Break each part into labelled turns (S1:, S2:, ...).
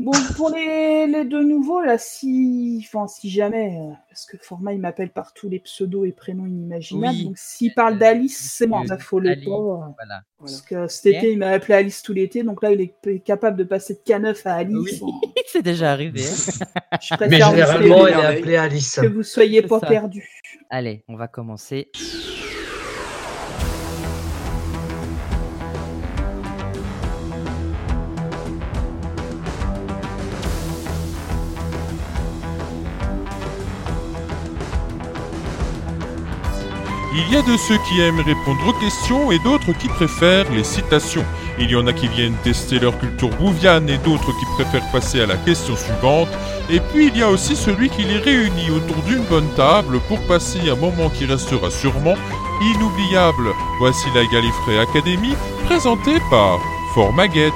S1: Bon, pour les, les deux nouveaux, là, si, enfin, si jamais, euh, parce que Forma, il m'appelle par tous les pseudos et prénoms inimaginables,
S2: Oui.
S1: donc s'il parle
S2: Euh,
S1: d'Alice, c'est mort,
S2: euh,
S1: ça faut le
S2: Alice,
S1: pas. euh,
S2: Voilà.
S1: Parce que cet été, il m'a appelé Alice tout l'été, donc là, il est p- capable de passer de K9 à Alice.
S2: C'est déjà arrivé. hein.
S1: Je
S3: Mais
S1: préfère vous
S3: généralement,
S1: soyez-
S3: elle est appelée Alice.
S1: que vous soyez
S2: C'est
S1: pas
S2: ça.
S1: perdus.
S2: Allez, on va commencer.
S4: Il y a de ceux qui aiment répondre aux questions et d'autres qui préfèrent les citations. Il y en a qui viennent tester leur culture bouviane et d'autres qui préfèrent passer à la question suivante. Et puis il y a aussi celui qui les réunit autour d'une bonne table pour passer un moment qui restera sûrement inoubliable. Voici la Gallifrey Academy présentée par Formaguette.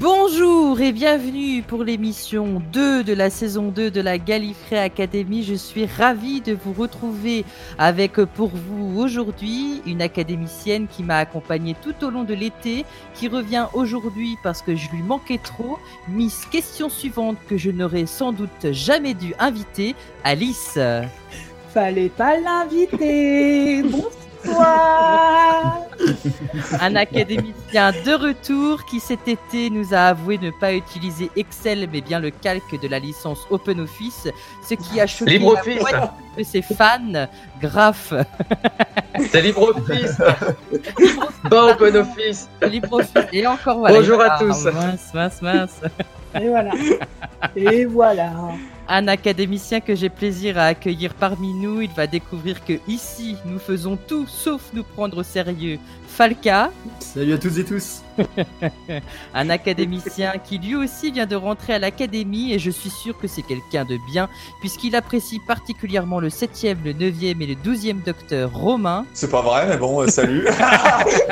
S2: Bonjour et bienvenue pour l'émission 2 de la saison 2 de la Gallifrey Academy. Je suis ravie de vous retrouver avec pour vous aujourd'hui une académicienne qui m'a accompagnée tout au long de l'été, qui revient aujourd'hui parce que je lui manquais trop. Miss question suivante que je n'aurais sans doute jamais dû inviter, Alice.
S1: Fallait pas l'inviter. Bonsoir.
S2: un académicien de retour qui cet été nous a avoué ne pas utiliser Excel mais bien le calque de la licence OpenOffice, ce qui a choqué la
S3: LibreOffice.
S2: moitié de ses fans. Graph,
S3: C'est LibreOffice. Pas OpenOffice.
S2: LibreOffice et encore voilà.
S3: Bonjour à
S2: Ah,
S3: tous.
S2: Mince, mince, mince.
S1: Et voilà. Et voilà.
S2: Un académicien que j'ai plaisir à accueillir parmi nous, il va découvrir que ici nous faisons tout sauf nous prendre au sérieux. Falca,
S5: Salut à toutes et tous
S2: un académicien qui lui aussi vient de rentrer à l'académie et je suis sûr que c'est quelqu'un de bien puisqu'il apprécie particulièrement le 7e, le 9e et le 12e docteur romain.
S6: C'est pas vrai, mais bon, euh, salut.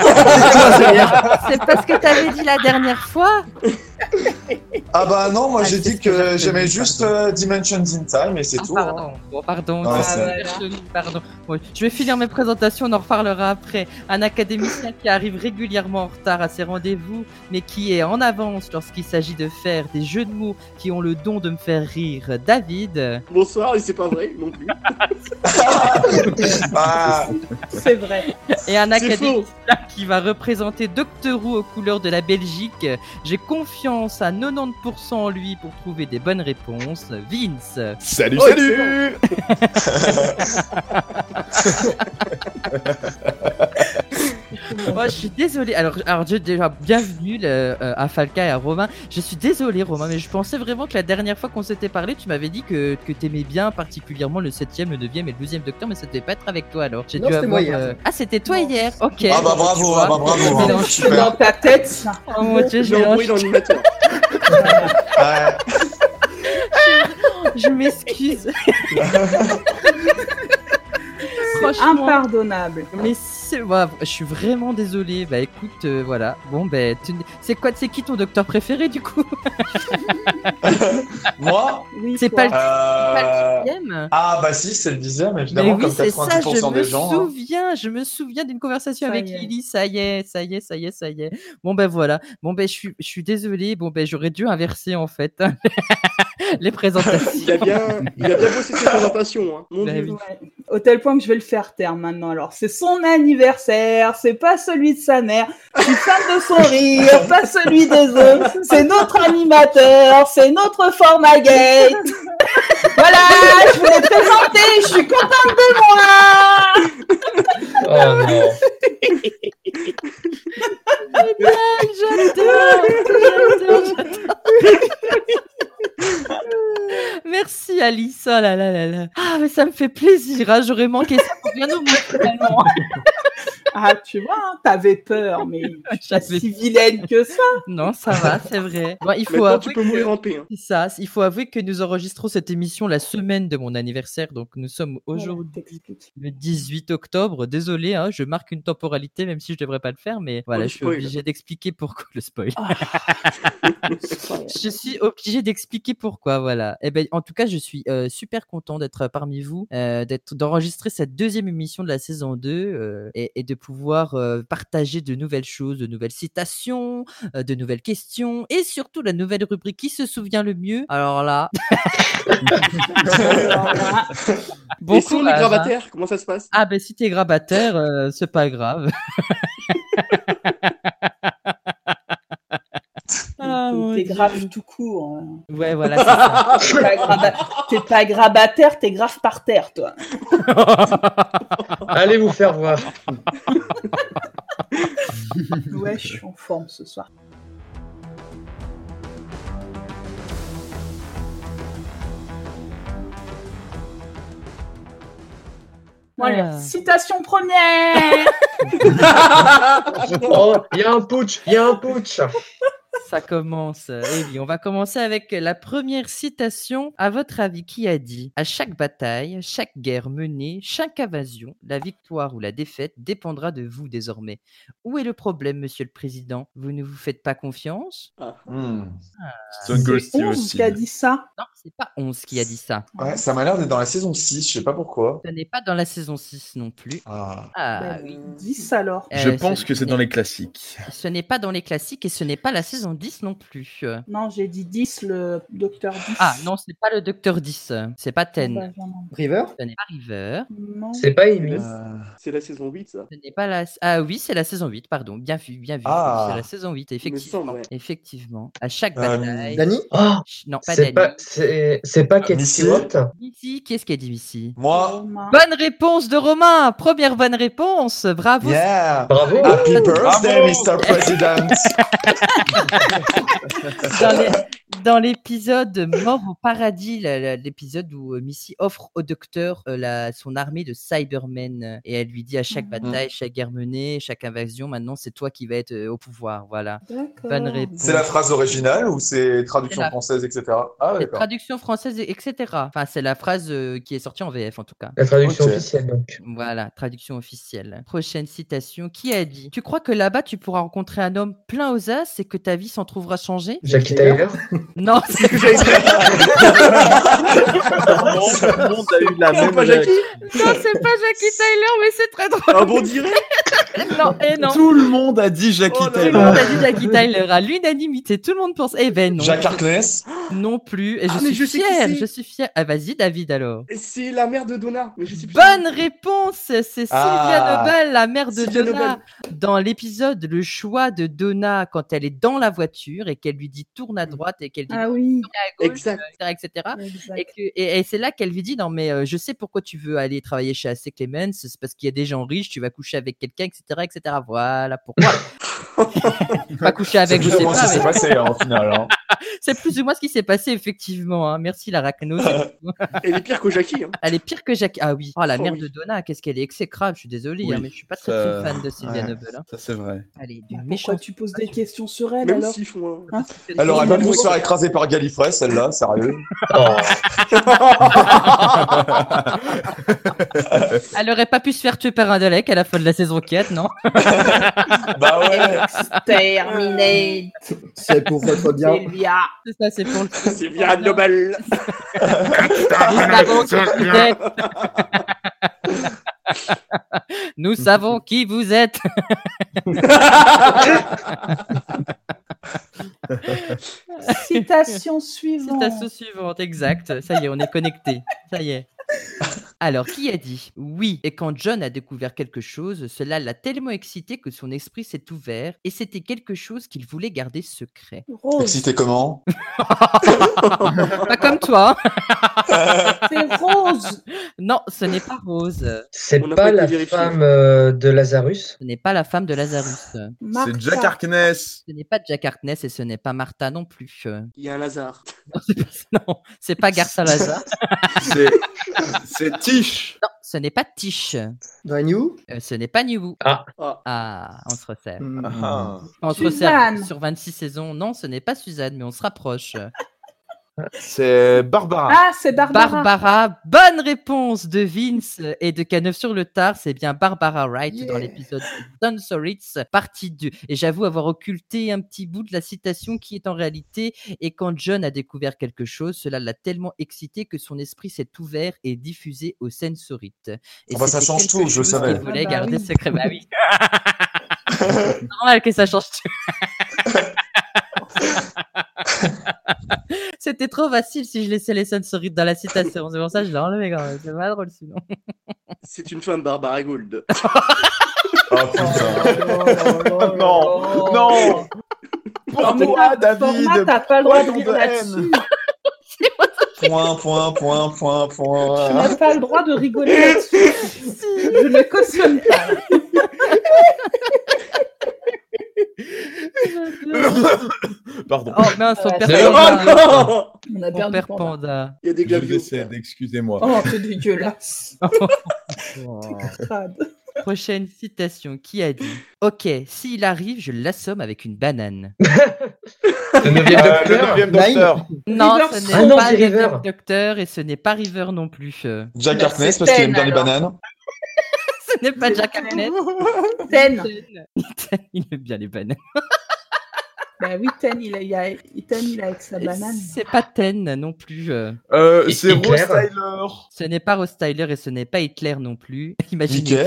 S2: C'est parce que t'avais dit la dernière fois
S6: ah bah non, moi
S2: Ah,
S6: j'ai
S2: c'est
S6: dit
S2: ce que j'avais
S6: que j'aimais
S2: dit,
S6: juste
S2: pardon.
S6: euh, Dimensions in Time et c'est
S2: Ah,
S6: tout. hein.
S2: Pardon, Bon, pardon,
S6: Ah,
S2: tu-
S6: c'est-
S2: pardon, pardon. Bon, je vais finir mes présentations, on en reparlera après. Un académicien qui arrive régulièrement en retard à ses rendez-vous, mais qui est en avance lorsqu'il s'agit de faire des jeux de mots qui ont le don de me faire rire. David,
S7: Bonsoir, et c'est pas vrai non plus.
S6: Ah,
S1: C'est vrai.
S2: et un
S7: C'est
S2: académicien
S7: faux.
S2: qui va représenter Doctor Who aux couleurs de la Belgique. J'ai confiance à 90% en lui pour trouver des bonnes réponses. Vince,
S8: Salut,
S7: Oh,
S8: salut
S2: moi Oh, je suis désolé. Alors, alors je, déjà bienvenue le- euh, à Falca et à Romain. Je suis désolé Romain, mais je pensais vraiment que la dernière fois qu'on s'était parlé, tu m'avais dit que, que t'aimais bien particulièrement le 7e, le 9e et le 12e Docteur, mais ça devait pas être avec toi alors. J'ai
S5: Non,
S2: dû
S5: c'était
S2: avoir,
S5: moi hier.
S2: Ah c'était toi
S1: Non.
S2: hier. Ok.
S6: Ah bah
S2: Tu
S6: bravo,
S2: vois.
S6: ah bah bravo,
S2: Je
S6: hein,
S2: mélange-
S1: C'est
S6: super.
S1: dans ta tête, ça.
S2: Oh mon dieu, je
S7: J'ai envoyé
S2: mélange
S7: dans l'animateur.
S6: Ouais.
S2: Je m'excuse.
S1: C'est
S5: Ah,
S1: impardonnable.
S2: Mais c'est, bah, je suis vraiment désolé. Bah écoute, euh, voilà. Bon ben, tu- c'est quoi, c'est qui ton docteur préféré du coup
S6: Moi
S1: Oui,
S2: C'est
S1: toi.
S2: pas le-
S6: euh...
S2: Pas le dixième
S6: Ah bah si, c'est le dixième,
S2: Mais
S6: évidemment,
S2: oui,
S6: comme
S2: c'est ça.
S6: 90%
S2: Je me
S6: des gens. hein.
S2: souviens, je me souviens d'une conversation
S1: Ça
S2: avec
S1: y est.
S2: Lily. Ça y est, ça y est, ça y est, ça y est. Bon ben voilà. Bon ben je suis, je suis désolé. Bon ben j'aurais dû inverser en fait les
S7: Il a
S2: présentations.
S7: bien, il a bien bossé ses présentations. Hein. Mon
S2: Bah
S7: dieu.
S2: oui.
S1: Ouais. Au tel point que je vais le faire taire maintenant. Alors, c'est son anniversaire, c'est pas celui de sa mère, je suis fan de son rire, pas celui des autres, c'est notre animateur, c'est notre format gate. voilà, je vous l'ai présenté, je suis contente de moi.
S3: Oh non.
S2: J'adore, j'adore, j'adore. Merci Alice. Oh là là là là. Ah mais ça me fait plaisir. hein, J'aurais manqué ça pour rien au monde finalement.
S1: Ah, tu vois, hein, t'avais peur, mais je suis pas
S2: J'avais-
S1: si vilaine que ça.
S2: Non, ça va, c'est vrai. Bon, il faut
S7: Maintenant, tu
S2: avouer
S7: peux
S2: que...
S7: mourir en paix. hein.
S2: C'est ça, il faut avouer que nous enregistrons cette émission la semaine de mon anniversaire, donc nous sommes aujourd'hui
S1: Voilà, t'expliques.
S2: le 18 octobre. Désolé, hein, je marque une temporalité, même si je devrais pas le faire, mais voilà,
S7: le
S2: je suis
S7: spoil. Ah
S2: obligé d'expliquer pourquoi le spoil.
S7: C'est pas grave.
S2: je suis obligé d'expliquer pourquoi, voilà. Eh ben, en tout cas, je suis euh, super content d'être parmi vous, euh, d'être d'enregistrer cette deuxième émission de la saison 2 euh, et, et de pouvoir euh, partager de nouvelles choses, de nouvelles citations, euh, de nouvelles questions et surtout la nouvelle rubrique qui se souvient le mieux. Alors là,
S1: Alors là,
S2: bon
S7: Et si on est
S2: courage, hein.
S7: grabataire, comment ça se passe
S2: Ah ben si t'es grabataire, euh, c'est pas grave. Ah, mon
S1: t'es
S2: Dieu.
S1: grave tout court. hein.
S2: Ouais, voilà, c'est
S1: T'es
S2: ça.
S1: pas, graba- t'es pas grabataire, t'es grave par terre, toi.
S3: Allez vous faire voir.
S1: Ouais, je suis en forme ce soir. Voilà, Euh.
S2: Ah.
S1: citation première
S3: Oh, il y a un putsch, il y a un putsch.
S2: Ça commence. Eh bien, on va commencer avec la première citation. À votre avis, qui a dit À chaque bataille, chaque guerre menée, chaque invasion, la victoire ou la défaite dépendra de vous désormais. Où est le problème, Monsieur le Président Vous ne vous faites pas confiance
S6: Hmm.
S4: Stone Cold
S1: C'est
S4: Steve
S1: Onze
S4: Austin.
S1: qui a dit ça
S2: Non, c'est pas 11 qui a dit ça.
S6: Ouais, ça m'a l'air d'être dans la saison 6, je sais pas pourquoi.
S2: Ce n'est pas dans la saison 6 non plus.
S6: Ah.
S2: Ah,
S1: Bah oui, 10 alors.
S5: Je
S2: euh,
S5: pense
S2: ce
S5: que c'est
S2: n'est-
S5: dans les classiques.
S2: Ce n'est pas dans les classiques et ce n'est pas la saison 10 non plus.
S1: Non, j'ai dit 10, le docteur 10.
S2: Ah non, ce n'est pas le Docteur 10. C'est pas Ten.
S1: Bah, j'en-
S5: River
S2: Ce n'est pas River.
S1: non.
S3: C'est pas Amy.
S6: Euh,
S7: C'est la saison 8, ça.
S2: Ce n'est pas la... Ah oui, c'est la saison 8, pardon. Bien vu, bien vu.
S6: Ah.
S2: C'est la saison 8,
S7: Il me
S2: effectivement.
S7: semble, ouais.
S2: Effectivement. À chaque
S6: Euh,
S2: bataille.
S5: Dani
S3: Oh,
S2: Ch- Non, pas
S3: c'est pas,
S2: Dani.
S3: c'est c'est pas Kate
S6: Missy.
S3: Stewart.
S2: Missy, qui est-ce qui a dit Missy
S6: Moi,
S1: Romain.
S2: Bonne réponse de Romain Première bonne réponse Bravo
S6: yeah!
S3: Bravo.
S6: Happy birthday,
S4: Bravo.
S6: Mr. President!
S2: Dans les- Dans l'épisode Mort au paradis, la- la- l'épisode où euh, Missy offre au docteur euh, la- son armée de Cybermen euh, et elle lui dit à chaque
S1: Mhm.
S2: bataille, chaque guerre menée, chaque invasion, maintenant c'est toi qui vas être euh, au pouvoir. Voilà.
S1: D'accord.
S2: Bonne réponse.
S6: C'est la phrase originale ou c'est traduction
S2: C'est la-
S6: française, etc.? Ah, ouais,
S2: Les
S6: d'accord.
S2: traductions françaises, etc. Enfin, c'est la phrase euh, qui est sortie en VF en tout cas.
S3: La traduction
S6: Ok.
S3: officielle donc.
S2: Voilà, traduction officielle. Prochaine citation. Qui a dit Tu crois que là-bas tu pourras rencontrer un homme plein aux as et que ta vie s'en trouvera changée
S3: Jackie Tyler.
S2: Non, c'est
S5: Tout le monde a eu la
S7: Ah, pas Jackie
S2: non, c'est pas Jackie Tyler, mais c'est très drôle.
S7: Ah bon, on dirait
S2: Non, et non. Tout
S5: Tout le monde a dit Jackie
S7: Oh là
S2: le
S5: Taylor.
S2: monde a dit Jackie Tyler à l'unanimité. Tout le monde pense. Eh ben non.
S6: Jacques Harkness?
S2: Non plus. Et je
S7: Ah, mais
S2: suis
S7: je sais qui
S2: fière.
S7: c'est.
S2: Je suis fière. Ah, vas-y, David alors.
S7: Et C'est la mère de Donna. Mais je sais plus.
S2: Bonne réponse, c'est Sylvia
S6: Ah.
S2: Nobel, la mère de
S7: Sylvia
S2: Donna.
S7: Nobel.
S2: Dans l'épisode Le choix de Donna, quand elle est dans la voiture et qu'elle lui dit tourne à
S7: Mm.
S2: droite et qu'elle dit
S1: Ah oui,
S2: tourne à gauche,
S7: Exact.
S2: etc., etc. Et,
S1: exact.
S2: que- et- et c'est là qu'elle lui dit non mais euh, je sais pourquoi tu veux aller travailler chez AC Clemens, c'est parce qu'il y a des gens riches, tu vas coucher avec quelqu'un, etc., etc. Voilà pourquoi. pas coucher
S6: C'est
S2: avec, je
S6: plus
S2: sais
S6: ou moins ce
S2: pas.
S6: qui s'est
S2: mais
S6: passé hein, en finale. hein.
S2: C'est plus ou moins ce qui s'est passé effectivement. hein. Merci Lara Cano. c'est tout.
S7: Elle est pire que Jackie. Hein.
S2: Elle est pire que Jackie. Ah oui. Oh, la
S7: Oh
S2: mère
S7: oui.
S2: de Donna, qu'est-ce qu'elle est exécrable. Je suis désolé,
S5: Oui,
S2: hein, mais je suis pas très,
S5: ça-
S2: très fan de Sylvia
S6: ouais.
S2: Noble. hein.
S5: Ça, c'est vrai.
S2: Elle est du
S1: Bah,
S2: méchant.
S1: Pourquoi tu poses des questions sur
S2: Ah,
S1: elle
S7: Même
S1: alors
S7: s'ils font. un-
S6: Elle aurait pas pu se faire écraser par Gallifrey, celle-là, sérieux.
S3: Oh.
S2: Elle aurait pas pu se faire tuer par un Dalek à la fin de la saison 4, non
S6: Bah ouais.
S1: Terminé,
S8: C'est pour votre bien.
S1: Sylvia.
S2: C'est ça, c'est pour le.
S7: C'est bien Nobel.
S2: Nous savons qui vous êtes. Nous savons qui vous êtes.
S1: Citation suivante.
S2: Citation suivante, exact. Ça y est, on est connecté. Ça y est. Alors, qui a dit Oui, et quand John a découvert quelque chose, cela l'a tellement excité que son esprit s'est ouvert et c'était quelque chose qu'il voulait garder secret.
S1: Rose,
S6: Excité comment?
S2: Pas comme toi. hein.
S1: c'est Rose.
S2: Non, ce n'est pas Rose.
S3: C'est
S7: On n'a
S3: pas
S7: pas
S3: la
S7: été vérifié.
S3: femme euh, de Lazarus.
S2: Ce n'est pas la femme de Lazarus.
S1: Martha.
S5: C'est Jack Harkness.
S2: Ce n'est pas Jack Harkness et ce n'est pas Martha non plus. Euh,
S7: Il y a un Lazare.
S2: Non, c'est pas- non, c'est pas Garça Lazare.
S5: C'est- C'est Tish.
S2: Non, ce n'est pas Tish.
S8: Dans You
S2: Euh, ce n'est pas New.
S7: Ah.
S2: Ah, on se resserre.
S6: Ah.
S2: On se
S1: Suzanne.
S2: resserre sur 26 saisons. Non, ce n'est pas Suzanne, mais on se rapproche.
S5: C'est Barbara.
S1: Ah, c'est Barbara.
S2: Barbara, bonne réponse de Vince et de K9 sur le tard, c'est bien Barbara Wright
S8: Yeah.
S2: dans l'épisode Don Soritz, partie 2. Et j'avoue avoir occulté un petit bout de la citation qui est en réalité, et quand John a découvert quelque chose, cela l'a tellement excité que son esprit s'est ouvert et diffusé aux sensorites. Et
S6: Ah bah, ça
S2: c'était
S6: change
S2: quelque
S6: tout, je le
S2: chose
S6: savais.
S2: qu'il voulait
S1: Ah bah
S2: garder
S1: oui.
S2: secret. Bah oui. C'est normal que ça change tout. C'était trop facile si je laissais les sensorites dans la citation. C'est pour ça que je l'ai enlevé quand même. C'est pas drôle sinon.
S7: C'est une femme, Barbara Gould.
S6: Oh putain.
S5: Non, non. Pourquoi,
S7: Oh
S1: Format,
S5: David
S1: t'as pas le droit de
S5: Pourquoi
S1: rire
S5: tant de
S1: là-dessus.
S5: haine
S6: Point, point, point, point,
S1: Tu
S6: point.
S1: n'as pas le droit de rigoler là-dessus. Je ne cautionne pas.
S5: Pardon.
S2: Oh mince, on
S1: Ah Ouais,
S2: perd
S3: c'est
S2: Panda.
S7: Oh
S1: On a
S2: On
S1: perdu
S2: perd
S1: Panda.
S2: Panda.
S7: Il y a des
S5: Je
S7: glaviots.
S5: décède, excusez-moi.
S1: Oh, c'est dégueulasse. Crade.
S2: Prochaine citation qui a dit Ok, s'il arrive, je l'assomme avec une banane.
S3: Le neuvième
S6: Ah,
S5: Euh, le
S3: docteur
S5: neuvième
S8: Nine.
S5: docteur.
S2: Non,
S1: River
S2: ce n'est
S1: Ah
S3: non,
S2: pas
S3: c'est
S2: le
S3: River.
S2: Docteur et ce n'est pas River non plus. Euh,
S6: Jack
S1: Bah,
S6: Harkness
S1: c'est
S6: parce qu'il aime
S1: Ten,
S6: bien les
S1: alors.
S6: bananes.
S2: ce n'est pas Jack Harkness.
S1: Ten.
S2: Il aime bien les bananes.
S1: Bah oui, Ten, il a, il a, Ten, il a avec sa banane.
S2: C'est pas Ten non plus. euh,
S5: Euh,
S3: Et
S5: c'est Rose
S3: Hitler.
S5: Tyler.
S2: Ce n'est pas Ross Tyler et ce n'est pas Hitler non plus. Imagine
S6: Hitler.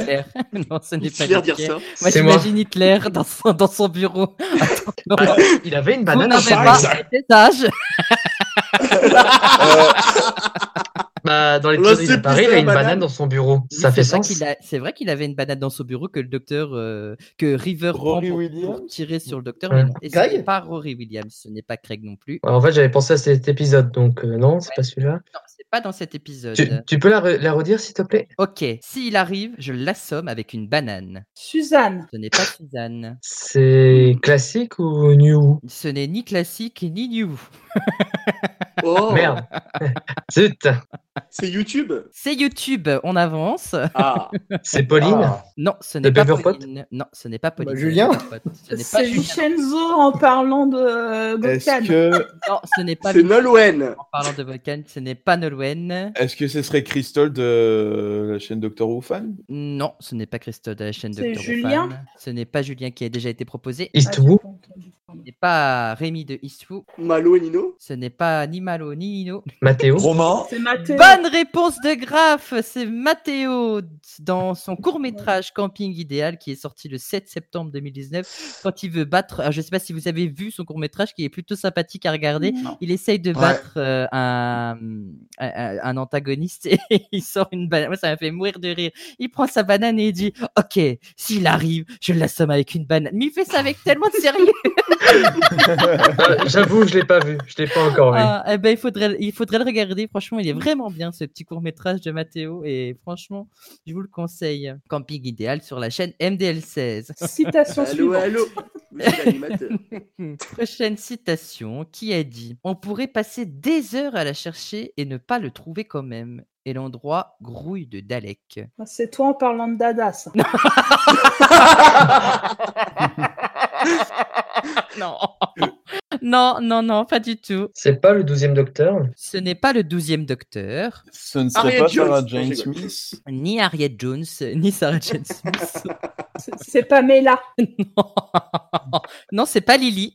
S2: Hitler. non, ce n'est
S7: Il se
S2: pas
S7: fait
S2: Hitler.
S7: dire ça.
S2: Moi,
S3: C'est moi.
S2: j'imagine Hitler dans son, dans son bureau. Attends, non,
S3: Il avait une
S2: vous
S3: banane en
S2: n'avez
S3: sa
S2: pas
S3: main.
S2: été sage.
S6: Euh,
S3: Bah, dans les
S7: Là,
S3: l'épisode
S7: c'est
S3: de Paris, il a
S7: plus
S3: une
S7: la
S3: banane
S7: banane.
S3: dans son bureau. Ça
S2: C'est
S3: fait
S2: vrai
S3: sens.
S2: qu'il a- C'est vrai qu'il avait une banane dans son bureau que le docteur, euh, que River prend
S8: Rory
S2: pour,
S8: Williams
S2: pour tirer sur le docteur. mais
S3: Ouais.
S2: non. Et ce
S8: Craig
S2: n'est pas Rory Williams, ce n'est pas Craig non plus.
S3: En fait, j'avais pensé à cet épisode, donc euh, non, c'est pas celui-là.
S2: Non, c'est pas dans cet épisode.
S3: Tu, tu peux la, re- la redire, s'il te plaît
S2: Ok, s'il arrive, je l'assomme avec une banane.
S1: Suzanne.
S2: Ce n'est pas Suzanne.
S3: C'est classique ou new
S2: Ce n'est ni classique ni new.
S7: Oh,
S3: Merde. Zut.
S7: c'est YouTube.
S2: C'est YouTube, on avance.
S7: Ah,
S3: C'est Pauline.
S6: Ah.
S2: Non, ce
S3: Le
S2: n'est pas
S3: Pepperpot
S2: Pauline. Non, ce n'est pas Pauline.
S8: Bah,
S2: ce n'est
S8: Julien.
S2: pas Pepperpot. Ce n'est pas
S1: C'est
S2: Julien.
S1: Vincenzo en parlant de euh, Gokan.
S5: Est-ce que,
S2: Non, ce n'est pas
S7: c'est
S2: Vulcan.
S7: Nolwenn.
S2: En parlant de Volcan, ce n'est pas Nolwenn.
S5: est-ce que ce serait Crystal de la chaîne Doctor Who fan
S2: Non, ce n'est pas Christophe de la chaîne de
S1: C'est Julien.
S2: Ce n'est pas Julien qui a déjà été proposé.
S1: Ah,
S3: Eastwood.
S1: j'ai pas entendu.
S2: Ce n'est pas Rémi de Issou.
S7: Malo et Nino.
S2: Ce n'est pas ni Malo ni Nino.
S3: Mathéo.
S6: Romain.
S1: C'est Mathéo.
S2: Bonne réponse de Graff. C'est Mathéo dans son court métrage Camping Idéal qui est sorti le 7 septembre 2019 quand il veut battre. alors, je ne sais pas si vous avez vu son court métrage qui est plutôt sympathique à regarder. Il essaye de battre euh, un, un- un antagoniste et il sort une banane. Moi, ça m'a fait mourir de rire. Il prend sa banane et il dit Ok, s'il arrive, je l'assomme avec une banane. Mais il fait ça avec tellement de sérieux.
S3: Euh, J'avoue, je l'ai pas vu. Je l'ai pas encore vu.
S2: Ah, eh ben, il, faudrait, il faudrait le regarder. Franchement, il est vraiment bien ce petit court métrage de Mathéo. Et franchement, je vous le conseille. Camping idéal sur la chaîne MDL16.
S1: Citation
S7: Allô,
S1: suivante.
S7: allô. Monsieur l'animateur.
S2: Prochaine citation qui a dit On pourrait passer des heures à la chercher et ne pas le trouver quand même. Et l'endroit grouille de Dalek.
S1: Ah, C'est toi en parlant de Dada, ça.
S2: Non Non, non, non, pas du tout.
S3: C'est pas le douzième docteur.
S2: Ce n'est pas le douzième docteur,
S5: Ce ne
S7: Harriet
S5: serait pas
S7: Jones.
S5: Sarah
S7: Non,
S5: Jane
S7: je rigole.
S5: Smith
S2: ni Harriet Jones, ni Sarah Jane Smith.
S1: C'est- C'est Pamela.
S2: non, c'est pas Lily.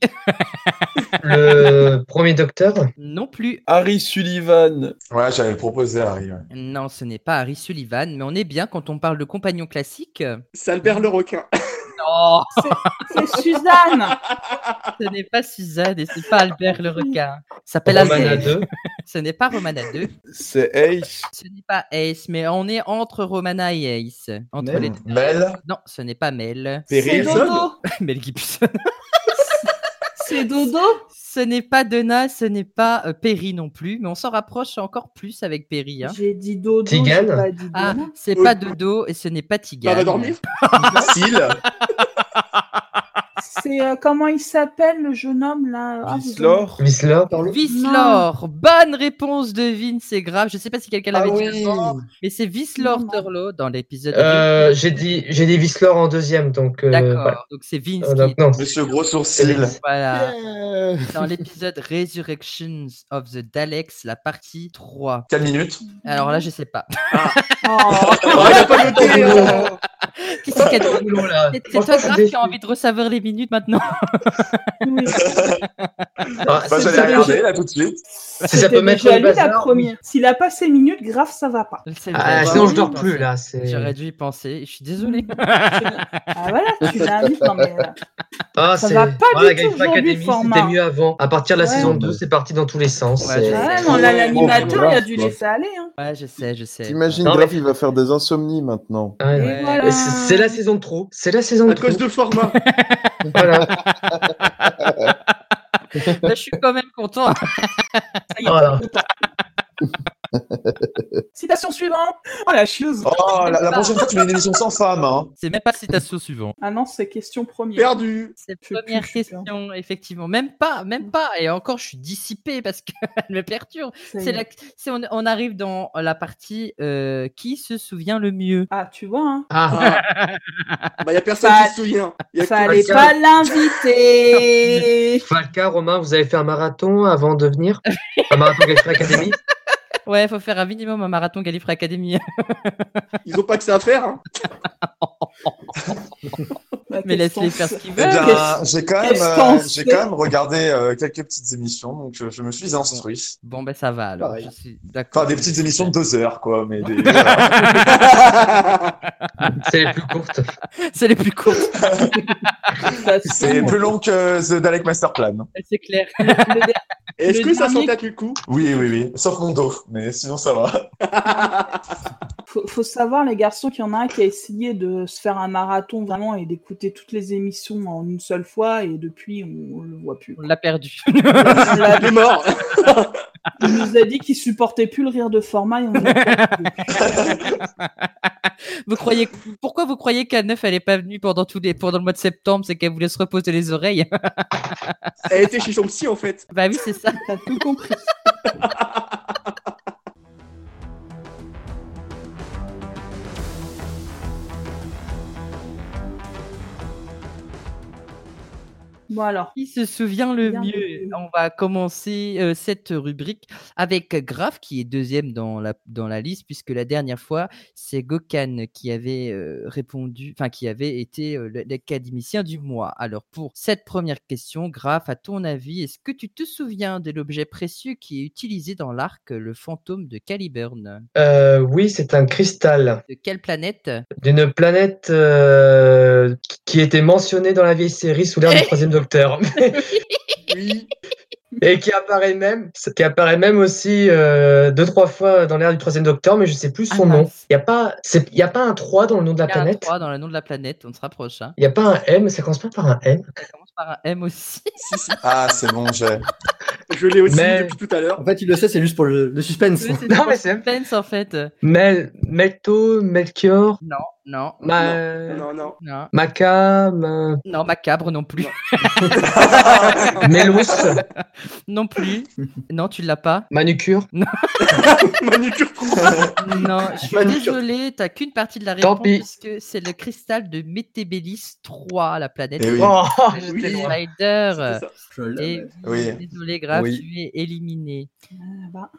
S3: Le premier docteur.
S2: Non plus.
S5: Harry Sullivan.
S6: Ouais, j'avais le proposé, Harry. ouais.
S2: Non, ce n'est pas Harry Sullivan, mais on est bien quand on parle de compagnon classique.
S7: Salbert le requin.
S2: Non,
S1: C'est Suzanne.
S2: ce n'est pas Suzanne et c'est pas Albert le requin. Ça s'appelle
S3: Romana
S2: Albert.
S3: 2.
S2: Ce n'est pas Romana 2.
S5: C'est Ace.
S2: Ce n'est pas Ace, mais on est entre Romana et Ace. Entre
S5: Mel.
S2: les deux.
S6: Mel.
S2: Non, ce n'est pas Mel.
S1: C'est Dodo.
S2: Mel Gibson.
S1: C'est Dodo.
S2: Ce n'est pas Donna, ce n'est pas euh, Perry non plus, mais on s'en rapproche encore plus avec Perry. hein.
S1: J'ai dit Dodo. j'ai
S3: Tigane.
S1: pas dit Donna.
S2: Ah, c'est
S7: Bah,
S2: pas Dodo et ce n'est pas Tigane.
S7: Ça va dormir
S6: Sil.
S1: C'est euh, comment il s'appelle le jeune homme là Ah, vous en-
S5: Vislor.
S3: Miss Laure.
S8: Parle-
S2: Vislor, bonne réponse de Vin, c'est grave. Je sais pas si quelqu'un
S8: Ah
S2: l'avait
S8: oui.
S2: dit avant, mais c'est Vislor
S1: Non.
S2: Turlo dans l'épisode. de-
S3: Euh, j'ai dit, j'ai dit Vislor en deuxième, donc. euh,
S2: D'accord,
S3: voilà.
S2: donc c'est Vince
S3: Euh,
S2: qui
S3: donc, non.
S6: Monsieur Gros Sourcil.
S2: voilà.
S8: Euh,
S2: dans l'épisode Resurrections of the Daleks, la partie 3.
S6: Quelle minute
S2: Alors là, je sais pas.
S1: Oh, euh,
S7: Ah, il a pas noté hein.
S2: Qu'est-ce qu'il y a de-
S3: Boulot, là.
S2: euh, C'est c'est
S3: Franchement,
S2: toi,
S3: je suis
S2: Graf, qui
S3: déçu.
S2: a envie de recevoir les minutes maintenant.
S1: oui.
S3: Ah,
S6: Bah,
S3: c'est-
S6: J'allais
S1: ça,
S6: regarder là tout de suite.
S3: Si ça
S1: C'était
S3: peut mettre
S1: déjà
S3: le
S1: lui, la
S3: bazar,
S1: première. S'il a pas ses minutes, grave, ça va pas.
S2: C'est
S3: Ah,
S2: vrai.
S3: sinon je dors plus là. c'est-
S2: J'aurais dû y penser. Je suis désolé.
S1: Ah voilà, tu l'invites. Non mais euh,
S3: Ah,
S1: Ça
S3: c'est-
S1: va pas
S3: voilà,
S1: du tout
S3: Gallifrey
S1: aujourd'hui,
S3: Academy,
S1: le
S3: c'était
S1: format.
S3: mieux avant. À partir de la
S1: Ouais.
S3: saison 2, c'est parti dans tous les sens.
S2: Ouais,
S3: c'est-
S2: je-
S1: ah, ouais, non, là,
S3: Oh,
S1: l'animateur, il a dû
S5: Bon,
S1: laisser aller. Hein.
S2: Ouais, je sais, je sais.
S5: T'imagines,
S3: Non, mais-
S5: Graf, il va faire des insomnies maintenant.
S3: Ouais, ouais.
S1: Et voilà.
S3: Mais C'est c'est la saison de trop. C'est la saison de
S7: À
S3: trop.
S7: cause de format.
S3: Voilà.
S2: Là, Bah, je suis quand même content.
S1: Ça y est,
S3: Voilà.
S1: Citation suivante. Oh la chose.
S6: Oh, la, la prochaine fois, tu mets une émission sans femme. Hein.
S2: C'est même pas citation suivante.
S1: Ah non, c'est question première.
S7: Perdu.
S2: C'est
S1: Je sais
S2: première
S1: plus, je sais
S2: question, effectivement. Même pas, même pas. Et encore, je suis dissipé parce qu'elle me perturbe. C'est la... c'est- on, on arrive dans la partie euh, qui se souvient le mieux.
S1: Ah, tu vois, hein.
S3: Ah,
S7: Bah, il a personne
S1: Ça-
S7: qui se souvient. Y a que-
S1: fallait
S3: quelqu'un.
S1: pas l'inviter.
S3: Falca, Romain, vous avez fait un marathon avant de venir Un marathon Gallifrey Academy
S2: Ouais, faut faire un minimum un marathon Gallifrey Academy. hein.
S7: Ils ont pas que ça à faire. hein.
S1: Bah,
S2: Mais
S1: qu'est-ce
S2: laisse-les
S1: qu'on
S2: faire
S1: sait
S2: ce qu'ils
S6: Eh
S2: veulent.
S6: bien, j'ai quand même,
S1: qu'est-ce
S6: euh,
S1: qu'on
S6: j'ai
S1: fait
S6: quand même regardé euh, quelques petites émissions, donc euh, je me suis instruit.
S2: Bon, ben ça va alors.
S8: Pareil.
S2: Je suis d'accord.
S6: Enfin, des petites émissions de deux heures, quoi, mais des.
S3: C'est les plus courtes.
S2: C'est les plus courtes,
S1: De toute
S6: C'est
S1: façon,
S6: plus long que The Dalek Master Plan.
S2: c'est clair.
S1: le dé-
S7: Est-ce
S1: Le
S7: que ça
S1: dernier-
S7: s'entête le coup
S6: Oui, oui, oui. Sauf mon dos, mais sinon ça va.
S1: faut, faut savoir, les garçons, qu'il y en a un qui a essayé de se faire un marathon vraiment et d'écouter toutes les émissions en une seule fois et depuis, on, on le voit plus.
S2: On l'a perdu.
S1: On l'a-
S7: Il est mort.
S1: Il nous a dit qu'il supportait plus le rire de format et on l'a pas vu depuis.
S2: Vous croyez pourquoi vous croyez qu'Anne elle est pas venue pendant tous les pendant le mois de septembre, c'est qu'elle voulait se reposer les oreilles.
S7: Elle était chez son psy en fait.
S2: bah oui, c'est ça.
S1: T'as tout compris. Bon alors,
S2: Qui se souvient le
S1: Bien
S2: mieux
S1: le mieux.
S2: On va commencer euh, cette rubrique avec Graf qui est deuxième dans la dans la liste puisque la dernière fois c'est Gokan qui avait euh, répondu, enfin qui avait été euh, le- l'académicien du mois. Alors pour cette première question, Graf, à ton avis, est-ce que tu te souviens de l'objet précieux qui est utilisé dans l'arc, le fantôme de Caliburn
S3: Euh, oui, c'est un cristal
S2: De quelle planète
S3: d'une planète euh, qui était mentionnée dans la vieille série sous l'ère du troisième docteur.
S7: Oui.
S3: Et qui apparaît même, qui apparaît même aussi euh, deux trois fois dans l'ère du troisième Docteur, mais je sais plus son
S2: Ah,
S3: nom.
S2: mince.
S3: Il y a pas, c'est- y a pas un 3 dans le nom de la
S2: Il y a un
S3: planète.
S2: 3 dans le nom de la planète, on se rapproche. hein.
S3: Il y a pas un M, ça commence pas par un M.
S2: Ça commence par un M aussi.
S7: Si, si.
S6: Ah, c'est bon, j'ai.
S7: Je l'ai aussi
S3: Mais-
S7: depuis tout à l'heure.
S8: En fait, il le sait, c'est juste pour le, le suspense.
S2: Oui, c'est
S3: Non,
S2: dans
S3: mais c'est-
S2: Friends, en fait.
S3: Mel, Melto, Melchior,
S2: Non, non,
S3: Ma,
S7: Non, non.
S2: non.
S3: Maca, Ma-
S2: Non, macabre non plus.
S3: Melus,
S2: Non plus. Non, tu l'as pas.
S3: Manucure.
S7: Manucure courte.
S2: Non, je suis
S8: Manucure.
S2: désolé, t'as qu'une partie de la
S3: Tant
S2: réponse
S3: pis.
S2: puisque c'est le cristal de Métébélis 3, la planète.
S6: Eh oui.
S3: Oh,
S2: de
S3: j'étais
S2: Zack
S3: loin.
S2: Snyder.
S7: C'était ça.
S8: Je l'avais.
S2: Et
S6: Oui.
S2: désolé, grave,
S8: Oui.
S2: tu es éliminé.
S7: Oh.
S1: euh, bah,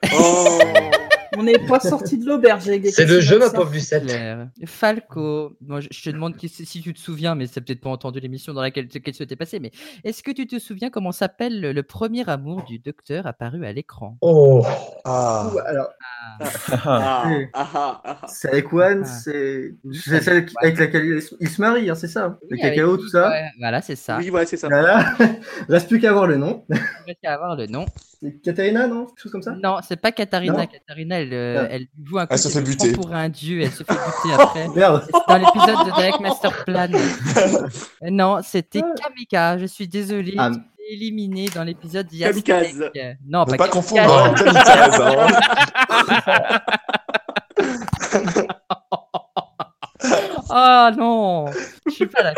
S1: on n'est pas sorti de l'auberge. les gars.
S3: C'est le jeu, ma
S1: Ça.
S3: pauvre Lucette.
S2: Claire. Falco, moi, je je te demande qui- si tu te souviens, mais c'est peut-être pas entendu l'émission dans laquelle qu'elle se t'est passée, mais est-ce que tu te souviens comment s'appelle le premier amour du docteur apparu à l'écran
S3: Oh,
S6: Ah.
S8: Ouh, Alors,
S7: Ah,
S8: Oui.
S7: ah, ah, ah.
S8: c'est avec One,
S2: Ah.
S8: c'est c'est celle qui- avec laquelle il se- il se marie, hein, c'est ça hein Le
S2: Oui, avec
S8: cacao,
S2: qui,
S8: tout ça.
S2: ouais, Voilà, c'est ça.
S7: Oui, voilà, c'est ça.
S8: Voilà. Reste plus qu'à voir le nom.
S2: Je vais essayer d'avoir le nom.
S8: C'est Katarina, non Quelque chose comme ça
S2: Non, c'est pas Katharina.
S8: Non Ah.
S2: Katharina, elle, euh,
S8: Non.
S2: elle joue un coup
S6: Elle se
S2: qu'elle
S6: fait
S2: prend
S6: buter.
S2: pour un dieu. Elle se fait buter après.
S8: Merde.
S2: C'est Dans l'épisode de Direct Master Plan. Euh, non, c'était Kamika. Je suis désolée.
S8: Ah.
S2: tu t'es éliminée dans l'épisode d'hier.
S7: Kamikaze.
S2: Non, pas,
S6: Ne pas
S2: Kamikaze.
S6: confondre hein, kamikaze. hein.
S2: Ah non, je suis pas là.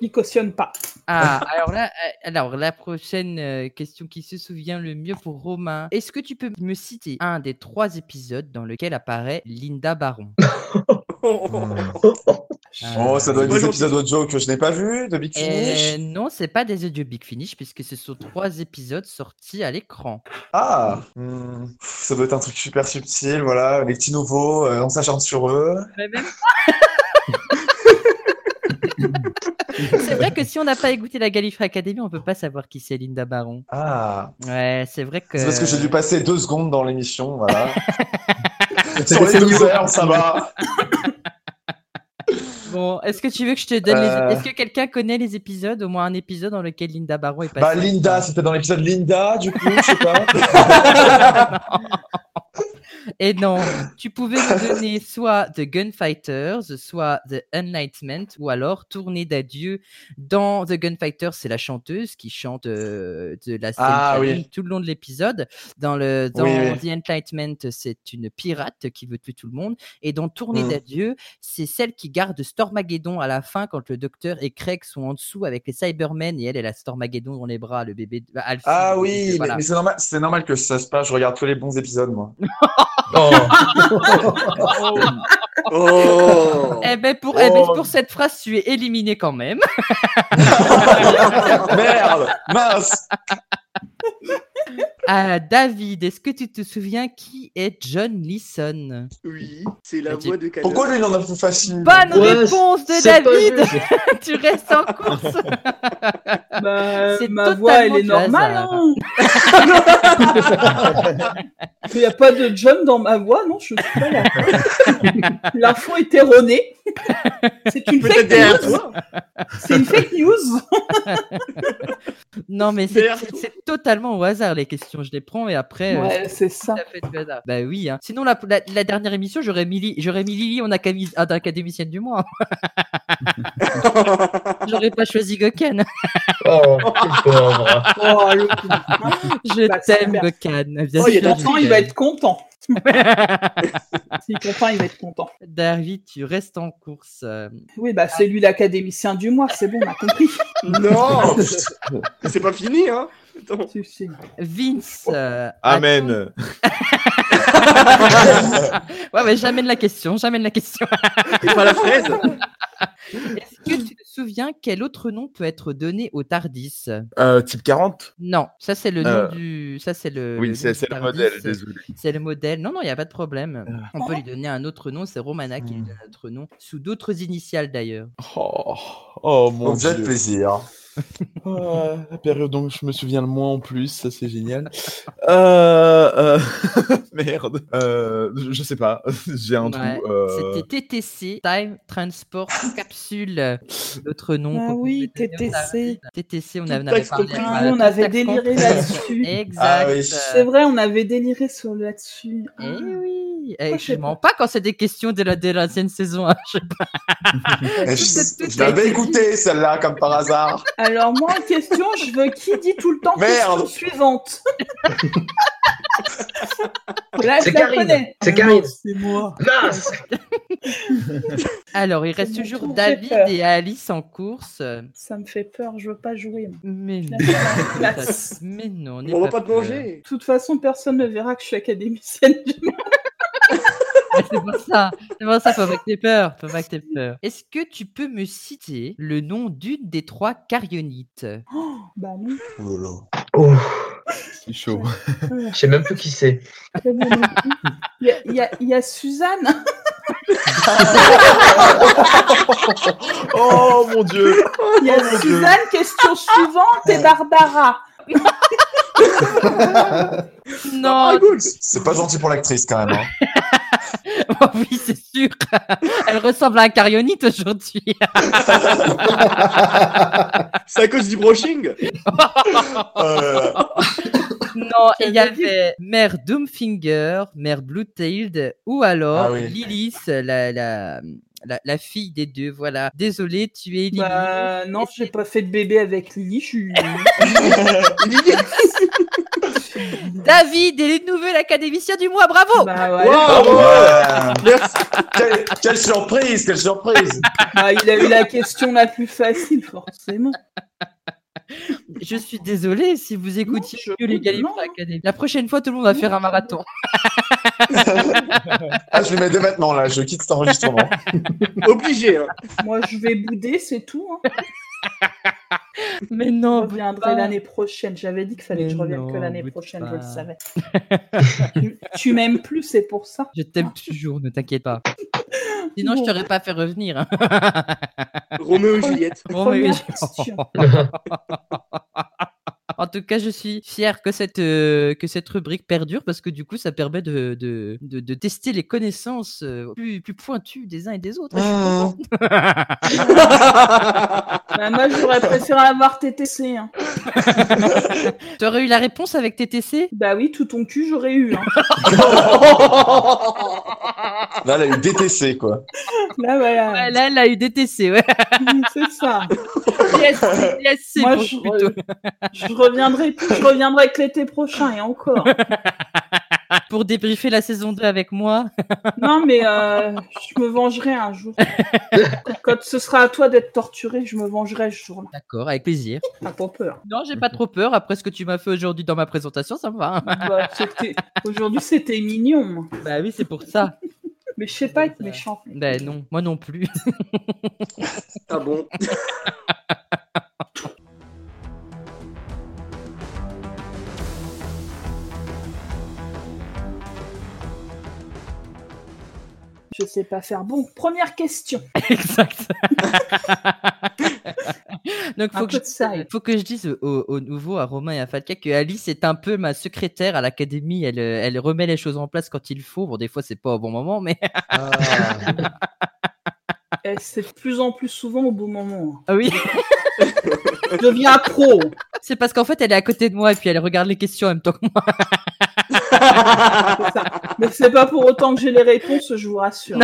S1: Il cautionne pas.
S2: Ah, alors là, euh, alors la prochaine euh, question qui se souvient le mieux pour Romain. Est-ce que tu peux me citer un des trois épisodes dans lequel apparaît Linda Baron
S7: oh,
S6: Oh, ça doit être
S7: Moi,
S6: des
S7: j'en-
S6: épisodes de Joe que je n'ai pas vu, de Big Finish.
S2: Euh, Non, c'est pas des audio Big Finish puisque ce sont trois épisodes sortis à l'écran.
S6: Ah, hmm, ça doit être un truc super subtil, voilà, les petits nouveaux, euh, on s'acharne sur eux.
S2: c'est vrai que si on n'a pas écouté la Gallifrey Academy, on peut pas savoir qui c'est Linda Baron.
S6: Ah,
S2: Ouais, c'est vrai que.
S6: c'est parce que j'ai dû passer deux secondes dans l'émission, voilà.
S8: C'est-
S6: sur les
S8: c'est
S6: deux
S8: nouveau.
S6: heures, ça va.
S2: Bon, est-ce que tu veux que je te donne les-
S6: Euh.
S2: Est-ce que quelqu'un connaît les épisodes, au moins un épisode dans lequel Linda Baron est passée
S6: Bah, Linda, c'était dans l'épisode Linda, du coup, je sais pas.
S2: Et non, tu pouvais nous donner soit The Gunfighters, soit The Enlightenment, ou alors Tournée d'adieu. Dans The Gunfighters, c'est la chanteuse qui chante euh, de la scène
S6: Ah, oui.
S2: tout le long de l'épisode. Dans, le, dans
S6: Oui, oui.
S2: The Enlightenment, c'est une pirate qui veut tuer tout le monde. Et dans Tournée
S6: Mm.
S2: d'adieu, c'est celle qui garde Stormageddon à la fin quand le docteur et Craig sont en dessous avec les Cybermen et elle, elle a Stormageddon dans les bras, le bébé. bah, Alfie,
S6: Ah
S2: le bébé,
S6: oui, mais-
S2: voilà.
S6: mais c'est normal, c'est normal que ça se passe, je regarde tous les bons épisodes, moi.
S7: Oh
S2: Eh ben pour, eh ben pour cette phrase, tu es éliminé quand même.
S6: Merde, mince.
S2: Ah, David, est-ce que tu te souviens qui est John Leeson
S7: Oui, c'est la
S2: Mais tu-
S7: voix de Canada.
S6: Pourquoi lui, il en a plus facile?
S2: Bonne
S1: Ouais,
S2: réponse de
S1: c'est pas
S2: David Tu restes en course
S1: Bah,
S2: C'est
S1: ma voix, elle est
S2: totalement du
S1: normale. hein.
S2: hasard.
S1: Il n'y a pas de John dans ma voix, non, je suis pas là. L'info est erronée. C'est une
S7: Peut-être
S1: fake
S7: derrière
S1: news.
S7: toi.
S1: C'est une fake news.
S2: Non, mais c'est
S7: Derrière toi.
S2: c'est totalement au hasard les questions. Je les prends et après. euh,
S1: Ouais, c'est ça.
S2: tout à fait du hasard. Bah oui. hein. Sinon, la, la- la dernière émission, j'aurais mis, Li- j'aurais mis Lily en académi- en académicienne du mois. j'aurais pas choisi Gokan.
S3: Oh, quel pauvre.
S1: Oh, le coup.
S2: Je
S1: Bah,
S2: t'aime,
S1: super.
S2: Gokan. Bien
S1: S'il
S2: sûr,
S1: comprend,
S2: je
S1: Oh, il va
S2: t'aime.
S1: être content. S'il comprend, il va être content.
S2: David, tu restes en course. euh.
S1: Oui, bah, c'est lui l'académicien du mois, c'est bon, on a compris.
S7: Non Mais C'est pas fini, hein Attends.
S1: Si, si.
S2: Vince. euh,
S5: Amen.
S2: Ouais, mais j'amène la question, j'amène la question.
S7: Et pas la fraise
S2: Est-ce que tu te souviens quel autre nom peut être donné au Tardis
S9: Euh, type 40
S2: Non, ça c'est le nom
S9: Euh,
S2: du, ça c'est le.
S6: Euh,
S2: nom
S9: Oui, c'est
S2: du
S9: c'est le
S2: Tardis,
S9: modèle, désolé.
S2: C'est le modèle. Non, non, il n'y a pas de problème. On peut lui donner un autre nom. C'est Romana qui lui donne un autre nom, sous d'autres initiales d'ailleurs.
S5: Oh, oh, mon
S6: Mon
S5: dieu.
S6: déjà de plaisir.
S5: Ah, la période dont je me souviens le moins en plus, ça c'est génial. Euh, euh, Merde. Euh, je je sais pas, j'ai un trou.
S2: Ouais,
S5: euh,
S2: C'était TTC, Time Transport Capsule. L'autre nom.
S1: Ah
S2: qu'on
S1: oui,
S2: pouvait donner au
S1: TTC.
S2: Tardis. TTC, on
S7: Tout
S2: avait, on
S7: taxe
S2: avait parlé.
S7: compris.
S1: Ah oui, on
S2: tout
S1: avait
S2: taxe
S1: déliré
S2: compris.
S1: là-dessus.
S2: Exact.
S6: Ah oui.
S1: C'est vrai, on avait déliré sur là-dessus.
S2: Eh oui,
S1: Ah. Moi,
S2: eh,
S1: je
S2: je
S1: sais
S2: mens pas quand c'est des questions de la, de l'ancienne saison. hein, je-
S6: Je,
S2: c'est tout
S6: je l'avais
S2: est-
S6: écouté celle-là comme par hasard.
S1: Alors, moi, en question, je veux qui dit tout le temps
S6: Merde.
S1: question suivante. Là,
S3: C'est
S1: je la
S3: Karine.
S1: connais.
S3: C'est
S1: Ah
S3: Karine.
S1: non, C'est moi.
S3: Mince
S2: Alors, il
S1: C'est
S2: reste
S1: mon
S2: toujours
S1: tour, j'ai
S2: David
S1: peur.
S2: et Alice en course.
S1: Ça me fait peur, je veux pas jouer. moi.
S2: Mais non,
S1: La place.
S2: mais non, n'aie
S7: On va pas te
S2: peur.
S7: manger
S1: De toute façon, personne ne verra que je suis académicienne.
S2: Ouais, C'est pour ça, c'est pour ça, faut pas que t'aies peur, faut pas que t'aies peur. Est-ce que tu peux me citer le nom d'une des trois carionites
S1: bah non.
S6: Oh là là.
S3: Oh,
S5: C'est chaud.
S3: je sais même plus qui c'est.
S1: c'est bon, non plus. Il y a- il y, a- il y a Suzanne.
S5: Oh mon dieu.
S1: Il y a Suzanne, question suivante, et Barbara.
S7: Ah,
S2: Non,
S6: C'est pas gentil pour l'actrice quand même. hein.
S2: oh oui, c'est sûr. Elle ressemble à un carionite aujourd'hui.
S7: C'est à cause du brushing
S6: Euh,
S2: Non, et il y
S1: J'avais dit.
S2: avait Mère Doomfinger, Mère Bluetailed, ou alors
S6: Ah oui.
S2: Lilith, la, la, la, la fille des deux. Voilà. Désolé, tu es Lilith.
S1: Bah non, j'ai pas fait de bébé avec Lily. Je suis.
S2: David et les nouvelles académiciens du mois, bravo
S1: Bah, voilà.
S7: Wow
S6: ah ouais.
S7: Merci
S6: Quelle- quelle surprise, quelle surprise.
S1: Bah, Ah, il a eu la question la plus facile, forcément. Bah.
S2: Je suis désolé si vous écoutiez que les Gallifrey Academy. La prochaine fois, tout le monde va faire un marathon.
S6: Ah, je vais mettre dès maintenant, là. Je quitte cet enregistrement.
S7: Obligé. hein.
S1: Moi, je vais bouder, c'est tout. hein.
S2: Mais non,
S1: Je reviendrai l'année prochaine. J'avais dit que fallait que je
S2: Bah. Mais
S1: revienne que
S2: non,
S1: l'année
S2: boude
S1: prochaine,
S2: pas.
S1: je le savais. tu tu m'aimes plus, c'est pour ça.
S2: je t'aime toujours, ne t'inquiète pas. Sinon, je
S1: Bon.
S2: t'aurais pas fait revenir. hein.
S7: Roméo et Juliette.
S2: Bon, Oh, mais-
S1: Première question.
S2: En tout cas, je suis fier que cette, euh, que cette rubrique perdure parce que du coup, ça permet de, de, de- de tester les connaissances euh, plus, plus pointues des uns et des autres. Je suis
S6: Mmh.
S2: contente.
S1: Bah, moi, j'aurais préféré avoir TTC. hein.
S2: T'aurais eu la réponse avec TTC
S1: Bah oui, tout ton cul, j'aurais eu. hein.
S6: Là, elle a eu DTC, quoi.
S1: Là, voilà.
S2: Ouais, Ah, Là, elle a eu DTC, ouais.
S1: c'est ça.
S2: Yes, yes, c'est
S1: Moi,
S2: bon,
S1: je,
S2: plutôt.
S1: je reviendrai, je reviendrai que l'été prochain et encore.
S2: Pour débriefer la saison 2 avec moi.
S1: Non, mais euh, je me vengerai un jour. Quand- Quand ce sera à toi d'être torturé, je me vengerai ce jour-là.
S2: D'accord, avec plaisir.
S1: T'as pas peur.
S2: Non, j'ai pas trop peur. Après ce que tu m'as fait aujourd'hui dans ma présentation, ça me va. hein.
S1: Bah, c'était- Aujourd'hui, c'était mignon.
S2: Bah oui, c'est pour ça.
S1: Mais je sais pas être méchant.
S2: Bah non, moi non plus.
S7: Ah bon
S1: Je sais pas faire. Bon, première question.
S2: exact. Donc
S1: Un
S2: faut que,
S1: peu de
S2: je,
S1: sérieux.
S2: faut que je dise au, au nouveau à Romain et à Fatka que Alice est un peu ma secrétaire à l'académie. Elle, euh, elle remet les choses en place quand il faut. Bon, des fois c'est pas au bon moment, mais
S1: Eh, C'est de plus en plus souvent au bon moment. hein.
S2: Ah oui,
S1: Je deviens pro.
S2: c'est parce qu'en fait elle est à côté de moi et puis elle regarde les questions en même temps que moi.
S1: c'est ça. Mais c'est pas pour autant que j'ai les réponses, je vous rassure.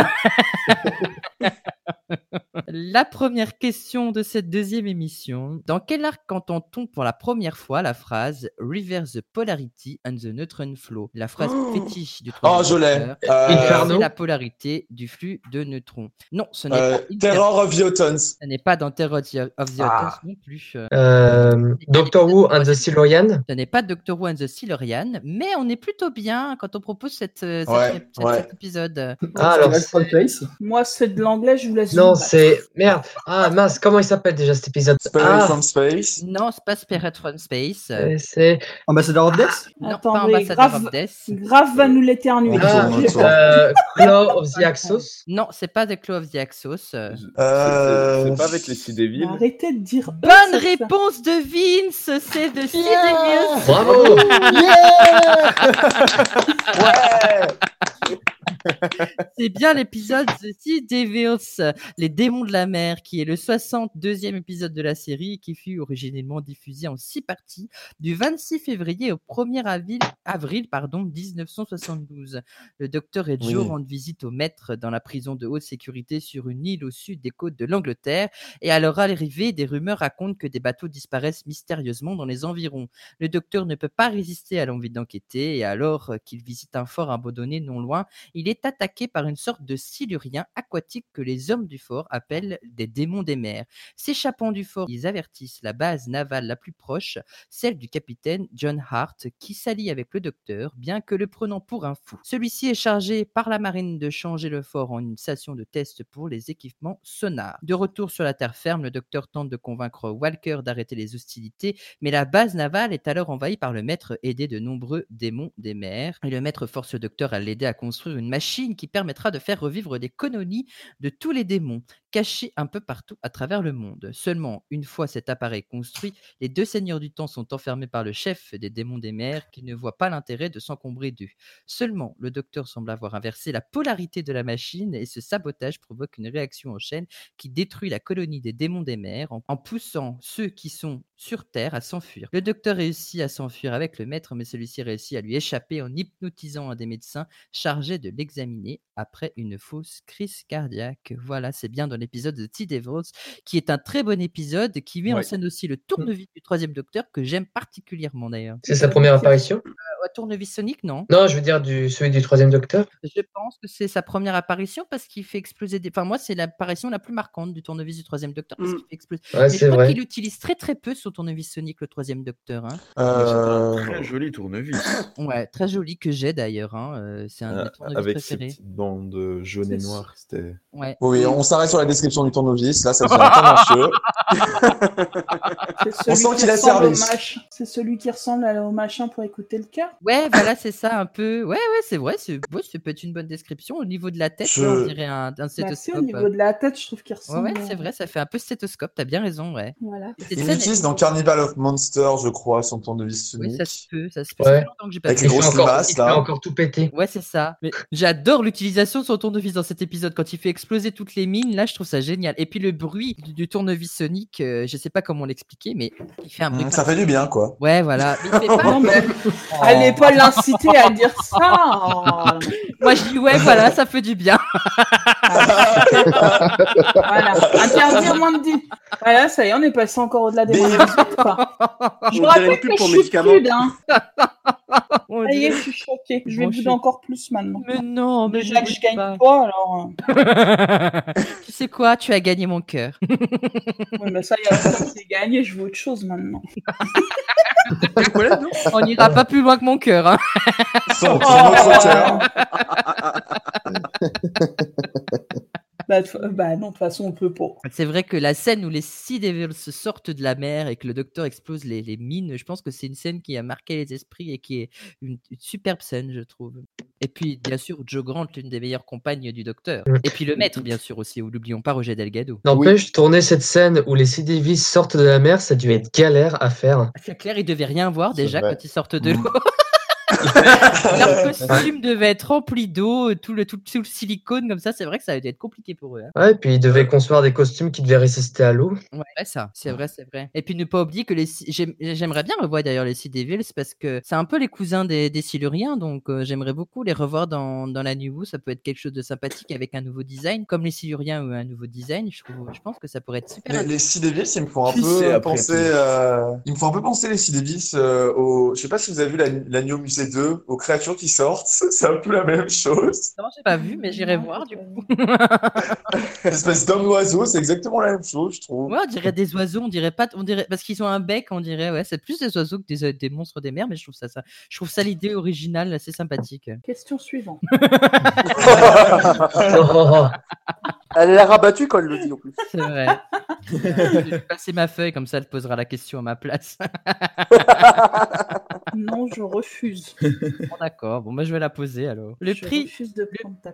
S2: La première question de cette deuxième émission. Dans quel arc entend-on pour la première fois la phrase Reverse the polarity and the neutron flow La phrase
S7: Oh.
S2: fétiche du troisième
S6: Oh, je l'ai.
S2: docteur.
S6: Euh,
S2: Inverser la polarité du flux de neutrons. Non, ce n'est
S6: euh,
S2: pas Inter-
S6: Terror of the Autons.
S2: ce n'est pas dans Terror of the of the
S3: Ah.
S2: Autons non plus. euh,
S3: Euh, Doctor Who and the Silurian.
S2: Ce n'est pas Doctor Who and the Silurian, mais on est plutôt bien quand on propose cette, euh, cette-
S6: Ouais,
S2: cette-
S6: ouais.
S2: cet épisode.
S3: Ah, alors,
S8: Rest in Place.
S1: Moi, c'est de l'anglais, je vous laisse.
S3: Non,
S1: vivre.
S3: c'est. Merde. Ah, mince, comment il s'appelle déjà cet épisode
S6: Space
S3: Ah,
S6: from Space.
S2: Non, c'est pas Spirit from Space.
S3: euh, c'est.
S8: Ambassador of Death
S2: non, pas
S1: Attendez,
S2: Ambassador
S1: grave-
S2: of Death.
S1: Grave va nous l'éternuer.
S6: Ah,
S1: J'ai
S6: retour.
S1: peur.
S3: euh, Claw of the Axos.
S2: Non, c'est pas The Claw of the Axos. euh.
S6: Euh,
S5: C'est c'est pas avec les Sidévilles.
S1: Arrêtez de dire.
S2: Bonne
S1: ça, ça.
S2: réponse de Vince, c'est de Siderius.
S3: Bravo
S6: Ouais
S2: C'est bien l'épisode de Sea Devils, Les démons de la mer, qui est le 62e épisode de la série, qui fut originellement diffusé en six parties du 26 février au 1er avril, avril pardon, 1972. Le docteur et Joe
S6: Oui.
S2: rendent visite au maître dans la prison de haute sécurité sur une île au sud des côtes de l'Angleterre, et à leur arrivée, des rumeurs racontent que des bateaux disparaissent mystérieusement dans les environs. Le docteur ne peut pas résister à l'envie d'enquêter, et alors euh, qu'il visite un fort abandonné non loin, il est attaqué par une sorte de silurien aquatique que les hommes du fort appellent des démons des mers. S'échappant du fort, ils avertissent la base navale la plus proche, celle du capitaine John Hart, qui s'allie avec le docteur, bien que le prenant pour un fou. Celui-ci est chargé par la marine de changer le fort en une station de test pour les équipements sonars. De retour sur la terre ferme, le docteur tente de convaincre Walker d'arrêter les hostilités mais la base navale est alors envahie par le maître aidé de nombreux démons des mers. Et le maître force le docteur à l'aider à construire une machine qui permettra de faire revivre des colonies de tous les démons, cachés un peu partout à travers le monde. Seulement, une fois cet appareil construit, les deux seigneurs du temps sont enfermés par le chef des démons des mers qui ne voit pas l'intérêt de s'encombrer d'eux. Seulement, le docteur semble avoir inversé la polarité de la machine et ce sabotage provoque une réaction en chaîne qui détruit la colonie des démons des mers en, en poussant ceux qui sont sur Terre à s'enfuir. Le docteur réussit à s'enfuir avec le maître, mais celui-ci réussit à lui échapper en hypnotisant un des médecins chargé de l'examiner après une fausse crise cardiaque. Voilà, c'est bien dans l'épisode de T. Devils, qui est un très bon épisode, qui met en
S5: Ouais.
S2: scène aussi le tournevis du troisième docteur, que j'aime particulièrement d'ailleurs.
S3: C'est sa première apparition
S2: Ouais, Tournevis Sonic, non
S3: Non, je veux dire du, celui du troisième docteur.
S2: Je pense que c'est sa première apparition parce qu'il fait exploser des. Enfin, moi, c'est l'apparition la plus marquante du tournevis du troisième docteur parce
S7: Mm.
S2: qu'il fait exploser. Mais
S3: Ouais,
S2: je
S3: Ah, c'est
S2: crois
S3: vrai.
S2: qu'il utilise très très peu son tournevis Sonic, le troisième docteur. hein.
S6: Euh,
S9: Très joli tournevis.
S2: Ouais, très joli que j'ai d'ailleurs. hein. Euh, C'est un de mes tournevis
S5: Ah, Avec ses
S2: préférés.
S5: petites bandes jaunes et
S1: C'est-
S5: noires. C'était.
S2: Ouais.
S6: oui, on s'arrête sur la description du tournevis. Là, ça devient un peu marcheux.
S1: C'est celui
S6: sent
S1: qui
S6: qu'il a
S1: ressemble au
S6: servi.
S1: mach- C'est celui qui ressemble à- au machin pour écouter le cœur.
S2: Ouais, voilà, c'est ça un peu. Ouais, ouais, c'est vrai. C'est ouais, ça peut être une bonne description au niveau de la tête.
S6: Je-
S2: On dirait un, un
S1: Bah, c'est au
S2: stéthoscope.
S1: niveau de la tête, je trouve qu'il
S2: Ouais,
S1: ressemble. euh,
S2: ouais, c'est vrai. Ça fait un peu stéthoscope. T'as bien raison, ouais.
S1: Voilà.
S2: Cette
S6: Il
S2: scène est-
S6: l'utilise dans Carnival of Monsters, je crois, son tournevis
S2: Oui,
S6: Sonic.
S2: ça se peut. Ça se peut.
S3: Ouais.
S2: Ça fait longtemps que j'ai pas
S6: Avec
S2: vu.
S6: les
S3: Il fait
S6: grosses
S3: encore,
S6: limaces,
S3: il fait
S6: là.
S3: encore tout péter.
S2: Ouais, c'est ça. Mais j'adore l'utilisation de son tournevis dans cet épisode. Quand il fait exploser toutes les mines, là, je trouve ça génial. Et puis le bruit du, du tournevis sonique, euh, je sais pas comment l'expliquer, mais il fait un bruit.
S6: Mm, ça fait du bien, quoi.
S2: Ouais, voilà. Mais c'est pas-
S1: Non, mais
S2: Oh.
S1: allez pas l'inciter à dire ça. Oh.
S2: Moi, je dis, ouais, voilà, ça fait du bien.
S1: Voilà, interdire moins de 10. Voilà, ça y est, on est passé encore au-delà des
S6: Mais-
S1: moins de 18, quoi. Je vous
S7: On dirait une
S1: rappelle
S7: pub
S1: que je
S7: pour
S1: suis
S7: médicaments.
S1: prude, hein.
S2: On
S1: Ça y est,
S2: dirait-
S1: je suis choquée. Je
S2: Bon,
S1: vais
S2: je
S1: vous
S2: suis-
S1: encore plus maintenant.
S2: Mais non, mais
S1: Déjà que
S2: n'oublie
S1: je gagne
S2: pas.
S1: pas, alors. euh,
S2: tu sais quoi, tu as gagné mon cœur.
S1: Oui, euh, mais ça, il y a longtemps que j'ai gagné, je veux autre chose maintenant.
S2: On n'ira pas plus loin que mon cœur. hein.
S6: Son, son autre cœur.
S1: Bah, de fa- bah non, de toute façon, on peut pas.
S2: C'est vrai que la scène où les Sea Devils se sortent de la mer et que le docteur explose les, les mines, je pense que c'est une scène qui a marqué les esprits et qui est une, une superbe scène, je trouve. Et puis, bien sûr, Joe Grant, l'une des meilleures compagnes du docteur. Et puis le maître, bien sûr, aussi. ou N'oublions pas Roger Delgado.
S3: N'empêche, tourner cette scène où les Sea Davis sortent de la mer, ça a dû être galère à faire.
S2: Ah, C'est clair, ils devaient rien voir
S5: C'est
S2: déjà
S5: vrai. Mm.
S2: quand ils sortent de l'eau. Leur costume devait être rempli d'eau, tout le, tout, tout le silicone comme ça. C'est vrai que ça a dû être compliqué pour eux. hein.
S3: Ouais, et puis ils devaient concevoir des costumes qui devaient résister à l'eau.
S2: Ouais, c'est vrai, ça, c'est vrai, c'est vrai. Et puis ne pas oublier que les Sea- j'aime- j'aimerais bien revoir d'ailleurs les Sea Devils parce que c'est un peu les cousins des, des Siluriens, donc euh, j'aimerais beaucoup les revoir dans, dans la New Who. Ça peut être quelque chose de sympathique avec un nouveau design, comme les Siluriens ou un nouveau design. Je, trouve, je pense que ça pourrait être super.
S6: Les, les Sea Devils, ils me font un
S5: Qui sait,
S6: peu
S5: après
S6: penser.
S5: tout
S6: euh, Ils me font un peu penser les Sea Devils euh, au. Je sais pas si vous avez vu la- l'agneau musée 2, aux créatures qui sortent. C'est un peu la même chose.
S2: intéressant. j'ai pas vu, mais j'irai voir
S1: euh,
S2: du coup.
S6: L'espèce d'homme oiseau, c'est exactement la même chose, je trouve.
S2: Ouais, on dirait des oiseaux, on dirait pas, on dirait parce qu'ils ont un bec, on dirait ouais, c'est plus des oiseaux que des, des monstres des mers, mais je trouve ça ça, je trouve ça l'idée originale assez sympathique.
S1: Question suivante.
S3: Oh, oh, oh.
S7: Elle l'a rabattu quand elle le dit en plus.
S2: C'est vrai. Je vais passer ma feuille comme ça, elle posera la question à ma place.
S1: Non, je refuse.
S2: Bon, Oh, D'accord. Bon, moi je vais la poser alors. Le
S1: je
S2: prix,
S1: refuse de prendre ta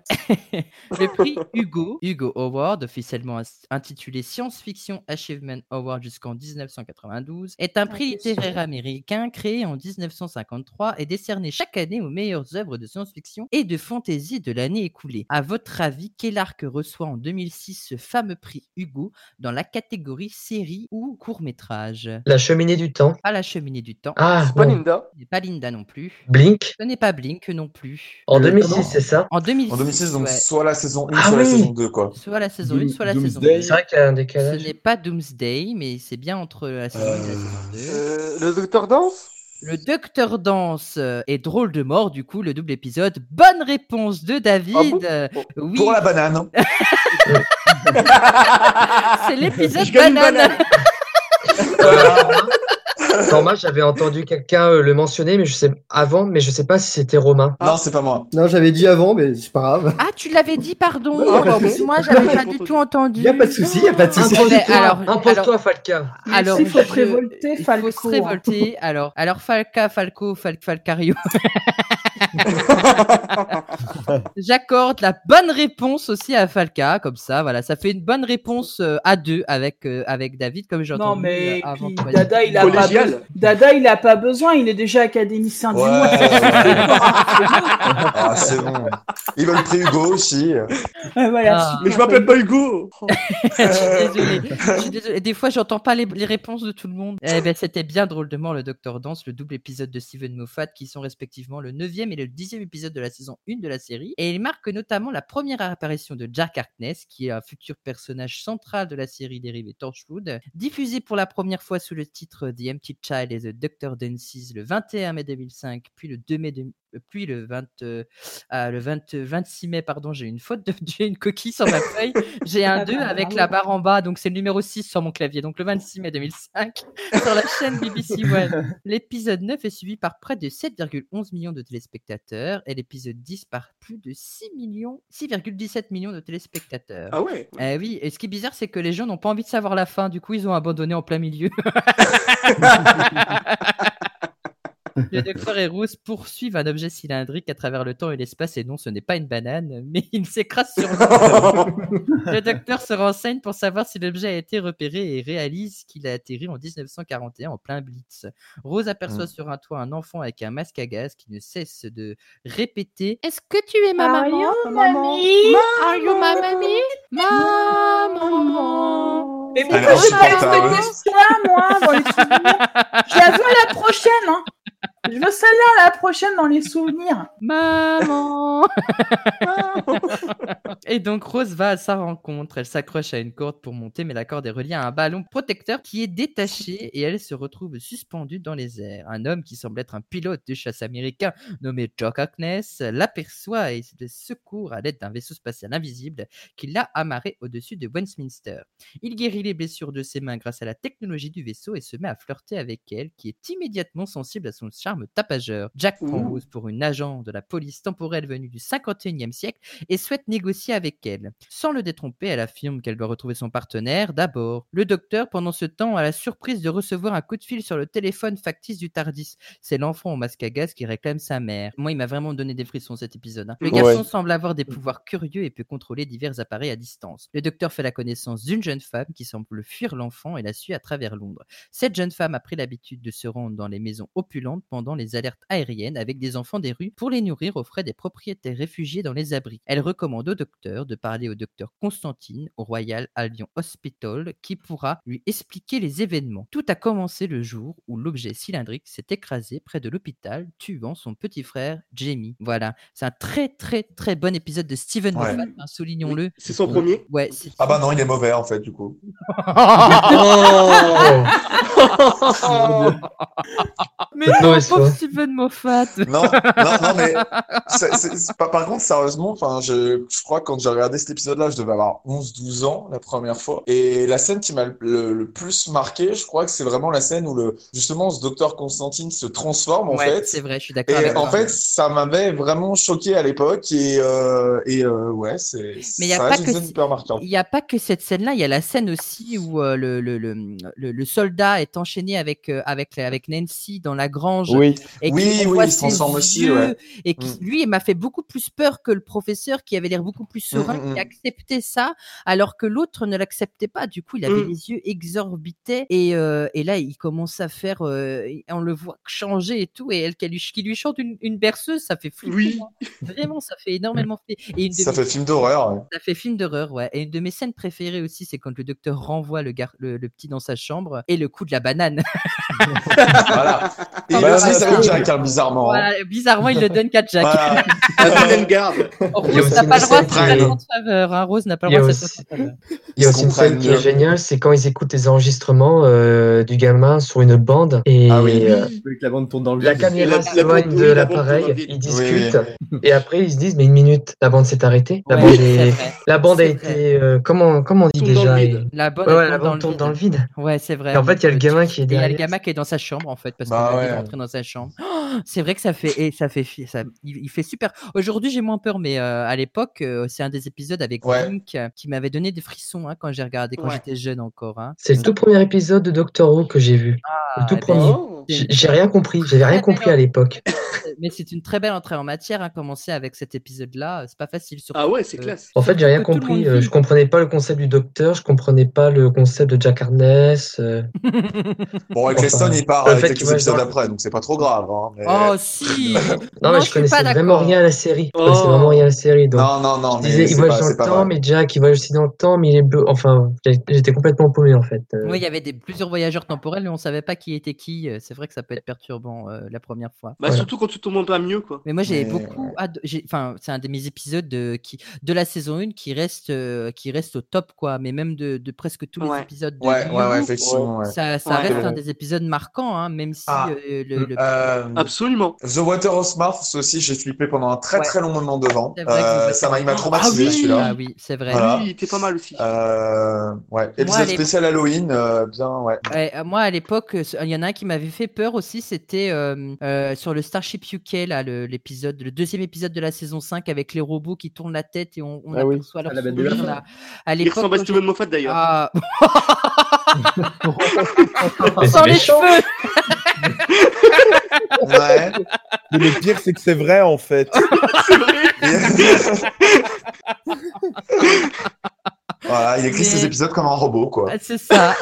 S2: le prix Hugo, Hugo Award, officiellement as- intitulé Science Fiction Achievement Award jusqu'en 1992, est un prix
S1: question.
S2: littéraire américain créé en 1953 et décerné chaque année aux meilleures œuvres de science-fiction et de fantasy de l'année écoulée. À votre avis, quel arc reçoit en 2006 ce fameux prix Hugo dans la catégorie série ou court-métrage
S3: La cheminée du temps.
S2: Pas la cheminée du temps,
S3: Ah,
S7: Pas
S3: non.
S7: Linda.
S2: ce n'est pas Linda non plus,
S3: Blink.
S2: ce n'est pas Blink non plus.
S3: En
S6: Le-
S3: 2006,
S6: non.
S3: c'est ça
S2: En 2006,
S6: En 2006, donc
S2: ouais.
S6: soit la saison 1,
S3: Ah
S6: soit la
S3: oui.
S6: saison 2, quoi.
S2: soit la saison 1,
S5: Doom-
S2: soit la
S5: Doomsday.
S3: C'est
S2: saison 2.
S3: vrai qu'il y a un
S2: Ce
S3: décalage.
S2: n'est pas Doomsday, mais c'est bien entre la saison 1 et la saison 2.
S7: Euh, le docteur danse
S2: Le Docteur Danse euh, et Drôle de Mort, du coup, le double épisode. Bonne réponse de David.
S7: Ah bon
S2: Euh,
S7: Bon,
S2: oui,
S6: Pour la banane.
S2: c'est l'épisode
S7: Je gagne une
S2: banane.
S7: banane.
S6: Euh,
S3: Normal, j'avais entendu quelqu'un euh, le mentionner, mais je sais avant, mais je sais pas si c'était Romain.
S6: Non, c'est pas moi.
S10: Non, j'avais dit avant, mais c'est pas grave.
S2: Ah, tu l'avais dit, pardon.
S10: Non,
S7: pardon.
S2: Moi, j'avais pas
S7: J'ai
S2: du
S7: entendu.
S2: tout entendu.
S10: Il a pas de souci, il a pas de souci.
S2: Ah, ben, alors-
S3: Impose-toi, Falca.
S2: Ah, Alors,
S1: il faut
S2: je-
S1: se révolter,
S2: il faut
S1: Falco,
S2: se
S1: hein.
S2: révolter. Alors, alors Falca, Falco, Fal Falcario. J'accorde la bonne réponse aussi à Falca, comme ça, voilà, ça fait une bonne réponse euh, à deux avec euh, avec David, comme j'ai
S1: Non,
S2: entendu
S1: mais
S2: euh, avant.
S1: puis
S2: toi.
S1: Dada, il a pas
S7: Collégial.
S1: besoin. Dada, il a pas besoin, il est déjà académicien du
S6: Ouais.
S1: monde.
S6: Ah, c'est bon. Ils veulent le prix Hugo aussi.
S1: Ouais, voilà,
S2: Ah.
S1: super.
S7: Mais je m'appelle pas Hugo
S2: je suis désolée. Je suis désolée. Des fois, j'entends pas les, les réponses de tout le monde. Eh ben, c'était bien drôle de mort, le Docteur Dance, le double épisode de Steven Moffat, qui sont respectivement le 9e et le 10e épisode de la saison 1 de de la série. Et il marque notamment la première apparition de Jack Harkness, qui est un futur personnage central de la série dérivée Torchwood, diffusée pour la première fois sous le titre The Empty Child et The Doctor Dances le 21 mai 2005, puis le 2 mai 2000 puis le 20, euh, ah, le 20, 26 mai, pardon, j'ai une faute, de- j'ai une coquille sur ma feuille, j'ai un 2 avec la barre en bas, donc c'est le numéro 6 sur mon clavier, donc le 26 mai 2005, sur la chaîne BBC One. L'épisode 9 est suivi par près de 7,11 millions de téléspectateurs et l'épisode 10 par plus de 6 millions, 6,17 millions de téléspectateurs.
S7: Ah ouais
S2: Eh oui, et ce qui est bizarre, c'est que les gens n'ont pas envie de savoir la fin, du coup ils ont abandonné en plein milieu. Le docteur et Rose poursuivent un objet cylindrique à travers le temps et l'espace, et non, ce n'est pas une banane, mais il s'écrase sur l'eau. Le docteur se renseigne pour savoir si l'objet a été repéré et réalise qu'il a atterri en 1941 en plein blitz. Rose aperçoit
S11: Mm.
S2: sur un toit un enfant avec un masque à gaz qui ne cesse de répéter Est-ce que tu es ma
S11: Are
S1: Ah,
S2: maman
S11: you mamie? Are you my mamie?
S2: Maman
S1: Mais
S11: Alors,
S1: pourquoi je
S11: c'est pas
S1: parle
S11: grave.
S1: de question-là, Ah, moi, dans les souvenirs Je la veux la prochaine, hein Je veux celle-là, la prochaine, dans les souvenirs
S2: Maman Et donc Rose va à sa rencontre. Elle s'accroche à une corde pour monter, mais la corde est reliée à un ballon protecteur qui est détaché et elle se retrouve suspendue dans les airs. Un homme qui semble être un pilote de chasse américain nommé Jock Harkness l'aperçoit et le secourt à l'aide d'un vaisseau spatial invisible qui l'a amarré au-dessus de Westminster. Il guérit les blessures de ses mains grâce à la technologie du vaisseau et se met à flirter avec elle, qui est immédiatement sensible à son charme tapageur. Jack prend
S11: Ouh.
S2: Rose pour une agent de la police temporelle venue du 51e siècle et souhaite négocier avec elle. Sans le détromper, elle affirme qu'elle doit retrouver son partenaire d'abord. Le docteur, pendant ce temps, a la surprise de recevoir un coup de fil sur le téléphone factice du Tardis. C'est l'enfant au masque à gaz qui réclame sa mère. Moi, il m'a vraiment donné des frissons cet épisode. hein. Le
S11: Ouais.
S2: garçon semble avoir des pouvoirs curieux et peut contrôler divers appareils à distance. Le docteur fait la connaissance d'une jeune femme qui semble fuir l'enfant et la suit à travers Londres. Cette jeune femme a pris l'habitude de se rendre dans les maisons opulentes pendant les alertes aériennes avec des enfants des rues pour les nourrir aux frais des propriétaires réfugiés dans les abris. Elle recommande au docteur de parler au docteur Constantine au Royal Albion Hospital qui pourra lui expliquer les événements. Tout a commencé le jour où l'objet cylindrique s'est écrasé près de l'hôpital, tuant son petit frère Jamie. Voilà, c'est un très très très bon épisode de Steven
S6: Ouais.
S2: Moffat, hein, soulignons-le.
S7: C'est son premier
S2: Ouais, c'est
S6: Ah bah non, il est mauvais en fait, du coup.
S2: Ah,
S3: Oh,
S2: Oh. Mais
S6: Cette
S2: non,
S6: mauvaise
S2: pauvre
S6: foi.
S2: Steven Moffat
S6: Non, non, non, mais c'est- c'est- c'est pas- par contre, sérieusement, enfin, je, je crois que quand j'ai regardé cet épisode-là, je devais avoir 11-12 ans la première fois. Et la scène qui m'a le, le plus marqué, je crois que c'est vraiment la scène où le, justement, ce docteur Constantine se transforme en
S2: Ouais,
S6: fait.
S2: c'est vrai, je suis d'accord
S6: Et
S2: avec
S6: en
S2: toi.
S6: fait, ça m'avait vraiment choqué à l'époque. Et, euh, et euh, ouais, c'est.
S2: Mais il y a
S6: ça
S2: pas
S6: reste
S2: que
S6: une scène
S2: si-
S6: hyper marquante.
S2: Il n'y a pas que cette scène-là, il y a la scène aussi où euh, le, le, le, le- le soldat est enchaîné avec, euh, avec, la- avec Nancy dans la grange.
S6: Oui.
S2: et
S6: Oui,
S2: qu'on
S6: oui,
S2: voit
S6: il se
S2: ses
S6: transforme aussi,
S2: yeux,
S6: ouais. Mm.
S2: Et qui, lui, il m'a fait beaucoup plus peur que le professeur qui avait l'air beaucoup plus serein,
S11: Mm, mm, mm.
S2: qui acceptait ça, alors que l'autre ne l'acceptait pas. Du coup, il avait
S11: Mm.
S2: les yeux exorbités. Et, euh, et là, il commence à faire. euh, on le voit changer et tout. Et elle qui lui, qui lui chante une, une berceuse, ça fait flipper.
S7: Oui.
S2: hein. Vraiment, ça fait énormément flipper. Et une de
S6: Ça
S2: mes-
S6: fait film d'horreur. ouais.
S2: ça fait film d'horreur, ouais. Et une de mes scènes préférées aussi, c'est quand le docteur renvoie le, gar- le, le petit dans sa chambre et le coup de la banane.
S6: Voilà. Et
S2: Ah
S6: il
S2: bah,
S6: aussi,
S2: parce
S6: ça
S2: que-
S6: fait Jack, hein, bizarrement. hein.
S2: Voilà, bizarrement, il le donne qu'à Jack.
S6: Voilà.
S7: garde.
S2: Rose n'a pas le droit de cette attente en faveur. hein. Rose n'a pas
S3: Il y
S2: le
S3: a
S2: droit de
S3: aussi-
S2: cette attente en faveur.
S3: Il y a aussi une
S6: comprennent
S3: scène qui est
S6: mieux.
S3: géniale, c'est quand ils écoutent les enregistrements euh, du gamin sur une autre bande et
S6: Ah oui.
S3: euh,
S10: Avec la bande tourne dans le
S3: la
S10: vide.
S3: caméra
S7: la-
S3: s'éloigne
S7: la-
S3: de
S7: la-
S3: l'appareil,
S7: la-
S3: ils
S6: Oui,
S3: discutent et après ils se disent mais une minute, la bande s'est arrêtée, la
S2: Ouais,
S3: bande,
S2: c'est
S3: est-
S2: vrai.
S3: la bande a
S2: C'est
S3: été euh, comment comment on dit
S7: Tourne dans
S3: déjà
S7: le
S3: et-
S7: vide.
S2: La bonne
S3: Ouais, ouais,
S2: elle
S3: la
S2: tombe dans
S3: bande
S2: le
S3: tourne
S2: vide.
S3: dans le vide.
S2: Ouais, c'est vrai.
S3: Et en fait, il y a le gamin qui est
S2: Et il y a le
S3: derrière.
S2: gamin qui est dans sa chambre, en fait, parce
S6: Bah
S2: qu'on l'a vu
S6: ouais.
S2: rentrer dans sa chambre. Oh, c'est vrai que ça fait, et ça fait, fi- ça, il, il fait super. Aujourd'hui, j'ai moins peur, mais euh, à l'époque, euh, c'est un des épisodes avec
S6: Ouais.
S2: Link euh, qui m'avait donné des frissons hein, quand j'ai regardé, quand
S7: Ouais.
S2: j'étais jeune encore. hein.
S3: C'est le tout premier épisode de Doctor Who que j'ai vu.
S2: Ah,
S3: Le
S2: eh
S3: tout
S2: ben,
S3: premier.
S7: Oh.
S3: J'ai j'ai rien compris, j'avais rien
S2: Ouais,
S3: compris
S2: mais
S3: à
S2: non.
S3: l'époque.
S2: mais c'est une très belle entrée en matière, hein, commencer avec cet épisode-là. C'est pas facile. surtout
S7: Ah ouais, c'est
S2: que-
S7: classe.
S3: En fait, j'ai rien
S2: que tout le monde
S3: compris. euh,
S2: vit.
S3: Je comprenais pas le concept du docteur, je comprenais pas le concept de Jack Harness. euh,
S6: Bon, avec Leston, il part
S3: Le
S6: avec
S3: fait
S6: quelques
S3: qu'il va
S6: épisodes
S3: dans-
S6: après, donc c'est pas trop grave. hein, mais-
S2: Oh, si
S3: Non, mais je
S2: suis
S3: connaissais
S2: pas
S3: vraiment
S2: d'accord.
S3: rien à la série. Je connaissais
S7: Oh.
S3: vraiment rien à la série. Donc,
S6: Non, non, non,
S3: je
S6: mais
S3: disais, il
S6: c'est
S3: voyage
S6: pas-
S3: dans
S6: c'est
S3: le
S6: pas
S3: temps,
S6: vrai.
S3: mais Jack, il voyage aussi dans le temps, mais il est bleu. Enfin, j'ai- j'étais complètement paumé en fait. Euh,
S2: Oui, il y avait des, plusieurs voyageurs temporels, mais on savait pas qui était qui. euh, C'est vrai que ça peut être perturbant euh, la première fois.
S7: Bah, Surtout quand tu tombes pas mieux, quoi.
S2: Mais moi j'ai beaucoup ado- j'ai- enfin c'est un de mes épisodes de, qui, de la saison 1 qui reste euh, qui reste au top quoi, mais même de, de presque tous
S7: Ouais.
S2: les épisodes de
S6: Ouais,
S2: Yu,
S6: ouais, ouais, effectivement, ouais.
S2: Ça, ça
S6: Ouais.
S2: reste un des épisodes marquants hein, même si
S6: Ah.
S2: euh, le, le-
S7: Absolument.
S6: The Water of Mouth aussi, j'ai flippé pendant un très
S2: Ouais.
S6: très long moment devant.
S2: C'est vrai que
S6: Euh,
S2: The Water
S6: ça m'a il m'a
S2: of Mouth-
S6: traumatisé
S2: Ah oui
S6: celui-là.
S2: Ah oui, c'est vrai.
S6: Voilà.
S7: Oui, t'es pas mal aussi.
S6: Euh, ouais. Épisode
S2: les-
S6: spécial Halloween, euh, bien, ouais.
S2: Ouais, euh, moi, à l'époque, euh, il y en a un qui m'avait fait peur aussi, c'était euh, euh, sur le Starship UK, là, le, l'épisode, le deuxième épisode de la saison 5 avec les robots qui tournent la tête et on, on
S8: Ah oui,
S2: aperçoit leur
S8: à la bête de
S2: sourire,
S8: la fin.
S2: là. À
S7: Il
S2: l'époque,
S7: ressemble à
S2: quand
S7: Steven
S2: j'ai-
S7: Moffat,
S8: hein.
S7: d'ailleurs.
S2: Ah.
S7: c'est
S2: Sans les
S7: méchant.
S2: cheveux
S6: Ouais.
S5: Mais le pire, c'est que c'est vrai, en fait.
S6: Voilà, il écrit
S2: Mais-
S6: ses épisodes comme un robot, quoi.
S2: Ah, C'est ça.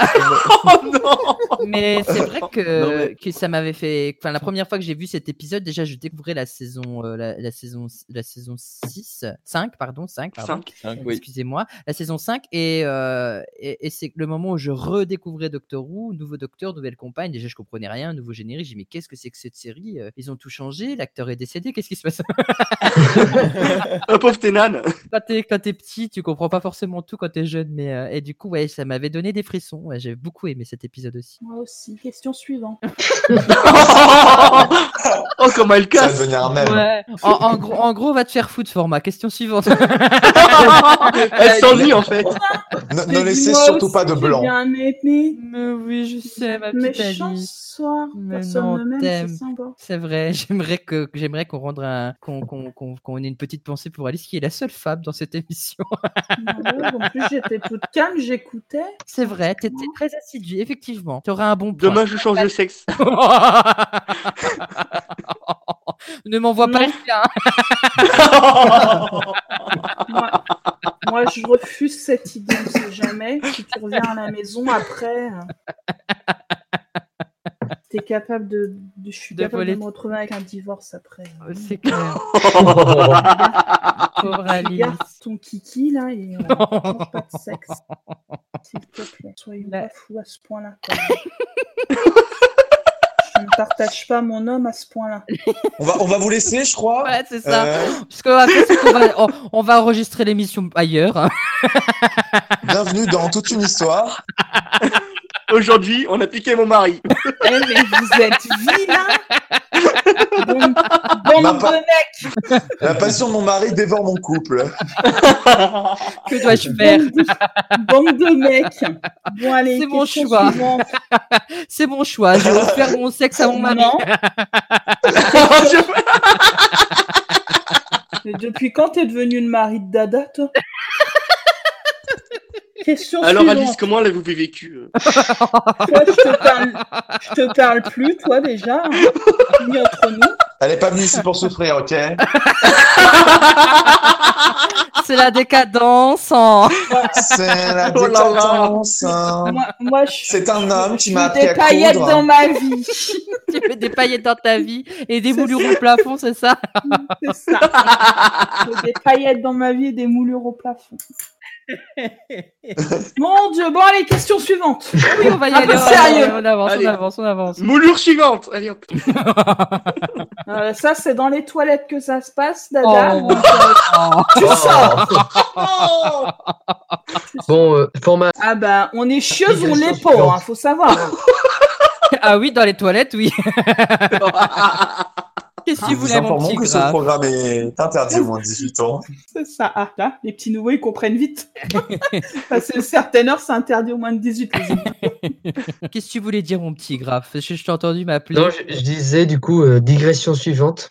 S7: Oh
S2: Mais c'est vrai que,
S6: Non, mais-
S2: que ça m'avait fait. Enfin, la première fois que j'ai vu cet épisode, déjà, je découvrais la saison, euh, la, la saison, la saison 6, 5, pardon, 5, pardon.
S7: Cinq.
S5: Cinq, oui.
S2: Excusez-moi. La saison 5, et, euh, et, et c'est le moment où je redécouvrais Doctor Who, nouveau docteur, nouvelle compagne. Déjà, je comprenais rien, nouveau générique. J'ai dit, mais qu'est-ce que c'est que cette série Euh, Ils ont tout changé, l'acteur est décédé, qu'est-ce qui se passe
S7: Un Euh, pauvre Ténan.
S2: quand t'es quand t'es petit, tu comprends pas forcément tout quand t'es jeune, mais euh, et du coup ouais, ça m'avait donné des frissons. Ouais, J'ai beaucoup aimé cet épisode aussi.
S1: Moi aussi. Question suivante.
S7: Oh, comment elle
S6: Ça va
S7: casse
S6: devenir un mème.
S2: Ouais. En, en gros, en gros, va te faire foutre, format. Question suivante.
S7: Elle s'ennuie, en fait.
S6: Ne, ne
S1: Mais
S6: laissez
S1: dis-moi
S6: surtout
S1: aussi,
S6: pas de
S1: j'ai
S6: blanc.
S1: bien aimé.
S2: Mais oui, je sais, ma petite
S1: Méchant
S2: Alice.
S1: soir.
S2: Mais non,
S1: Personne ne m'aime, c'est
S2: t'aimes.
S1: sympa.
S2: C'est vrai. J'aimerais que j'aimerais qu'on rende un- qu'on qu'on qu'on qu'on ait une petite pensée pour Alice, qui est la seule femme dans cette émission.
S1: Non, En plus, j'étais toute calme, j'écoutais.
S2: C'est vrai. T'étais très assidue, effectivement. T'auras un bon point.
S7: Demain, je change de sexe.
S2: ne m'envoie pas
S1: Non.
S2: le chien.
S1: Moi, moi, je refuse cette idée, on sait jamais. Si tu reviens à la maison après. euh, T'es capable de, de- Je suis
S2: De
S1: capable
S2: voler.
S1: de me retrouver avec un divorce après.
S2: C'est clair.
S3: euh,
S2: Pauvre Alice.
S1: Regarde ton kiki là et euh, change pas de sexe. S'il te plaît, soyons
S2: La-
S1: pas fous à ce point-là. quand même. je ne partage pas mon homme à ce point-là.
S6: On va, on va vous laisser, je crois.
S2: Ouais, c'est ça.
S6: Euh,
S2: Parce qu'on va, faire, c'est qu'on va- on- on va enregistrer l'émission ailleurs. hein.
S6: bienvenue dans toute une histoire.
S7: Aujourd'hui, on a piqué mon mari.
S1: Eh, mais vous êtes vilain Bande bande de
S6: pa-
S1: mecs
S6: La passion de mon mari dévore mon couple.
S2: Que dois-je faire
S1: Bande de- Bande de mecs. Bon, allez,
S2: C'est mon
S1: question
S2: choix.
S1: suivante.
S2: C'est mon choix. Je vais faire mon sexe à mon mari.
S1: Non. Mais depuis quand t'es devenu le mari de Dada, toi Question
S7: Alors,
S1: suivante.
S7: Alice, comment l'avez-vous vécu euh
S1: Toi, je te parle, je te parle plus, toi déjà. hein. Ni entre nous.
S6: Elle est pas venue ici pour souffrir, ok
S2: C'est la décadence. hein.
S6: C'est la
S7: Oh là là.
S6: décadence. hein.
S1: Moi, moi, je.
S6: C'est un homme qui
S1: je
S6: m'a
S1: mets
S6: appris
S1: des
S6: à
S1: paillettes
S6: coudre.
S1: dans ma vie.
S2: Tu mets des paillettes dans ta vie et des
S1: C'est
S2: moulures au plafond, c'est ça
S1: C'est ça. Je mets des paillettes dans ma vie et des moulures au plafond. Mon Dieu. Bon, allez, question suivante.
S2: Oui, on va y
S1: Ah,
S2: aller.
S1: mais
S2: on va y aller,
S1: sérieux
S2: On avance,
S7: Allez.
S2: on avance, on avance.
S7: Moulure suivante. Allez, hop.
S1: Euh, ça, c'est dans les toilettes que ça se passe, Dada.
S2: Oh.
S1: Donc, euh, tu sors.
S3: Bon, euh, format.
S1: Ah ben, on est chieuse, on l'est pas, hein, faut savoir.
S2: Ah oui, dans les toilettes, oui. Qu'est-ce que
S6: Nous
S2: vous voulez, mon
S6: informons
S2: petit
S6: que ce
S2: gras
S6: programme est interdit au moins de 18 ans.
S1: C'est ça. Ah, là, les petits nouveaux, ils comprennent vite. Parce que certaines heures, c'est interdit au moins de 18 les amis.
S2: Qu'est-ce que tu voulais dire, mon petit gras Parce que Je t'ai entendu m'appeler.
S3: Non, je, je disais du coup, euh, digression suivante.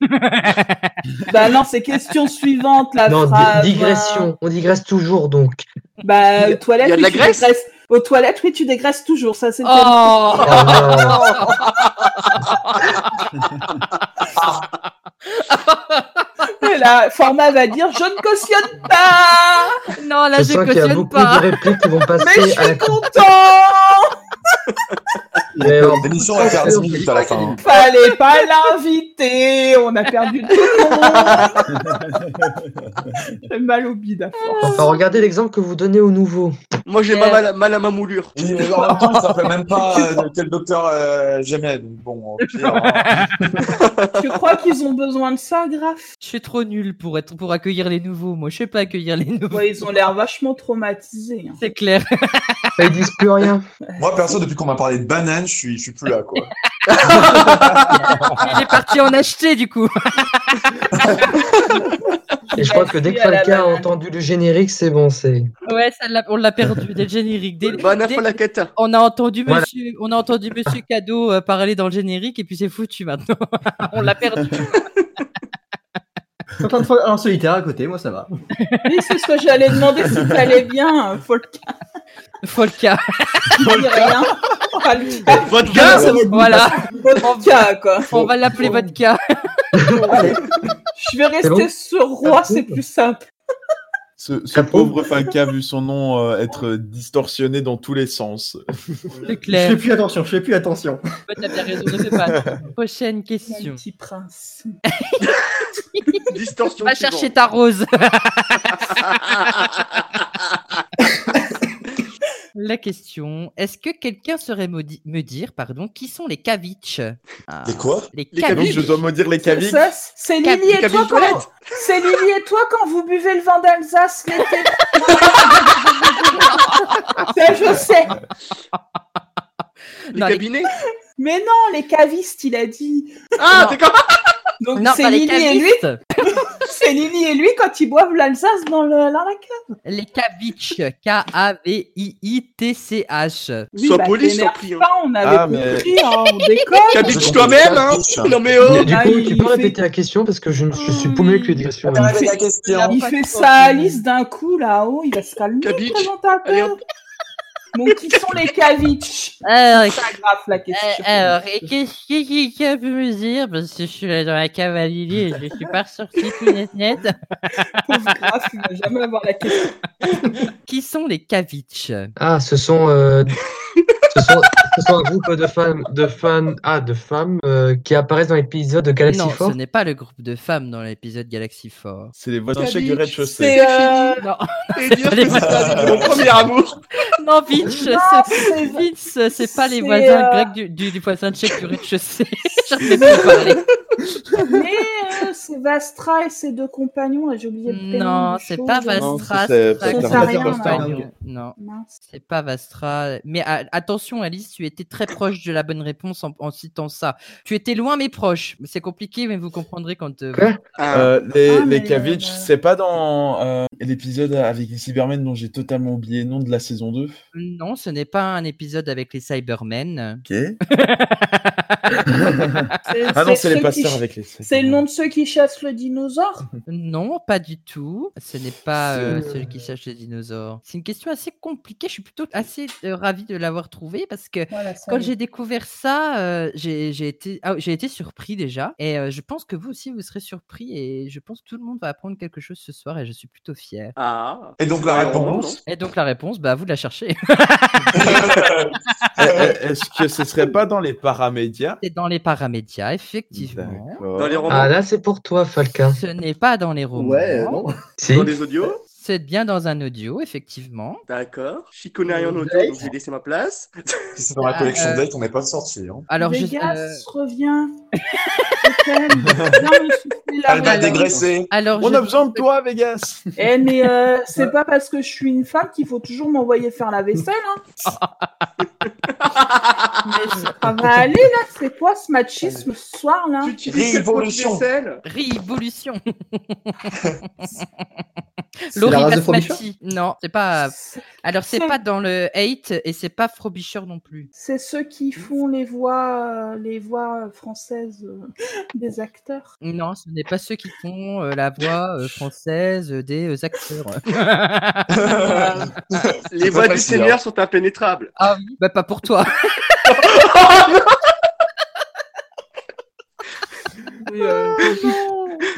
S1: Bah non, c'est question suivante, la
S3: non, di-
S1: phrase.
S3: digression. On digresse toujours donc.
S1: Bah, aux toilettes,
S7: Il y a de
S1: oui,
S7: la
S1: tu
S7: graisse
S1: dégraisses. Aux toilettes, oui, tu dégraisses toujours. Ça, c'est
S2: Oh
S3: Oh, non.
S1: Et là, Format va dire Je ne cautionne pas
S2: Non, là,
S3: je
S2: je
S3: sens qu'il y a
S2: cautionne
S3: beaucoup
S2: pas.
S3: de répliques qui vont
S1: Mais je
S3: passer à la
S1: suis content
S6: D'accord. L'émission a 15 minutes à la fin. hein.
S1: Fallait pas l'inviter, on a perdu tout le monde. J'ai mal au bide à force.
S3: Enfin, regardez l'exemple que vous donnez aux nouveaux.
S7: Moi, j'ai pas mal, à- mal à ma moulure.
S6: Et euh, en même temps, il s'appelle même pas euh, quel docteur euh, j'aimais. Donc bon, au pire, hein.
S1: Tu crois qu'ils ont besoin de ça, Graf
S2: Je suis trop nul pour, être, pour accueillir les nouveaux. Moi, je sais pas accueillir les nouveaux.
S1: Ouais, Ils ont l'air vachement traumatisés. hein.
S2: C'est clair.
S3: Ils disent plus rien.
S6: Moi, perso, depuis qu'on m'a parlé de banane, je suis, je suis plus là, quoi.
S2: Ah, Il est parti en acheter, du coup.
S3: Et je crois que dès que
S2: Merci à la
S3: Falca a
S2: banane.
S3: entendu le générique, c'est bon, c'est.
S2: Ouais, ça, l'a- on l'a perdu dès le générique. Dès,
S7: Bah,
S2: dès- on a entendu
S3: Voilà.
S2: Monsieur, on a entendu Monsieur Cadeau euh, parler dans le générique et puis c'est foutu maintenant. on l'a perdu.
S8: Je suis en train de faire un solitaire à côté, moi ça va.
S1: Oui, c'est ce que j'allais demander si t'allais bien, euh, Folka.
S2: Folka.
S1: Je dis rien. Folka.
S2: Vodka, ça va- voilà.
S1: Vodka, quoi.
S2: On va l'appeler Vodka.
S1: Je vais
S5: C'est bon
S1: rester sur roi, c'est plus simple.
S5: Ce, ce pauvre Falca a vu son nom euh, être distorsionné dans tous les sens.
S2: C'est
S8: Je
S2: clair.
S8: fais plus attention, je fais plus attention.
S2: Ouais, T'as bien raison, je sais pas. Prochaine question.
S1: Petit prince.
S7: Distorsion.
S2: Va
S7: suivante.
S2: chercher ta rose. La question est-ce que quelqu'un saurait me, di- me dire pardon qui sont les caviches Ah,
S6: Des quoi
S2: Les
S5: Donc
S2: caviches.
S5: je dois me dire les caviques.
S1: Ça, c'est- C'est
S2: Cap-
S1: Lily et
S2: Cap-
S1: toi
S2: Toilette.
S1: quand c'est Lily et toi quand vous buvez le vin d'Alsace l'été. Ça je sais.
S7: Les
S2: Non, les-
S7: cabinets
S1: Mais non, les cavistes, il a dit.
S7: Ah,
S2: Non.
S7: t'es comme.
S1: Donc
S2: Non,
S1: c'est
S2: pas les
S1: Lily et lui.
S2: cavistes.
S1: C'est Lily et lui quand ils boivent l'Alsace dans le, dans la cave.
S2: Les caviches. K-A-V-I-I-T-C-H.
S1: Oui,
S7: Sois
S1: bah,
S7: poli, je t'en
S1: t'énerve
S7: prie, hein.
S1: pas, on avait
S5: Ah, mais-
S1: compris, hein, on déconne.
S7: Cabine toi-même, hein Non, mais
S3: Du
S7: oh
S3: du
S1: Ah,
S3: coup,
S1: il
S3: tu peux
S1: fait-
S3: répéter la question parce que je, ne- je suis paumé que les questions.
S6: Ah, mais
S1: fait-
S6: la question.
S1: Il fait ça à Alice d'un coup là-haut, il va se calmer
S7: Cabiche.
S1: le présentateur. Bon, qui sont les caviches
S2: Alors,
S1: C'est pas grave la question.
S2: Eh, alors, et qu'est-ce que quelqu'un peut me dire Parce que je suis là dans la cave à Lily et je suis pas ressorti tout net net.
S1: Pauvre Graf, il va jamais avoir la question.
S2: Qui sont les caviches
S3: Ah, ce sont, euh, ce sont, ce sont un groupe de femmes, de femmes, ah, de femmes euh, qui apparaissent dans l'épisode de Galaxy
S2: Non,
S3: Force.
S2: ce n'est pas le groupe de femmes dans l'épisode Galaxy 4.
S5: C'est les voisins chèques du
S7: Caviques,
S5: rez-de-chaussée.
S1: C'est euh,
S2: Non,
S7: Et dire
S2: pas
S7: que
S2: les
S7: c'est pas mon premier amour
S2: non Vince,
S1: Non,
S2: c'est-
S1: euh, c'est
S2: Vince, c'est pas les
S1: c'est,
S2: voisins
S1: euh,
S2: grecs du, du, du voisin tchèque du rez-de-chaussée. J'en sais plus parler.
S1: Mais euh, c'est Vastra et ses deux compagnons, et j'ai oublié le prénom
S2: Non,
S1: du
S2: c'est
S1: show,
S2: pas
S1: je-
S5: Non,
S2: Vastra.
S5: ça, c'est-
S2: pas
S1: c'est
S2: Vastra,
S1: Sarah
S2: c'est
S1: Vastra,
S2: Compagnon.
S5: ok.
S2: Non,
S1: Mince.
S2: c'est pas Vastra. Mais ah, attention, Alice, tu étais très proche de la bonne réponse en, en citant ça. Tu étais loin, mais proche. C'est compliqué, mais vous comprendrez quand. euh,
S3: Quoi
S7: Ah,
S5: Euh, les
S1: Ah, mais,
S5: les Kavitch,
S1: euh,
S5: c'est pas dans euh, l'épisode avec les Cybermen dont j'ai totalement oublié le nom de la saison 2.
S2: Non, ce n'est pas un épisode avec les Cybermen.
S5: Ok. ah non, c'est les
S1: ceux
S5: pasteurs
S1: qui-
S5: avec les.
S1: C'est le nom de ceux qui chassent le dinosaure
S2: Non, pas du tout. Ce n'est pas
S5: C'est-
S2: euh, celui qui cherche les dinosaures. C'est une question assez compliquée. Je suis plutôt assez ravi ravie de l'avoir trouvée parce que
S1: Voilà, ça
S2: quand
S1: y est.
S2: j'ai découvert ça, euh, j'ai j'ai été, ah, j'ai été surpris déjà. Et euh, je pense que vous aussi, vous serez surpris. Et je pense que tout le monde va apprendre quelque chose ce soir. Et je suis plutôt fier.
S7: ah.
S6: Et donc la
S7: Ouais,
S6: réponse
S2: Et donc la réponse, bah, à vous de la chercher.
S5: Eh, eh, Est-ce que ce serait pas dans les paramédias
S2: C'est dans les paramédias, effectivement.
S5: D'accord.
S7: Dans les romans,
S3: Ah là, c'est pour toi, Oh, Falca.
S2: Ce n'est pas dans les
S3: Oh,
S2: romans.
S8: Ouais, euh, non.
S3: Si.
S7: dans les audios
S2: C'est bien dans un audio, effectivement.
S7: D'accord. Je suis connais
S3: Euh,
S7: rien en audio, donc je vais laisser ma place.
S6: Si c'est dans la
S2: Ah,
S6: collection
S2: euh,
S6: date, on n'est pas sorti. Hein.
S2: Alors, je,
S1: Vegas
S2: euh,
S1: revient. Je t'aime. non, mais je suis là,
S6: Elle va
S1: voilà.
S6: dégraisser.
S2: alors
S5: On
S2: je-
S5: a besoin de toi, Vegas.
S1: Eh, mais euh, c'est pas parce que je suis une femme qu'il faut toujours m'envoyer faire la vaisselle. Hein. mais ça va aller là, c'est quoi ce machisme ce soir
S3: Ah.
S1: là
S7: Tu utilises quel produit
S6: Révolution.
S7: vaisselle
S2: Révolution.
S8: C'est
S2: Laurie
S8: la race de Frobisher
S2: Basmati. Non, c'est pas. Alors, c'est
S1: C'est-
S2: pas dans le hate et c'est pas Frobisher non plus.
S1: C'est ceux qui font les voix, euh, les voix françaises euh, des acteurs.
S2: Non, ce n'est pas ceux qui font euh, la voix euh, française des euh, acteurs.
S7: Les
S6: C'est
S7: voix
S6: pas facile,
S7: du
S6: hein.
S7: Seigneur sont impénétrables.
S2: ah oui, bah pas pour toi.
S1: Oh non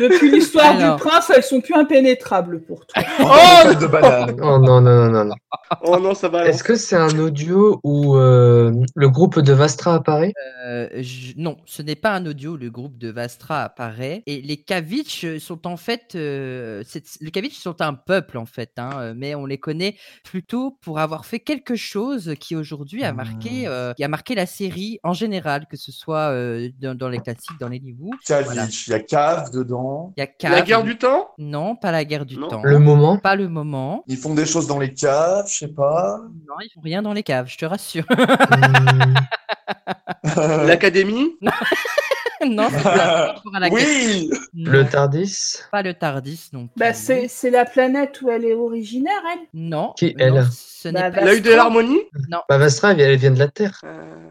S1: Depuis l'histoire
S3: Alors.
S1: du prince, elles sont plus impénétrables pour toi.
S6: Ah, hein.
S3: Oh de banane. Oh non, non, non, non. non.
S7: Oh non, ça va.
S3: Est-ce que c'est un audio où euh, le groupe de Vastra apparaît
S2: Euh, je- non, ce n'est pas un audio. Le groupe de Vastra apparaît et les Kavitch sont en fait, euh, c'est- les Kavitch sont un peuple en fait, hein, euh, mais on les connaît plutôt pour avoir fait quelque chose qui aujourd'hui a
S3: Ah.
S2: marqué, euh, qui a marqué la série en général, que ce soit euh, dans, dans les classiques, dans les Nibu.
S6: Kavitch, il y a cave dedans.
S2: Il y a
S6: La guerre du
S7: temps
S2: Non, pas la guerre du temps.
S6: Le
S3: moment
S2: Pas le moment.
S6: Ils font des choses dans les caves, je sais pas.
S2: Non, ils font rien dans les caves, je te rassure.
S3: hmm,
S6: Euh,
S7: L'académie
S2: Non, c'est pas rapport à la
S6: Oui
S3: Le Tardis
S2: Pas le Tardis non
S1: Bah, c'est c'est la planète où elle est originaire, elle
S2: Non.
S3: Qui elle
S2: Ce
S1: n'est
S2: pas- L'œil de l'harmonie Non.
S3: Bah Vastra, elle vient de la Terre.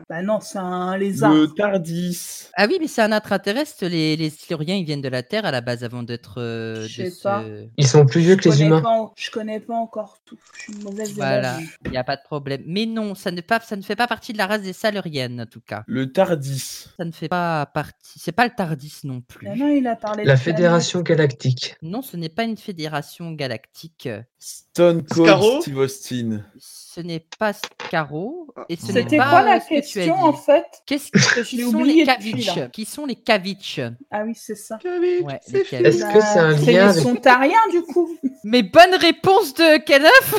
S1: Bah non, c'est un lézard.
S5: Tardis.
S2: Ah oui, mais c'est un intraterrestre. Les, les Siluriens, ils viennent de la Terre à la base avant d'être. euh,
S1: Je
S2: de
S1: sais pas.
S2: ce-
S3: Ils sont plus vieux
S1: Je
S3: que les
S1: connais
S3: humains.
S1: pas- je connais pas encore tout. Je suis une mauvaise
S2: Voilà,
S1: élève.
S2: il n'y a pas de problème. Mais non, ça ne, pas, ça ne fait pas partie de la race des Saluriennes, en tout cas.
S5: Le Tardis.
S2: Ça ne fait pas partie. C'est pas le Tardis non plus.
S1: Ah Non, non, il a parlé
S3: La
S1: de planète.
S3: Fédération Galactique.
S2: Non, ce n'est pas une fédération galactique.
S5: Stone
S2: Scarrow
S5: Cold Steve Austin.
S2: Ce n'est pas Scaro. Et ce n'est
S1: C'était
S2: pas,
S1: quoi
S2: euh,
S1: la
S2: ce que tu as
S1: question
S2: dit.
S1: en fait
S2: Qu'est-ce
S1: que
S2: Qui sont les Kavitch Qui sont les Kavitch
S1: Ah oui, c'est ça. Bah,
S2: Ouais, les Kavitch.
S3: Est-ce que c'est un
S1: C'est
S3: lien
S1: les
S3: avec-
S1: Sontariens du coup.
S2: Mais bonne réponse de Kenef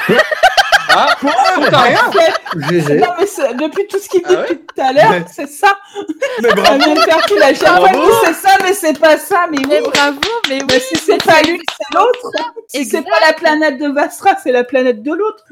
S7: Ah,
S1: En fait, Non, mais c'est- depuis tout ce qu'il
S3: Ah
S1: dit depuis tout à l'heure, c'est ça.
S2: Mais bravo.
S1: Ça vient de faire qu'il a jamais
S2: Bravo.
S1: dit c'est ça, mais c'est pas ça. Mais,
S2: Mais
S1: oui.
S2: bravo, mais
S1: Mais
S2: oui,
S1: si c'est pas l'une, c'est l'autre. Si c'est pas la planète de Vastra, c'est la planète de l'autre.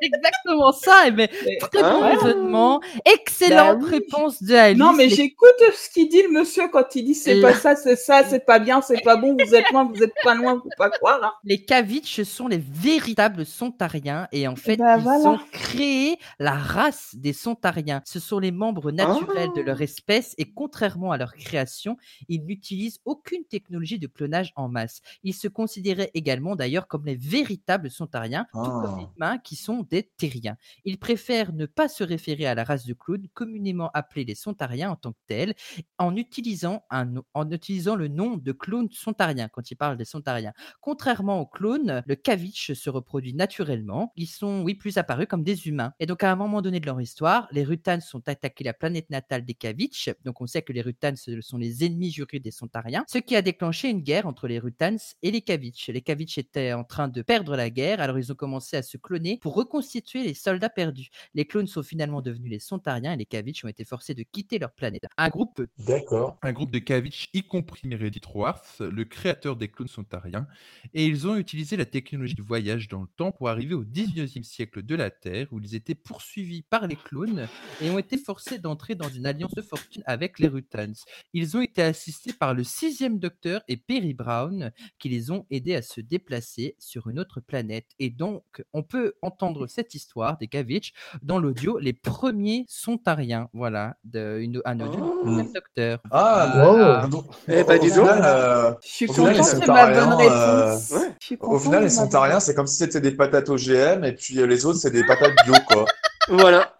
S2: exactement ça. Mais très bon
S1: Hein
S2: raisonnement. Excellente
S1: Bah oui.
S2: réponse de Alice.
S1: Non, mais
S2: Les-
S1: j'écoute ce qu'il dit le monsieur quand il dit c'est
S2: Et-
S1: pas ça, c'est ça, c'est pas bien, c'est pas bon, vous êtes loin, vous êtes pas loin, faut pas croire. hein.
S2: Les Kavitch sont les véritables Sontariens et en fait,
S1: bah
S2: ils
S1: voilà.
S2: ont créé la race des Sontariens. Ce sont les membres naturels de
S1: Ah.
S2: leur espèce et contrairement à leur création, ils n'utilisent aucune technologie de clonage en masse. Ils se considéraient également d'ailleurs comme les véritables Sontariens, tout comme les
S1: Ah.
S2: humains qui sont des Terriens. Ils préfèrent ne pas se référer à la race de clones communément appelée les Sontariens en tant que tels, en utilisant, un, no- en utilisant le nom de clone Sontarien quand ils parlent des Sontariens. Contrairement aux clones, le Kavitch se reproduit naturellement. Ils sont, oui, plus apparus comme des humains. Et donc, à un moment donné de leur histoire, les Rutans sont attaqués la planète natale des Kavitch. Donc, on sait que les Rutans ce sont les ennemis jurés des Sontariens, ce qui a déclenché une guerre entre les Rutans et les Kavitch. Les Kavitch étaient en train de perdre la guerre, alors ils ont commencé à se cloner pour reconstituer les soldats perdus. Les clones sont finalement devenus les Sontariens et les Kavitch ont été forcés de quitter leur planète. Un groupe
S6: D'accord.
S12: Un groupe de Kavitch, y compris Meredith Roarth, le créateur des clones sontariens, et ils ont utilisé la technologie du voyage dans le temps pour arriver au 19e siècle de la Terre, où ils étaient poursuivis par les clones et ont été forcés d'entrer dans une alliance de fortune avec les Rutans. Ils ont été assistés par le 6e docteur et Perry Brown, qui les ont aidés à se déplacer sur une autre planète. Et donc, on peut entendre cette histoire des Kavitch dans l'audio Les premiers sontariens. Voilà, de, une, un audio du 6e docteur.
S6: Ah,
S12: Voilà.
S6: donc,
S12: Eh
S6: au-
S12: ben,
S6: au
S12: dis donc.
S6: final, euh,
S12: Je suis
S6: au final,
S12: contente,
S6: les
S12: c'est ma
S6: Sontariens,
S12: bonne réponse.
S6: euh,
S12: Ouais.
S1: Je suis
S6: Au
S1: contente
S6: final,
S1: de
S6: les
S1: ma
S6: Sontariens, c'est comme si c'était des patates OGM et puis euh, les autres, c'est des patates bio, quoi.
S7: Voilà.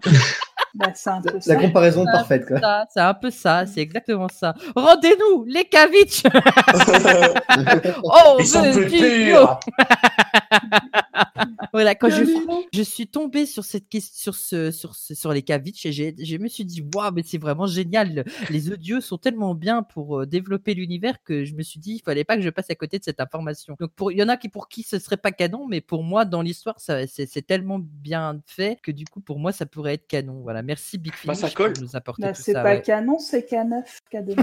S1: Bah, c'est un peu
S10: La
S1: ça.
S10: comparaison
S2: C'est un
S10: parfaite,
S2: peu
S10: quoi.
S2: ça, C'est un peu ça, c'est exactement ça. Rendez-nous les Kavitch Oh,
S11: Ils sont
S2: je
S11: plus
S2: dis
S11: purs.
S2: non. Voilà, quand je, je suis tombée sur cette question, sur ce, sur ce- sur les Kavitch, et j'ai- je me suis dit, waouh, mais c'est vraiment génial. Les audios sont tellement bien pour euh, développer l'univers que je me suis dit, il fallait pas que je passe à côté de cette information. Donc, pour, il y en a qui pour qui ce serait pas canon, mais pour moi, dans l'histoire, ça- c'est c'est tellement bien fait que du coup, pour moi, ça pourrait être canon. Voilà, merci Big Finish pour nous apporter
S1: Bah,
S2: tout
S1: c'est
S2: ça.
S1: pas
S2: ouais.
S1: canon, c'est K9, K2.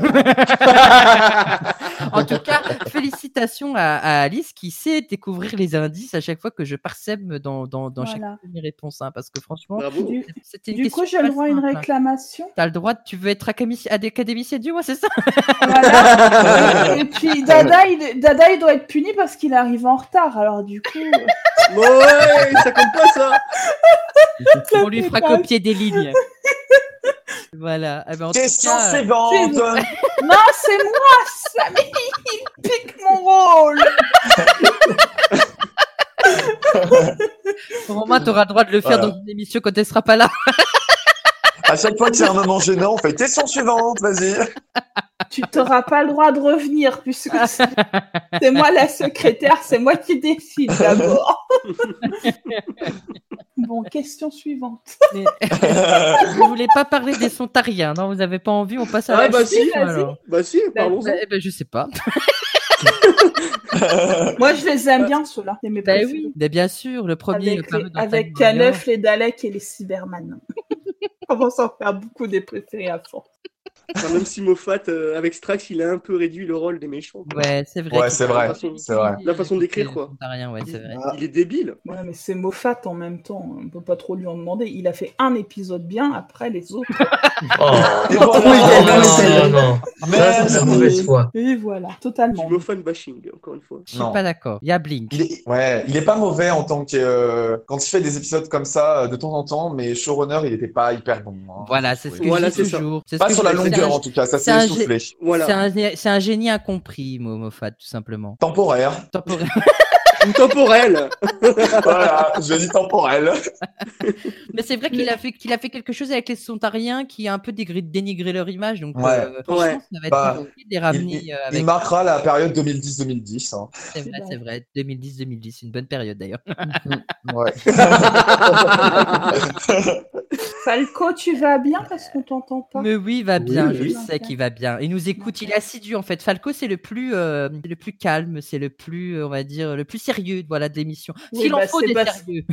S2: en tout cas, félicitations à, à Alice qui sait découvrir les indices à chaque fois que je parsème dans, dans, dans
S1: Voilà.
S2: chacune de mes réponses. hein, parce que franchement,
S1: Du,
S2: c'était une
S1: du
S2: question
S1: coup, j'ai le
S2: très
S1: droit à une
S2: simple, hein.
S1: réclamation.
S2: T'as le droit, de- tu veux être académici- ad- académicien du mois, c'est ça
S1: Et puis Dada il, Dada, il doit être puni parce qu'il arrive en retard. Alors du coup, euh,
S7: Ouais, ça compte pas ça.
S2: On lui fera copier des lignes. Voilà. Eh ben, en tout
S1: Question
S2: cas, euh,
S1: suivante. non, c'est moi, ça, mais il pique mon rôle.
S2: Romain, t'auras le droit de le faire
S6: Voilà.
S2: dans une émission quand elle sera pas là.
S6: À chaque fois qu'il y a un moment gênant, on fait question suivante, vas-y.
S1: Tu t'auras pas le droit de revenir puisque c'est c'est moi la secrétaire, c'est moi qui décide d'abord. bon, question suivante.
S2: vous voulez pas parler des sontariens, non Vous avez pas envie On passe à la
S1: Ah, bah si,
S2: suite,
S1: vas-y. Bah
S2: alors.
S7: Bah si,
S2: parlons je sais pas.
S1: Moi, je les aime bien, ceux-là. c'est mes
S2: Bah
S1: préférés.
S2: oui, mais bien sûr, le premier. le
S1: avec
S2: fameux
S1: les-
S2: dans
S1: avec
S2: Time Warrior.
S1: K9, les Daleks et les Cyberman. On commence à en faire beaucoup des préférés à fond.
S7: Enfin, même si Moffat, euh, avec Strax, il a un peu réduit le rôle des méchants. quoi.
S2: Ouais, c'est vrai.
S6: Ouais, c'est vrai,
S7: La façon-
S6: c'est vrai.
S7: La façon d'écrire, quoi.
S2: Rien, ouais, euh, c'est vrai.
S7: Il est débile.
S1: Ouais, mais c'est Moffat en même temps. On peut pas trop lui en demander. Il a fait un épisode bien après les autres.
S3: Et
S6: Oh,
S3: voilà. Oui, quel Oh, Non, conseil. non, non. Ça,
S2: Ah,
S3: c'est de la
S1: Merci.
S3: mauvaise foi.
S1: Et voilà, totalement.
S7: Moffat bashing, encore une fois.
S2: Je suis pas d'accord. Il y a Blink.
S6: Il est, ouais, il est pas mauvais en tant que. euh, quand il fait des épisodes comme ça euh, de temps en temps, mais showrunner, il était pas hyper bon. hein.
S2: Voilà, c'est ce que
S6: Oui.
S2: je dis toujours. C'est ce
S6: Pas
S2: que
S6: sur
S2: je
S6: la
S2: dis.
S6: longueur
S2: C'est un-
S6: en tout cas, ça
S2: c'est
S6: s'est
S2: un
S6: essoufflé.
S2: gé- C'est un, gé- c'est un génie incompris, Mo- Moffat, tout simplement.
S6: Temporaire.
S2: Temporaire.
S7: temporelle.
S6: voilà, je dis temporelle.
S2: Mais c'est vrai qu'il a fait qu'il a fait quelque chose avec les Sontariens qui a un peu dégré- dénigré leur image. Donc,
S6: Ouais.
S2: euh, franchement,
S6: Ouais.
S2: ça va être
S6: Bah,
S2: compliqué de les ramener
S6: il,
S2: euh,
S6: il
S2: avec.
S6: marquera la période 2010-2010. hein.
S2: C'est vrai, c'est vrai. 2010-2010, une bonne période d'ailleurs.
S6: Ouais.
S1: Falco, tu vas bien parce qu'on t'entend pas
S2: Mais oui, il va bien,
S1: oui.
S2: je sais qu'il va bien. Il nous écoute, il est assidu en fait. Falco, c'est le plus, euh, c'est le plus calme, c'est le plus, euh, on va dire, le plus sérieux, voilà, de l'émission.
S1: Oui,
S2: S'il
S1: bah,
S2: en faut
S1: c'est
S2: des
S1: pas-
S2: sérieux.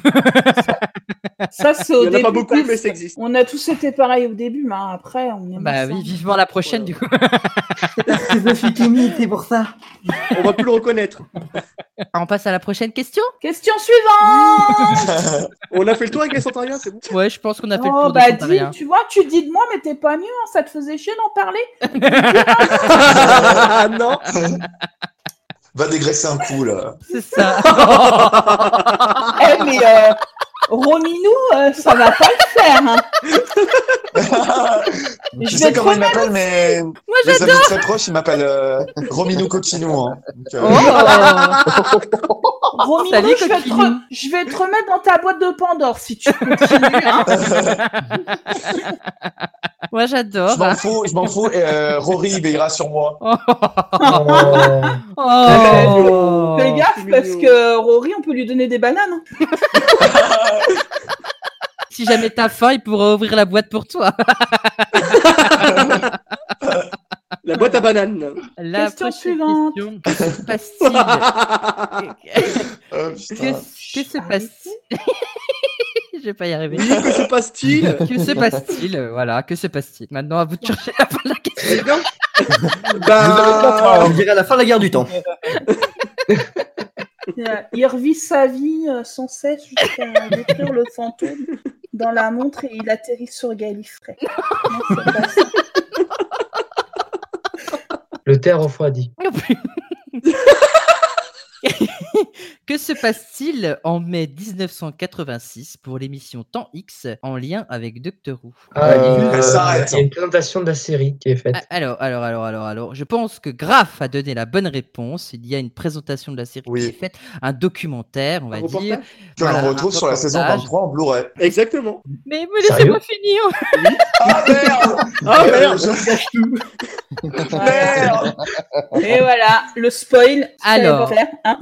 S1: Ça, c'est au
S2: Il y en a
S1: début,
S2: pas beaucoup,
S1: parce
S2: mais ça
S1: que
S2: existe.
S1: On a tous été pareil au début, mais après, on est.
S2: Bah oui, vivement la prochaine du coup.
S8: Je suis timide, c'est pour ça.
S7: On va plus le reconnaître.
S2: On passe à la prochaine question.
S1: Question suivante
S7: On a fait le tour avec les Centariens, c'est bon
S2: Ouais, je pense qu'on a fait le
S1: Oh,
S2: tour
S1: bah
S2: des
S1: dis,
S2: Sontariens.
S1: tu vois, tu dis de moi, mais t'es pas mieux, hein, ça te faisait chier d'en parler
S7: Ah non
S6: Va dégraisser un coup là.
S2: C'est ça.
S1: Eh, mais euh, Rominou, euh, ça va pas le faire. hein.
S6: Je,
S1: Je vais
S6: sais
S1: être
S6: comment il
S1: honnête
S6: m'appelle, mais
S1: Moi,
S6: mes amis
S1: j'adore.
S6: très proches, ils m'appellent euh, Romino Cochinou. hein. Donc, euh,
S2: Oh.
S1: Rominou,
S2: Salut,
S1: je, vais te re- je vais te remettre dans ta boîte de Pandore si tu continues. hein.
S2: Moi, j'adore.
S6: Je m'en fous, je m'en fous. et, euh, Rory, il veillera sur moi.
S2: Oh.
S1: Fais gaffe parce que Rory, on peut lui donner des bananes. hein.
S2: Si jamais t'as faim, il pourra ouvrir la boîte pour toi.
S7: La boîte à bananes.
S2: La
S1: Question
S2: prochaine
S1: suivante.
S2: question. Que se
S3: Oh,
S2: passe-t-il Que- Que se passe-t-il Je vais pas y arriver.
S7: Oui, que se passe-t-il
S2: Que se passe-t-il euh, Voilà, que se passe-t-il Maintenant, à vous de chercher la fin de la question.
S6: Bah,
S8: on dirait la fin de la guerre du temps.
S1: Euh, Il revit sa vie euh, sans cesse jusqu'à détruire le fantôme dans la montre et il atterrit sur Gallifrey. Non, c'est pas ça.
S3: Le terre refroidit.
S2: Que se passe-t-il en mai 1986 pour l'émission Temps X en lien avec Doctor Who
S3: Ah, il y a une-
S6: Elle s'arrête.
S3: il y a une présentation de la série qui est faite.
S2: Ah, Alors, alors, alors, alors, alors, je pense que Graff a donné la bonne réponse. Il y a une présentation de la série qui est faite, un documentaire, on va
S6: reportage
S2: dire.
S6: Que l'on
S2: Voilà, un
S6: retrouve sur la saison
S2: reportage.
S6: 23 en Blu-ray.
S7: Exactement.
S2: Mais, mais laissez-moi finir.
S6: Ah merde
S7: Ah merde
S6: Merde
S1: Et voilà, le spoil.
S2: Alors.
S1: fallait pas faire, hein.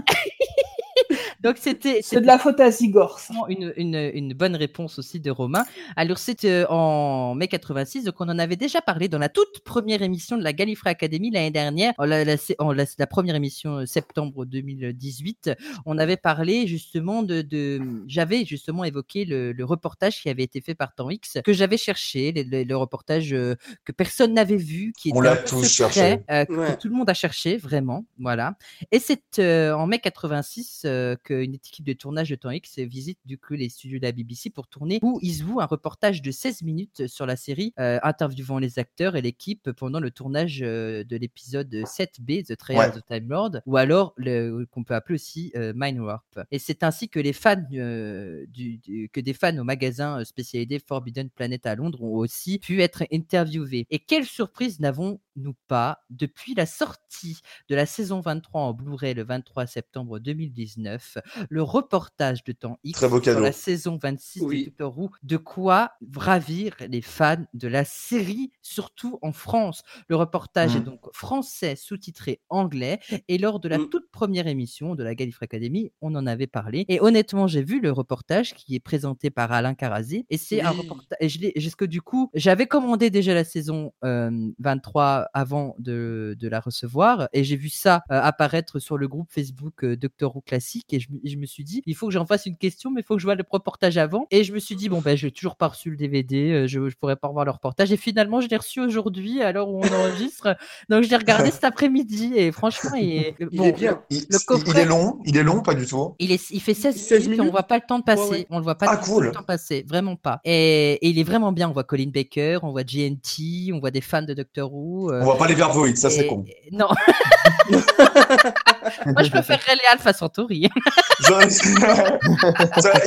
S2: Donc c'était
S1: C'est de la faute à Zigor. ça.
S2: une, une, une bonne réponse aussi de Romain. Alors c'était en mai 86, donc on en avait déjà parlé dans la toute première émission de la Gallifrey Academy l'année dernière, en la, la- en la- la première émission euh, septembre 2018, on avait parlé justement de, de j'avais justement évoqué le, le reportage qui avait été fait par Temps X que j'avais cherché, le, le- le reportage euh, que personne n'avait vu, qui était
S6: On l'a
S2: un peu
S6: tous
S2: secret,
S6: cherché.
S2: euh, que- que
S7: Ouais.
S2: tout le monde a cherché vraiment, voilà. Et c'est euh, en mai 86 euh, qu'une équipe de tournage de Temps X visite du coup les studios de la BBC pour tourner Who Is Who, un reportage de 16 minutes sur la série, euh, interviewant les acteurs et l'équipe pendant le tournage euh, de l'épisode 7B, The Trial
S6: Ouais.
S2: of the Time Lord, ou alors le- qu'on peut appeler aussi euh, Mind Warp. Et c'est ainsi que les fans euh, du, du- que des fans au magasin euh, spécialisé Forbidden Planet à Londres ont aussi pu être interviewés. Et quelle surprise n'avons nous pas, depuis la sortie de la saison 23 en Blu-ray le 23 septembre 2019, le reportage de temps X
S6: Très beau
S2: sur
S6: cadeau.
S2: la saison 26 de Doctor Who, de quoi ravir les fans de la série, surtout en France. Le reportage
S13: Mhm.
S6: Mmh.
S2: est donc français, sous-titré anglais, et lors de la toute première émission de la Gallifrey Academy, on en avait parlé. Et honnêtement, j'ai vu le reportage qui est présenté par Alain Carazé, et c'est un
S13: Oui.
S2: reportage. Et je l'ai- parce que du coup, j'avais commandé déjà la saison euh, 23 avant de, de la recevoir, et j'ai vu ça euh, apparaître sur le groupe Facebook euh, Doctor Who Classique, et je, me- je me suis dit, il faut que j'en fasse une question, mais il faut que je vois le reportage avant. Et je me suis dit, bon, ben, j'ai toujours pas reçu le DVD, euh, je, je pourrais pas revoir le reportage. Et finalement, je l'ai reçu aujourd'hui, à l'heure où on enregistre. Donc, je l'ai regardé cet après-midi, et franchement, il est, bon,
S6: Il,
S2: le
S6: il- il
S2: coffret-
S6: est long, il est long, pas du tout.
S2: il, est, il fait 16, minutes, et on voit pas le temps de passer.
S6: Ouais, ouais.
S2: On le voit pas
S6: Ah,
S2: du tout
S6: cool.
S2: le temps passer, vraiment pas. Et, et il est vraiment bien. On voit Colin Baker, on voit GNT, on voit des fans de Doctor Who. euh,
S6: On voit pas les verboïdes, ça c'est
S2: et-
S6: con.
S2: et- Non. Moi, je préfère Ray et Alpha Centauri.
S6: J'aurais- Ça,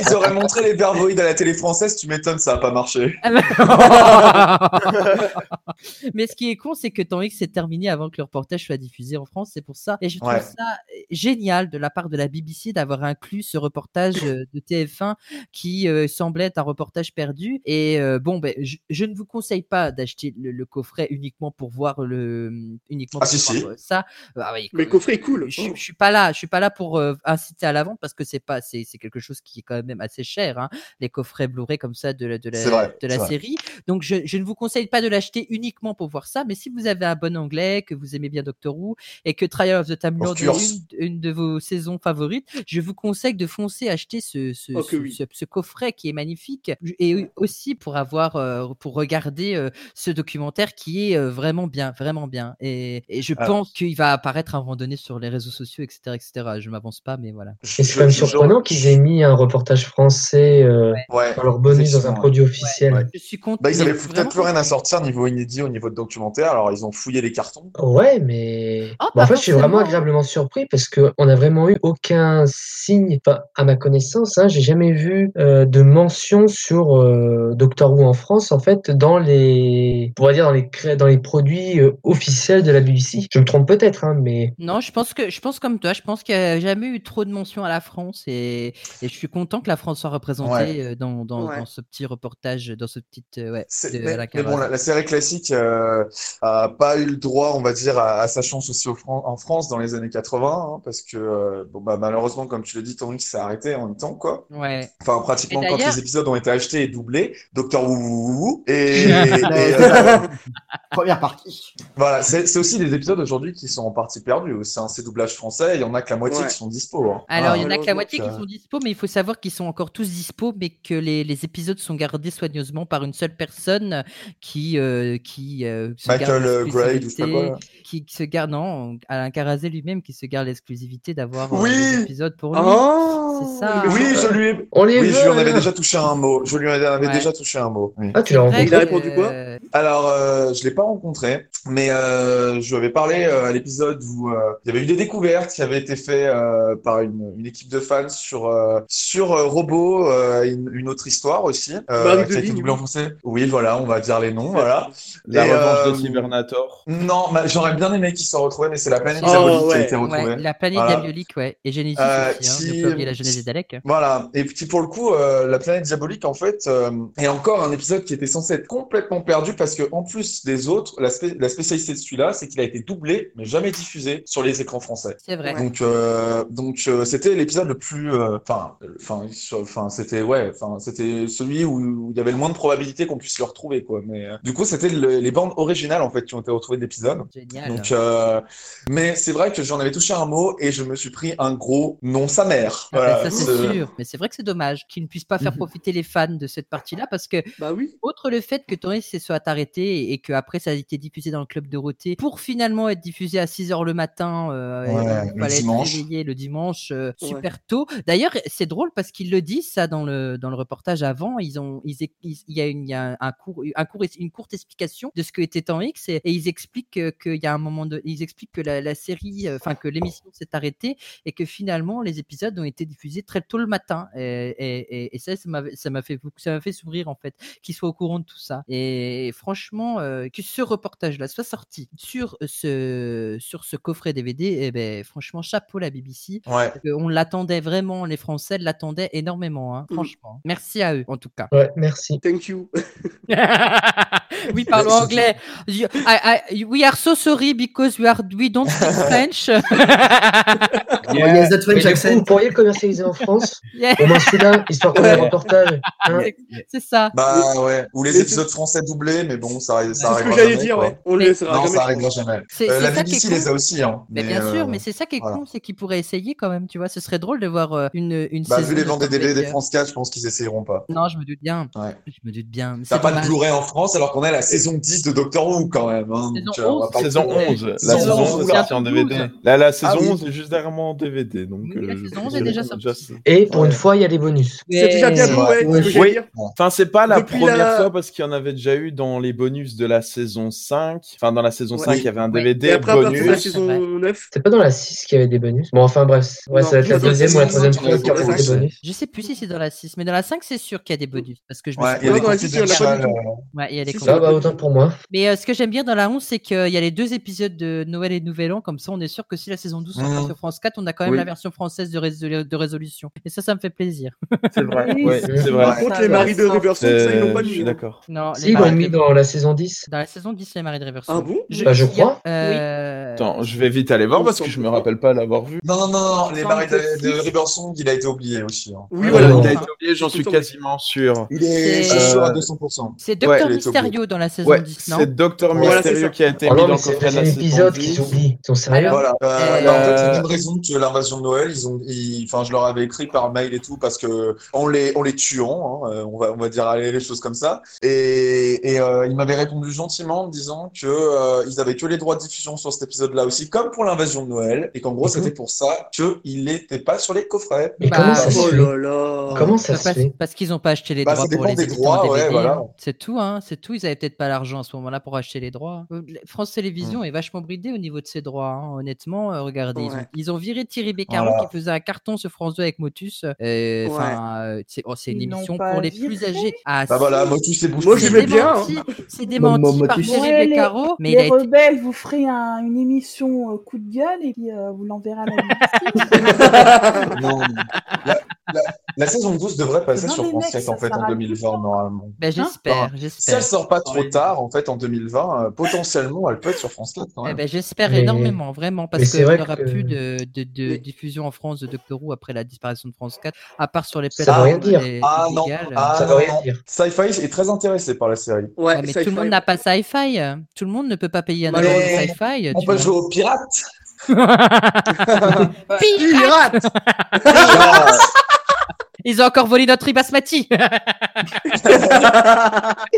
S6: Ils auraient montré les verboïdes à la télé française, tu m'étonnes, ça a pas marché.
S2: Ah bah- Mais ce qui est con, c'est que Temps X s'est terminé avant que le reportage soit diffusé en France, c'est pour ça. Et je trouve
S6: Ouais.
S2: ça euh, génial de la part de la BBC d'avoir inclus ce reportage euh, de TF1 qui euh, semblait être un reportage perdu. Et euh, bon, ben, je, je ne vous conseille pas d'acheter le, le coffret uniquement pour voir le mm, uniquement
S6: Ah,
S2: pour
S6: si,
S2: voir,
S6: si.
S2: euh, ça. Ah oui,
S7: Mais le coffret est cool. Oh.
S2: je, je suis pas là, je suis pas là pour euh, inciter à la vente parce que c'est pas, c'est c'est quelque chose qui est quand même assez cher, hein, les coffrets Blu-ray comme ça de la, de la,
S13: C'est vrai,
S2: de
S13: c'est
S2: la
S13: vrai.
S2: série. Donc je, je ne vous conseille pas de l'acheter uniquement pour voir ça, mais si vous avez un bon anglais, que vous aimez bien Doctor Who et que Trial of the Time Lord
S13: course.
S2: est une, une de vos saisons favorites, je vous conseille de foncer acheter ce, ce,
S13: Oh, que
S2: ce-
S13: oui.
S2: ce- ce coffret qui est magnifique et aussi pour avoir euh, pour regarder euh, ce documentaire qui est euh, vraiment bien, vraiment bien. Et, et je
S3: Ah.
S2: pense qu'il va apparaître à un moment donné sur les réseaux sociaux, etc., etc. Je m'avance pas, mais voilà.
S3: Et c'est quand même surprenant qu'ils aient mis un reportage français euh,
S6: Ouais.
S3: dans leur bonus dans un
S6: Effectivement,
S3: produit
S6: ouais.
S3: officiel.
S2: Je suis content.
S6: Bah, ils avaient
S2: mais
S6: peut-être plus rien à sortir niveau inédit, au niveau de documentaire, alors ils ont fouillé les cartons.
S3: Ouais, mais
S2: Oh,
S3: mais
S2: pas
S3: en fait, je suis vraiment
S2: forcément.
S3: agréablement surpris parce que on n'a vraiment eu aucun signe, enfin, à ma connaissance, hein, j'ai jamais vu euh, de mention sur euh, Doctor Who en France, en fait, dans les, on pourrait dire dans les cré- dans les produits euh, officiels de la BBC. Je me trompe peut-être, hein, mais
S2: Non, je pense que je pense comme toi. Je pense qu'il n'y a jamais eu trop de mentions à la France et, et je suis content que la France soit représentée
S6: Ouais.
S2: euh, dans, dans,
S6: Ouais.
S2: dans ce petit reportage, dans ce petit euh, ouais. de
S6: Mais,
S2: Alain
S6: mais bon,
S2: Carazé.
S6: la, la série classique euh, a pas eu le droit, on va dire, à, à sa chance aussi au Fran- en France dans les années 80, hein, parce que euh, bon, bah, malheureusement, comme tu l'as dit, Tom qui s'est arrêté en même temps, quoi.
S2: Ouais.
S6: Enfin, pratiquement,
S2: Et
S6: quand
S2: d'ailleurs-
S6: les épisodes ont été achetés et doublés, Docteur Who et, et,
S10: Première partie.
S6: Voilà, c'est c'est aussi des épisodes aujourd'hui qui sont en partie perdus. C'est un ces doublages français, il y en a que la moitié
S2: Ouais.
S6: qui sont dispo. hein.
S2: Ah, Alors, il y en a que la
S6: Malheureusement,
S2: moitié qui
S6: ça-
S2: sont dispo, mais il faut savoir qu'ils sont encore tous dispo, mais que les, les épisodes sont gardés soigneusement par une seule personne qui euh, qui euh, se garde
S6: Michael, euh, Grade, ou je sais pas quoi,
S2: l'exclusivité,
S6: là.
S2: qui se garde non Alain Carazé lui-même qui se garde l'exclusivité d'avoir euh,
S6: Oui Ah.
S2: les épisodes pour lui. C'est ça.
S6: Oui, je lui ai...
S3: On
S2: Ah.
S3: les
S6: oui, je
S3: veut,
S6: lui en avais
S3: alors.
S6: déjà touché un mot. Je lui en avais
S2: Ouais.
S6: déjà touché un mot. oui.
S3: Ah, tu l'as C'est vrai rencontré
S7: Il a répondu quoi
S6: Alors, euh, je l'ai pas rencontré, mais euh, je lui avais parlé euh, à l'épisode où euh, il y avait eu des découvertes qui avaient été faites euh, par une, une équipe de fans sur euh, sur euh, Robo, euh, une, une autre histoire aussi, euh,
S5: Barry
S6: qui a été
S5: Devine,
S6: doublée en
S5: oui.
S6: français. Oui, voilà, on va dire les noms, voilà.
S5: La
S6: Et,
S5: revanche de
S6: euh,
S5: Cybernator.
S6: Non, mais j'aurais bien aimé qu'ils se retrouvent, mais c'est la planète
S5: Oh,
S6: diabolique qui a
S5: ouais.
S6: été retrouvée.
S2: Ouais, la planète
S6: Voilà.
S2: diabolique, ouais. Et Genesis
S6: Euh,
S2: aussi, hein,
S6: qui-
S2: ne pas oublier la genèse des Daleks.
S6: Voilà. Et puis pour le coup, euh, la planète diabolique, en fait, euh, est encore un épisode qui était censé être complètement perdu parce que en plus des autres, la, spé- la spécialité de celui-là, c'est qu'il a été doublé mais jamais diffusé sur les écrans français.
S2: C'est vrai.
S6: Donc euh, donc euh, c'était l'épisode le plus, euh, enfin euh, enfin sur- enfin c'était ouais, enfin c'était celui où où il y avait le moins de probabilité qu'on puisse le retrouver quoi. Mais euh, du coup c'était le- les bandes originales en fait qui ont été retrouvées de l'épisode.
S2: Génial. ben,
S6: Donc euh, mais c'est vrai que j'en avais touché un mot et je me suis pris un gros non sa mère.
S2: Ah bah, ça
S6: Voilà,
S2: c'est
S6: c'est- Mhm.
S2: sûr, mais c'est vrai que c'est dommage qu'ils ne puissent pas faire profiter les fans de cette partie-là parce que,
S7: bah oui.
S2: outre le fait que Torres se soit arrêté et que après ça a été diffusé dans le club Dorothée pour finalement être diffusé à 6 h le matin euh, et
S6: Ouais.
S2: dans
S6: Ouais,
S2: il
S6: le
S2: fallait être
S6: dimanche.
S2: réveillé le dimanche euh,
S7: Ouais.
S2: super tôt. D'ailleurs, c'est drôle parce qu'ils le disent ça dans le dans le reportage avant. Ils ont ils é- ils- il y a une il y a un cours un cours une courte explication de ce que était temps X et, et ils expliquent euh, qu'il y a un moment de ils expliquent que la, la série euh, enfin que l'émission s'est arrêtée et que finalement les épisodes ont été diffusés très tôt le matin. Et, et- et- et ça ça m'a ça m'a fait ça m'a fait sourire en fait qu'ils soient au courant de tout ça. Et franchement, euh, que ce reportage-là soit sorti sur euh, ce, sur ce coffret DVD, eh ben, franchement, chapeau la BBC.
S6: Ouais.
S2: Parce que Euh, On l'attendait vraiment, les Français l'attendaient énormément,
S6: Mm.
S2: hein, franchement. Merci à eux, en tout cas.
S3: Ouais, merci.
S7: Thank you.
S2: oui, parlons
S7: Merci.
S2: anglais. You- I- I- we are so sorry because we, are, we don't speak French.
S3: Mais du coup, Vous pourriez le commercialiser en France
S2: Yeah.
S3: Au moins celui-là, histoire qu'on ait un
S6: Ouais.
S3: reportage. hein.
S2: C'est ça.
S6: Bah ouais, ou les épisodes français doublés, mais bon, ça, arri- ça
S7: C'est ce que
S6: arrivera
S7: j'allais
S6: jamais,
S7: dire,
S6: quoi.
S7: ouais. On le laissera
S6: Non, ça
S7: jamais, je
S6: arrivera
S7: pense.
S6: jamais.
S2: C'est-
S6: Euh,
S2: c'est
S6: la
S2: ça qui est
S6: BBC
S2: cool.
S6: les a aussi, hein.
S2: Mais bien
S6: euh,
S2: sûr, mais c'est ça qui est
S6: voilà.
S2: con, c'est qu'ils pourraient essayer quand même, tu vois. Ce serait drôle de voir euh, une, une
S6: Bah,
S2: saison
S6: vu les
S2: de
S6: ventes des DVD des
S2: Comeback, euh,
S6: France 4, je pense qu'ils essayeront pas.
S2: Non, je me doute bien.
S6: Ouais.
S2: Je me doute bien. mais
S6: T'as
S2: c'est
S6: pas de
S2: dommage.
S6: Blu-ray en France alors qu'on a la saison 10 de Doctor Who quand même. hein,
S2: Saison
S6: donc, euh, on va
S7: Ah,
S2: 11,
S6: pas-
S5: Saison 11, la saison 11 est
S6: oula.
S5: sortie en DVD. Là, la saison 11 est juste derrière moi en DVD. Donc,
S2: Oui, la
S5: euh,
S2: saison 11 est
S5: je-
S2: déjà
S5: je-
S2: sortie.
S3: Et pour
S5: Ouais.
S3: une fois, il y a des bonus.
S5: C'est déjà bien
S2: Ouais.
S5: Blu-ray,
S7: Ouais.
S5: ce que
S7: Oui.
S5: j'allais
S7: Oui.
S5: dire. Enfin, c'est pas la
S7: Depuis
S5: première
S7: la-
S5: fois parce qu'il y en avait déjà eu dans les bonus de la saison 5. Enfin, dans la saison
S7: Ouais.
S5: 5, il y avait un
S2: Ouais.
S5: DVD
S7: Et après, à partir de la
S5: bonus.
S7: saison 9,
S3: C'est pas dans la 6 qu'il y avait des bonus Bon, enfin bref, ouais,
S7: Non,
S3: ça va être la
S7: dans la
S3: deuxième ou la
S6: saison,
S3: troisième
S6: tu
S3: fois qu'il y
S6: vois,
S3: aura des
S6: c'est-
S3: bonus.
S2: Je sais plus si c'est dans la 6, mais dans la 5, c'est sûr qu'il y a des bonus. Parce que je me
S6: Ouais, il y
S2: souviens-
S6: a
S7: Non,
S6: des
S7: dans la six, il y en a
S6: confidential,
S7: pas du
S6: euh,
S2: Ouais, il y a des
S7: Si, si.
S3: Ah
S2: conférences.
S3: bah autant pour moi.
S2: Mais euh, ce que j'aime bien dans la 11, c'est qu'il y a les deux épisodes de Noël et Nouvel An. Comme ça, on est sûr que si la saison 12 sort
S6: Mhm.
S2: sur France 4, on a quand même
S5: Oui.
S2: la version française de, résolu- de résolution. Et ça, ça me fait plaisir.
S8: C'est vrai.
S1: Oui,
S5: Ouais,
S1: c'est-
S5: c'est
S7: par
S5: vrai.
S7: contre,
S2: ça,
S7: les
S2: ouais.
S7: maris de Riverson, ça, ils l'ont
S5: Euh,
S7: pas
S5: Je
S7: mis.
S5: suis
S7: hein.
S5: d'accord.
S2: Non, Oh, les
S3: Si, ils l'ont
S2: Maris
S3: mis
S2: de-
S3: dans la saison 10.
S2: dans la saison 10, les maris de Riverson.
S7: Ah bon
S3: Bah, je
S2: il y a-
S3: crois.
S2: euh,
S5: Attends, je vais vite aller voir
S7: On
S5: parce
S7: s'en
S5: que je
S7: fout.
S5: me rappelle pas l'avoir vu.
S6: Non, non, non, non, les
S7: Semble
S6: maris de,
S7: que
S6: de
S7: si.
S6: Riversong, il a été oublié aussi. hein.
S7: Oui,
S5: Ah,
S7: voilà. Oh
S3: non.
S5: il
S7: enfin,
S5: a été oublié,
S7: il
S5: j'en
S7: me
S5: suis
S7: semble.
S5: quasiment sûr.
S6: Il est, je
S2: C'est-
S6: suis sûr à
S5: Euh,
S6: 200%.
S2: C'est
S5: Ouais,
S2: Docteur
S6: il est au bout.
S2: Mysterio dans la saison
S5: Ouais,
S2: 10, non
S5: c'est Docteur
S7: Voilà, c'est
S5: Mysterio
S7: ça.
S5: qui a été
S3: Oh
S5: mis
S3: non,
S5: dans
S3: mais
S5: le
S3: c'est
S5: coffret de
S3: c'est
S5: la
S3: un
S5: saison
S3: épisode qu'ils
S5: 10.
S3: oublient. Ils sont sérieux
S2: Alors-
S6: Voilà. Euh,
S2: Et-
S6: bah, en fait, c'est
S5: Euh,
S6: une raison que l'invasion de Noël, ils ont, ils- enfin, je leur avais écrit par mail et tout parce que on les, on les tuant, hein, euh, on va, on va dire allez, les choses comme ça. Et, et euh, ils m'avaient répondu gentiment en disant que euh, ils avaient que les droits de diffusion sur cet épisode-là aussi, comme pour l'invasion de Noël, et qu'en gros,
S3: Mhm.
S6: c'était pour ça que il n'était pas sur les coffrets.
S3: Mais
S2: Bah,
S3: comment ça
S7: Oh
S3: se fait
S7: là là.
S3: Comment ça
S2: Bah,
S3: se
S2: parce,
S3: fait
S2: parce qu'ils n'ont pas acheté les
S6: Bah,
S2: droits
S6: ça
S2: pour
S6: dépend
S2: les
S6: des
S2: éditeurs en
S6: droits, ouais,
S2: DVD,
S6: voilà.
S2: hein. C'est tout, hein, c'est tout. Ils avaient peut-être pas l'argent à ce moment-là pour acheter les droits. Euh, la- France Télévisions
S3: Mmh.
S2: est vachement bridée au niveau de ses droits. hein. Honnêtement, euh, regardez, ils, ont,
S7: Ouais.
S2: ils ont viré Thierry Beccaro
S6: Voilà.
S2: qui faisait un carton sur France 2 avec Motus. Euh, Enfin, euh, c'est oh, c'est une
S1: Ils l'ont
S2: émission
S1: pas
S2: pour les
S1: viré
S2: plus âgés. Ah,
S6: Bah
S2: si,
S6: voilà, moi hein. tout s'est
S7: Moi,
S2: c'est
S6: bougé.
S7: j'aimais bien,
S2: démenti, c'est
S10: Maman
S2: démenti par
S10: Motus.
S1: Ouais,
S2: Thierry
S1: les-
S2: Beccaro, mais il a
S1: les
S2: été
S1: rebelles, vous ferez un- une émission euh, coup de gueule et puis euh, vous l'enverrez à la BBC.
S6: Non, la, la- la saison 12 devrait passer
S1: Non,
S6: sur
S1: mais
S6: France
S1: mec,
S6: 4 en
S1: ça
S6: fait en
S1: sera
S6: 2020 normalement.
S1: hein
S2: Ben, j'espère,
S6: Si elle
S2: j'espère.
S6: sort pas trop
S8: Ouais.
S6: tard, en fait, en 2020, euh, potentiellement, elle peut être sur France 4 quand
S2: Eh
S6: même.
S2: ben, j'espère
S3: Mais-
S2: énormément, vraiment,
S3: mais
S2: parce
S3: c'est
S2: qu'il
S3: vrai
S2: n'y aura
S3: que-
S2: plus de, de- de
S7: Mais-
S2: diffusion en France de Doctor Who après la disparition de France 4, à part sur les
S3: Ça veut
S2: plateformes
S3: rien dire.
S2: les-
S6: Ah non,
S2: illégales.
S6: ah
S3: Ça veut
S6: non,
S3: rien
S6: non.
S3: dire.
S6: Sci-Fi est très intéressé par la série.
S7: Ouais,
S2: Ouais, mais
S7: sci-fi,
S2: tout le monde n'a pas Sci-Fi. Tout le monde ne peut pas payer un
S7: Mais-
S2: abonnement de Sci-Fi.
S6: On
S2: ben, tu
S6: peut
S2: vois.
S6: jouer aux pirates
S7: Pirate
S2: Ils ont encore volé notre riz basmati.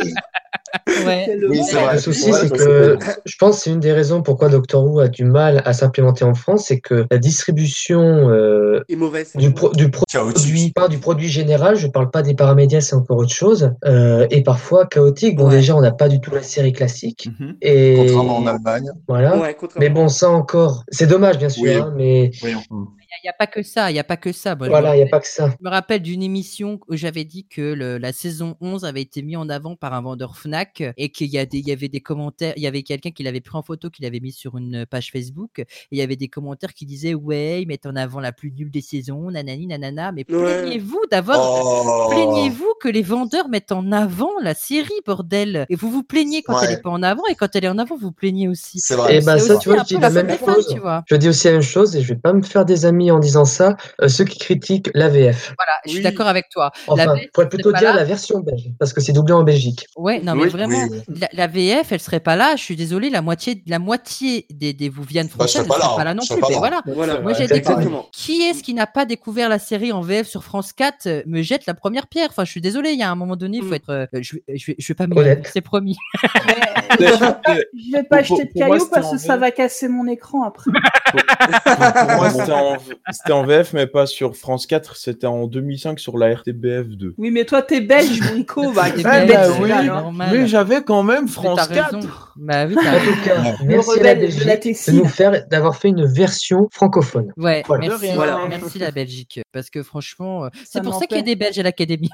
S2: ouais.
S1: Quel
S6: Oui,
S1: monde.
S6: c'est vrai.
S3: Le souci,
S6: Ouais,
S3: c'est
S6: ça,
S3: que
S6: c'est
S3: je pense que c'est une des raisons pourquoi Doctor Who a du mal à s'implémenter en France, c'est que la distribution euh,
S7: Et mauvaise.
S3: du, pro- du
S6: Chaotique.
S3: produit, pas du produit général, je parle pas des paramédias, c'est encore autre chose, euh, est parfois chaotique. Bon,
S7: Ouais.
S3: déjà, on n'a pas du tout la série classique.
S5: Mhm.
S3: Et
S6: Contrairement en Allemagne.
S3: voilà.
S7: Ouais, contrairement.
S3: Mais bon, ça encore, c'est dommage, bien sûr,
S6: Oui.
S3: hein, mais
S6: Voyons. Hmm.
S2: Il n'y a pas que ça, il n'y a pas que ça. Moi, je me
S3: voilà, il n'y a pas que ça.
S2: Je me rappelle d'une émission où j'avais dit que le- la saison 11 avait été mise en avant par un vendeur Fnac et qu'il y, a des- il y avait des commentaires, il y avait quelqu'un qui l'avait pris en photo, qui l'avait mis sur une page Facebook, et il y avait des commentaires qui disaient Ouais, ils mettent en avant la plus nulle des saisons, nanani, nanana, mais
S7: Ouais.
S2: plaignez-vous d'avoir.
S6: Oh.
S2: Plaignez-vous que les vendeurs mettent en avant la série, bordel! Et vous vous plaignez quand elle
S6: Ouais.
S2: n'est pas en avant, et quand elle est en avant, vous vous plaignez aussi.
S6: C'est
S3: Et
S6: vrai.
S3: ben
S2: C'est
S3: ça,
S2: aussi
S3: tu vois,
S2: un
S3: je dis
S2: peu
S3: la
S2: la faute
S3: même
S2: des fans,
S3: chose.
S2: tu vois.
S3: Je dis aussi la même chose et je vais pas me faire des amis famille en disant ça euh, ceux qui critiquent l'AVF.
S2: Voilà, Bah, je suis d'accord avec toi.
S3: Enfin,
S2: VF
S3: pourrait plutôt
S2: serait pas
S3: dire
S2: là.
S3: la version belge, parce que c'est doublé en Belgique.
S2: Ouais, non, mais
S3: Oui,
S2: vraiment,
S3: oui, oui.
S2: La, la VF, elle serait pas là. Je suis désolé, la moitié, la moitié des, des Vouvianes
S3: Bah, je
S2: françaises,
S3: serais pas
S2: elle
S3: là,
S2: serait pas
S3: hein.
S2: là non
S3: Je
S2: plus.
S3: serais pas
S2: mais
S3: là.
S2: voilà.
S3: Ouais, voilà,
S2: Moi, j'ai
S3: ouais,
S2: découvert-
S3: exactement.
S2: Qui est-ce qui n'a pas découvert la série en VF sur France 4 euh, me jette la première pierre. Enfin, je suis désolé, il y a un moment donné, il faut être. euh, je, vais- je vais- je vais pas me c'est promis.
S1: Je vais pas
S5: Pour-
S1: acheter de
S5: pour moi,
S1: cailloux parce que
S5: c'était en
S1: ça va casser mon écran après.
S5: Pour moi, c'était en- c'était en VF, mais pas sur France 4, c'était en 2005 sur la RTBF2.
S1: Oui, mais toi, t'es belge, Brico. Bah,
S5: Eh
S1: qu'est-ce
S5: ben
S1: que t'es belge,
S5: oui,
S1: là, alors
S5: mais j'avais quand même France
S1: t'as
S5: 4.
S1: raison.
S2: Bah oui,
S3: En tout cas,
S5: Le
S3: merci à la
S5: rebelle de la
S3: Belgique de
S5: Tessie.
S3: nous faire d'avoir fait une version francophone.
S2: Ouais,
S3: Voilà.
S2: merci,
S3: Voilà.
S2: merci la Belgique. Parce que franchement, euh, c'est
S3: Ça
S2: pour ça
S3: m'empêche.
S2: qu'il y a des Belges à l'académie.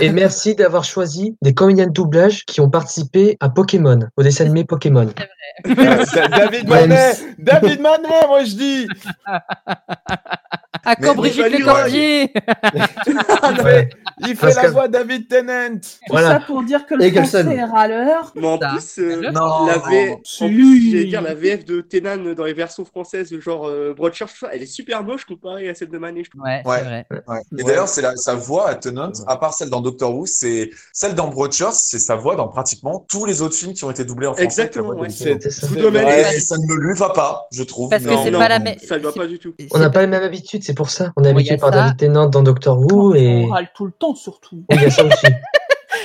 S3: Et merci d'avoir choisi des comédiens de doublage qui ont participé à Pokémon, au dessin animé Pokémon.
S5: Euh, David Manet David Manet, moi je dis
S2: À
S3: quand Brigitte Lecordier
S5: Il fait, il fait
S3: Parce
S5: la
S3: que-
S5: voix David Tennant
S1: Tout ça pour dire que le
S5: Egelson.
S1: français est râleur.
S7: Mais en plus, euh,
S5: Non.
S7: la, V- en plus, j'allais dire, la VF de Tenan dans les versions françaises, genre euh, Broadchurch, tout ça, elle est super moche comparée à celle de Manet. Je trouve.
S6: Ouais, ouais. Et d'ailleurs, c'est la- sa voix à Tennant, à part celle dans Doctor Who, c'est celle dans Broadchurch, c'est sa voix dans pratiquement tous les autres films qui ont été doublés en français.
S7: Exactement, ouais.
S6: C'est,
S7: C'est- Vous dommage.
S6: Et ça ne me lui va pas, je trouve.
S2: Parce que
S6: Non.
S2: c'est
S6: Non.
S2: pas la même.
S7: Ça ne va pas du tout.
S3: On n'a pas les mêmes habitudes, c'est pour ça. On est
S2: Oui, il y
S3: habitué
S2: a
S3: par
S2: ça.
S3: David Tennant dans Doctor Who et.
S1: On râle tout le temps, surtout.
S3: Oui, il y a ça aussi.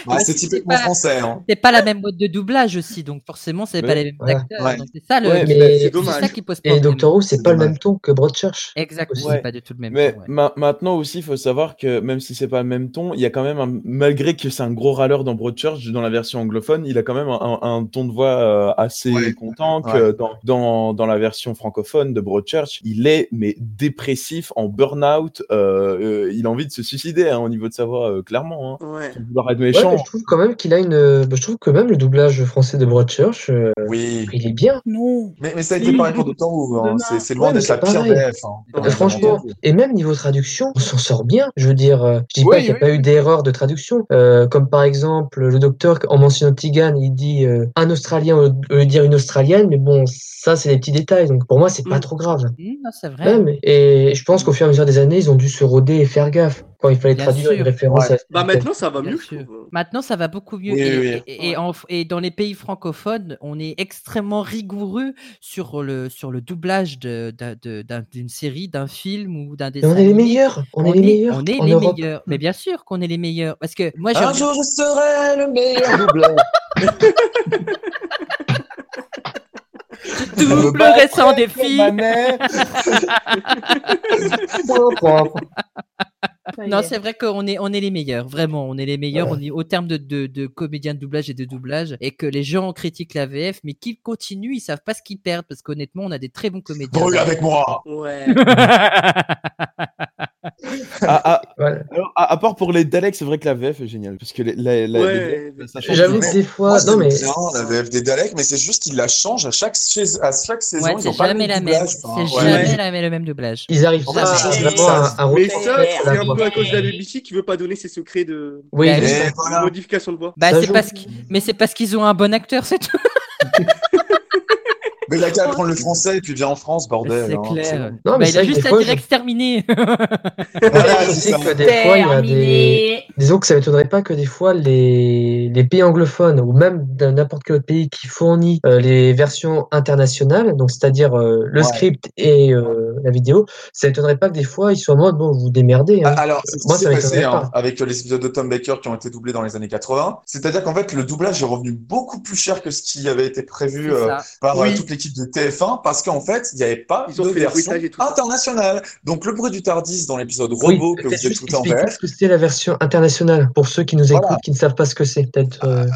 S6: Ah, c'est typiquement
S2: pas-
S6: français. Hein.
S2: C'est pas la même mode de doublage aussi, donc forcément, c'est pas les mêmes
S3: Voilà.
S2: acteurs.
S3: Ouais.
S2: donc C'est ça le.
S3: Ouais,
S2: c'est
S3: mais-
S2: ça qui pose
S3: Et
S2: problème.
S3: Doctor Who, c'est pas le même ton que Broadchurch.
S2: Exact,
S3: Aussi.
S2: c'est pas du tout le même.
S5: Mais ma- maintenant aussi, il faut savoir que même si c'est pas le même ton, il y a quand même un, malgré que c'est un gros râleur dans Broadchurch, dans la version anglophone, il a quand même un, un ton de voix euh, assez content que
S12: Ouais.
S5: dans, dans, dans la version francophone de Broadchurch, il est mais dépressif, en burn-out, euh, euh, il a envie de se suicider hein, au niveau de sa voix, euh, clairement. Hein.
S7: Ouais.
S5: Sans vouloir être
S3: Ouais,
S5: méchant. hein.
S3: mais je trouve quand même qu'il a une. bah, Je trouve que même le doublage français de Broadchurch, euh, il est bien.
S1: Non.
S6: Mais, mais ça a été pareil pour Doctor Who. hein. C'est, c'est loin
S3: Ouais,
S6: d'être la
S3: mais
S6: pire
S3: pareil.
S6: VF. hein.
S3: Euh, franchement, et même niveau traduction, on s'en sort bien. Je veux dire, euh, je dis
S6: Oui,
S3: pas qu'il n'y a
S6: oui,
S3: pas eu d'erreur de traduction, Euh, comme par exemple le docteur en mentionnant Tigan, il dit euh, un Australien au au lieu de dire une Australienne, mais bon, ça c'est des petits détails. Donc pour moi, c'est
S2: Mm.
S3: pas trop grave.
S2: Non, c'est vrai.
S3: Ouais, mais- et je pense qu'au fur et à mesure des années, ils ont dû se roder et faire gaffe quand il fallait
S2: Bien
S3: traduire
S2: sûr.
S3: une référence.
S2: Ouais.
S3: à-
S7: Bah maintenant, ça va mieux.
S2: Maintenant, ça va beaucoup mieux.
S3: Oui,
S2: et,
S3: oui,
S2: et- et en- et dans les pays francophones, on est extrêmement rigoureux sur le, sur le doublage de- d'un- de- d'un- d'une série, d'un film ou d'un dessin.
S3: on est les
S2: animé.
S3: meilleurs, on est les meilleurs
S2: On est
S3: en
S2: les
S3: Europe.
S2: meilleurs. Mais bien sûr qu'on est les meilleurs. Parce que
S3: Ah,
S2: moi,
S6: Un jour, je serai le meilleur doubleur.
S2: je doublerai sans défi.
S6: Ah,
S1: Ça y
S2: Non,
S1: est.
S2: c'est vrai qu'on est, on est les meilleurs, vraiment, on est les meilleurs on est, au terme de, de, de comédiens de doublage et de doublage, et que les gens critiquent la VF, mais qu'ils continuent, ils savent pas ce qu'ils perdent, parce qu'honnêtement, on a des très bons comédiens.
S6: Brûle avec moi.
S7: hein. Ouais.
S5: Ah, ah, alors, à, à part pour les Daleks, c'est vrai que la VF est géniale. Parce que les, la- la-
S6: Ouais,
S5: les Daleks, ça change
S3: J'avoue
S5: tout.
S3: que des fois,
S6: Moi, j'aime
S3: non, mais-
S6: bien la VF des Daleks, mais c'est juste qu'ils la changent à chaque, sais- à chaque saison.
S2: Ouais,
S6: ils
S2: c'est
S6: ont pas le
S2: jamais la
S6: même
S2: même,
S6: doublage,
S2: c'est
S6: enfin, ouais. Bah,
S2: jamais la même- le même doublage.
S3: Ils arrivent
S6: En fait, c'est
S3: pas
S6: juste
S3: vraiment
S6: ça.
S3: à, à
S7: Mais
S3: retransmettre
S7: ça, c'est
S3: la
S7: un
S3: voix.
S7: peu à cause de la BBC qui veut pas donner ses secrets de
S3: Oui,
S7: de-
S3: et
S7: de
S3: voilà.
S7: modification de voix.
S2: Bah, c'est parce qu'- Mais c'est parce qu'ils ont un bon acteur, c'est tout.
S6: Mais il a qu'à apprendre le français et puis vient en France, bordel.
S2: C'est
S6: hein,
S2: clair.
S6: bon.
S2: Bah, il a juste à dire exterminé.
S3: Voilà, je sais que des fois, il y a des. Disons que ça m'étonnerait pas que des fois, les, les pays anglophones ou même de n'importe quel autre pays qui fournit euh, les versions internationales, donc c'est-à-dire euh, le
S6: Ouais.
S3: script et euh, la vidéo, ça m'étonnerait pas que des fois, ils soient en mode bon, vous vous démerdez. hein.
S6: Ah, Alors, c'est ce
S3: moi,
S6: qui
S3: ça
S6: s'est passé
S3: m'étonnerait
S6: hein,
S3: pas.
S6: avec euh, les épisodes de Tom Baker qui ont été doublés dans les années 80. C'est-à-dire qu'en fait, le doublage est revenu beaucoup plus cher que ce qui avait été prévu
S7: C'est ça.
S6: euh, par euh,
S7: Oui.
S6: toute l'équipe de TF1 parce qu'en fait, il n'y avait pas
S7: Ils ont
S6: de
S7: fait le
S6: version
S7: bruitage et tout.
S6: internationale. Donc, le bruit du Tardis dans l'épisode
S3: Oui,
S6: Robot que vous
S3: peut-être juste
S6: écoutez en
S3: expliquer
S6: VF,
S3: ce que c'est la version internationale pour ceux qui nous écoutent,
S6: Voilà.
S3: qui ne savent pas ce que c'est. Peut-être. euh,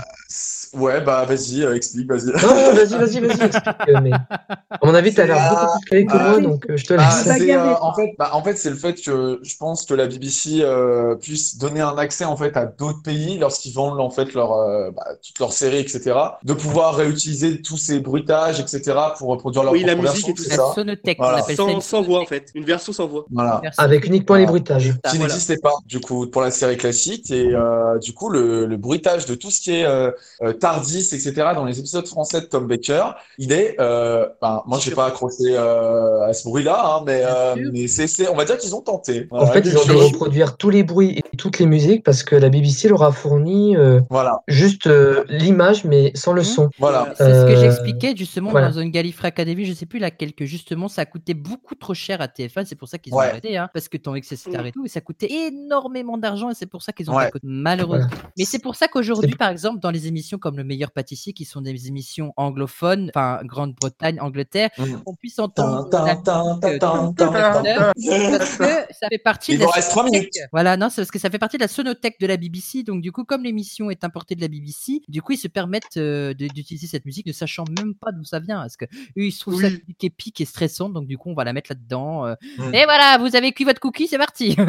S6: Ouais, bah vas-y, euh, explique, vas-y.
S3: Non, non, vas-y, vas-y, vas-y, explique. euh, mais À mon avis, t'as l'air beaucoup plus calé que moi, donc euh, je te
S6: Bah,
S3: laisse.
S6: c'est, euh, en fait, bah, en fait, c'est le fait que je pense que la BBC euh, puisse donner un accès en fait à d'autres pays lorsqu'ils vendent en fait leur euh, bah, toutes leurs séries, etc. De pouvoir réutiliser tous ces bruitages, etc. pour reproduire leur
S7: Oui, la
S6: propre
S7: musique
S6: version,
S7: et tout
S6: c'est
S7: ça.
S6: ça Voilà.
S7: sans, sans voix en fait. Une version sans voix.
S6: Voilà.
S3: Avec uniquement les
S6: Voilà.
S3: bruitages.
S6: Qui n'existait pas, du coup, pour la série classique. Et euh, du coup, le, le bruitage de tout ce qui est euh, euh, Tardis, etc., dans les épisodes français de Tom Baker, il est. Euh, ben, moi, j'ai pas accroché euh, à ce bruit-là, hein, mais, euh, mais c'est, c'est- on va dire qu'ils ont tenté.
S3: En fait, ils ont dû
S6: Voilà.
S3: reproduire tous les bruits et toutes les musiques parce que la BBC leur a fourni euh, juste euh, l'image mais sans le son.
S6: Voilà.
S2: C'est ce que
S3: Euh,
S2: j'expliquais justement
S3: voilà.
S2: dans une Gallifrey Academy, je sais plus laquelle, que justement ça coûtait beaucoup trop cher à TF1, c'est pour ça qu'ils ont
S3: Ouais.
S2: arrêté, hein, parce que ton excès s'est
S3: Mm.
S2: arrêté, et ça coûtait énormément d'argent et c'est pour ça qu'ils ont
S3: Ouais.
S2: boycotté, malheureusement.
S3: Voilà.
S2: Mais c'est pour ça qu'aujourd'hui, par exemple, dans les émissions comme Le meilleur pâtissier, qui sont des émissions anglophones, enfin Grande-Bretagne, Angleterre,
S3: Mm.
S2: on puisse entendre.
S6: Tin,
S2: la
S6: tin,
S2: musique,
S6: tin,
S2: euh,
S6: tin,
S2: de
S6: tin, tin.
S2: parce que ça fait partie
S6: Il
S2: de la
S6: vous reste trois
S2: sonothèque.
S6: minutes.
S2: Voilà, non, c'est parce que ça fait partie de la sonothèque de la BBC. Donc, du coup, comme l'émission est importée de la BBC, du coup, ils se permettent euh, de- d'utiliser cette musique ne sachant même pas d'où ça vient. Parce que eux, ils trouvent ça musique épique et stressante. Donc, du coup, on va la mettre là-dedans. euh.
S3: Mm.
S2: Et voilà, vous avez cuit votre cookie, c'est parti.
S6: Euh,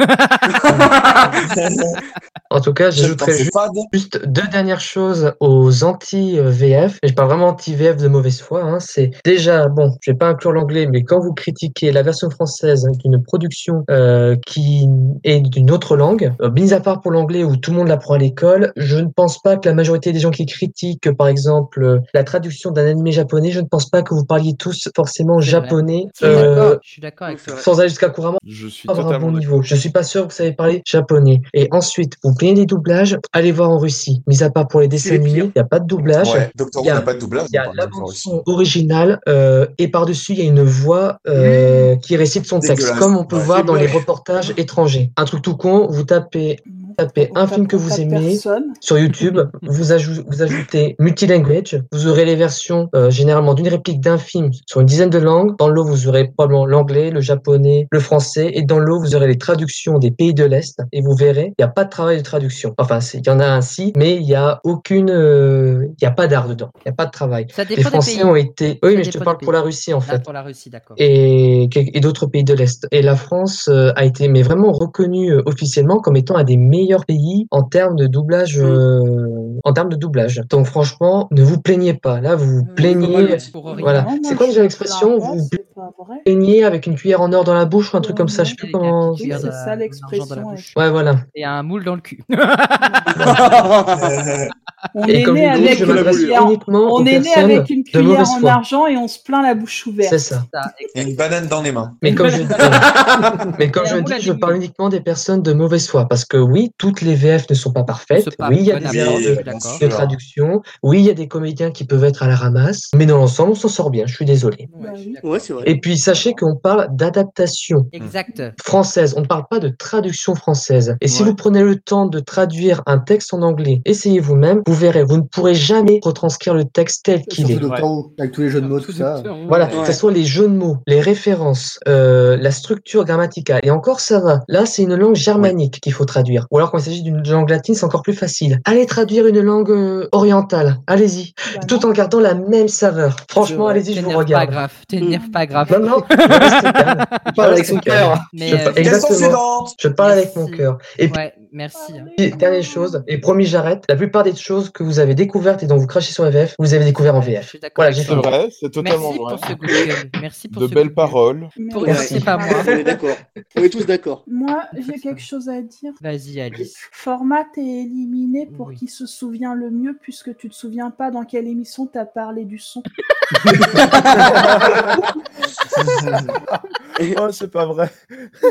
S3: En tout cas, j'ajouterais
S6: pensais
S3: ju-
S6: pas,
S3: juste deux dernières choses aux anti-VF. Et je parle vraiment anti-VF de mauvaise foi. hein. C'est déjà, bon, je vais pas inclure l'anglais, mais quand vous critiquez la version française hein, d'une production euh, qui est d'une autre langue, euh, mis à part pour l'anglais où tout le monde l'apprend à l'école, je ne pense pas que la majorité des gens qui critiquent, par exemple, euh, la traduction d'un animé japonais, je ne pense pas que vous parliez tous forcément japonais.
S2: Je suis d'accord-
S3: euh,
S2: je suis d'accord avec toi.
S3: sans aller jusqu'à couramment.
S5: Je suis
S3: avoir un
S5: totalement
S3: bon
S5: d'accord.
S3: niveau. Je suis pas sûr que vous savez parler japonais. Et ensuite, vous payez les doublages, allez voir en Russie. Mis à part pour les dessins animés, il n'y a pas de doublage.
S6: Ouais, Doctor Who
S3: Il y a-
S6: n'a pas de doublage.
S3: Il y a
S6: par
S3: la
S6: exemple, en Russie.
S3: bande-son originale euh, et par-dessus, il y a une voix euh, qui récite son texte,
S6: Dégueulasse.
S3: comme on peut
S6: Ouais.
S3: voir
S6: C'est
S3: dans les
S6: moche.
S3: reportages étrangers. Un truc tout con, vous tapez, tapez un film que vous aimez sur YouTube,
S2: Mm-hmm.
S3: vous, ajou- vous ajoutez multilanguage, vous aurez les versions euh, généralement d'une réplique d'un film sur une dizaine de langues. Dans l'eau, vous aurez probablement l'anglais, le japonais, le français, et dans l'eau, vous aurez les traductions des pays de l'Est, et vous verrez, il n'y a pas de travail de traduction. Enfin, c'est- il y en a ainsi, mais il n'y a aucune, euh, il n'y a pas d'art dedans, il n'y a pas de travail.
S2: Ça dépend
S3: les
S2: des
S3: Français
S2: pays.
S3: ont été, oui,
S2: Ça
S3: mais je te
S2: dépend des
S3: parle pour
S2: pays.
S3: la Russie en
S2: Ah,
S3: fait
S2: pour la Russie, d'accord.
S3: et, quel- et d'autres pays de l'Est. Et la France euh, a été mais vraiment reconnue euh, officiellement comme étant un des meilleurs pays en termes de
S1: Mm.
S3: doublage. euh, en termes de doublage. Donc franchement, ne vous plaignez pas. Là,
S2: Euh,
S3: vous
S1: Mm,
S3: vous plaignez. Voilà.
S1: Non, moi,
S3: C'est quoi
S1: je
S3: déjà
S1: me
S3: l'expression
S1: plains pas,
S3: Vous
S1: c'est pas vrai.
S3: plaignez avec une cuillère en or dans la bouche ou un
S1: Mm,
S3: truc comme ça. Je sais plus comment.
S1: Oui,
S2: euh,
S1: c'est ça l'expression.
S3: Ouais, voilà.
S2: Et un moule dans le cul.
S1: On
S3: Et
S1: est
S3: comme
S1: né
S3: je dis,
S1: avec
S3: je
S1: une
S3: m'adresse
S1: cuillère,
S3: uniquement
S1: on
S3: aux
S1: est né
S3: personnes
S1: avec une
S3: de mauvaise
S1: cuillère en
S3: foi.
S1: argent et on se plaint la bouche ouverte.
S3: C'est ça.
S6: Et une banane dans les mains.
S3: Mais comme je, mais comme je dis, je parle uniquement des personnes de mauvaise foi. Parce que oui, toutes les VF ne sont pas parfaites.
S2: parle
S3: Oui, il y a
S2: pas
S3: des
S2: d'abord,
S3: erreurs
S2: je suis
S3: de,
S2: d'accord.
S3: de traduction. Oui, il y a des comédiens qui peuvent être à la ramasse. Mais dans l'ensemble, on s'en sort bien. Je suis désolé.
S7: Ouais, c'est vrai.
S3: Et puis, sachez qu'on parle d'adaptation
S2: Exact.
S3: française. On ne parle pas de traduction française. Et si
S2: Ouais.
S3: vous prenez le temps de traduire un texte en anglais, essayez vous-même. Vous verrez, vous ne pourrez jamais retranscrire le texte tel qu'il est.
S10: Surtout Doctor Who, avec tous les jeux de mots, tout ça.
S3: Voilà, que ce soit les jeux de mots, les références, euh, la structure grammaticale. Et encore, ça va. Là, c'est une langue germanique qu'il faut traduire. Ou alors, quand il s'agit d'une langue latine, c'est encore plus facile. Allez traduire une langue euh, orientale. Allez-y.
S2: Ah
S3: Tout en gardant la même saveur. Franchement, allez-y, je vous
S2: Pas
S3: regarde.
S2: grave, t'énerve pas grave.
S3: Non, non, restez calme. Je parle avec son cœur.
S2: Mais,
S3: Je
S2: euh,
S3: parle- Exactement. Je parle avec mon cœur. Et puis,
S2: Ouais,
S1: Bah
S2: merci. hein.
S3: et dernière chose, et promis, j'arrête. La plupart des choses que vous avez découvertes et dont vous crachez sur la VF, vous les avez découvertes en VF. Voilà, j'ai
S5: C'est
S3: fini.
S5: vrai, c'est totalement
S2: Merci
S5: vrai.
S2: pour ce coup de gueule. Merci pour
S5: de
S2: ce
S5: belles
S2: coup de gueule.
S5: paroles.
S2: Pour une fois, c'est pas moi.
S7: On est d'accord. On est tous d'accord.
S1: Moi, j'ai quelque chose à dire.
S2: Vas-y, Alice.
S1: Format est éliminé pour qu'il se souvient le mieux, puisque tu te souviens pas dans quelle émission t'as parlé du son.
S5: oh, c'est pas vrai.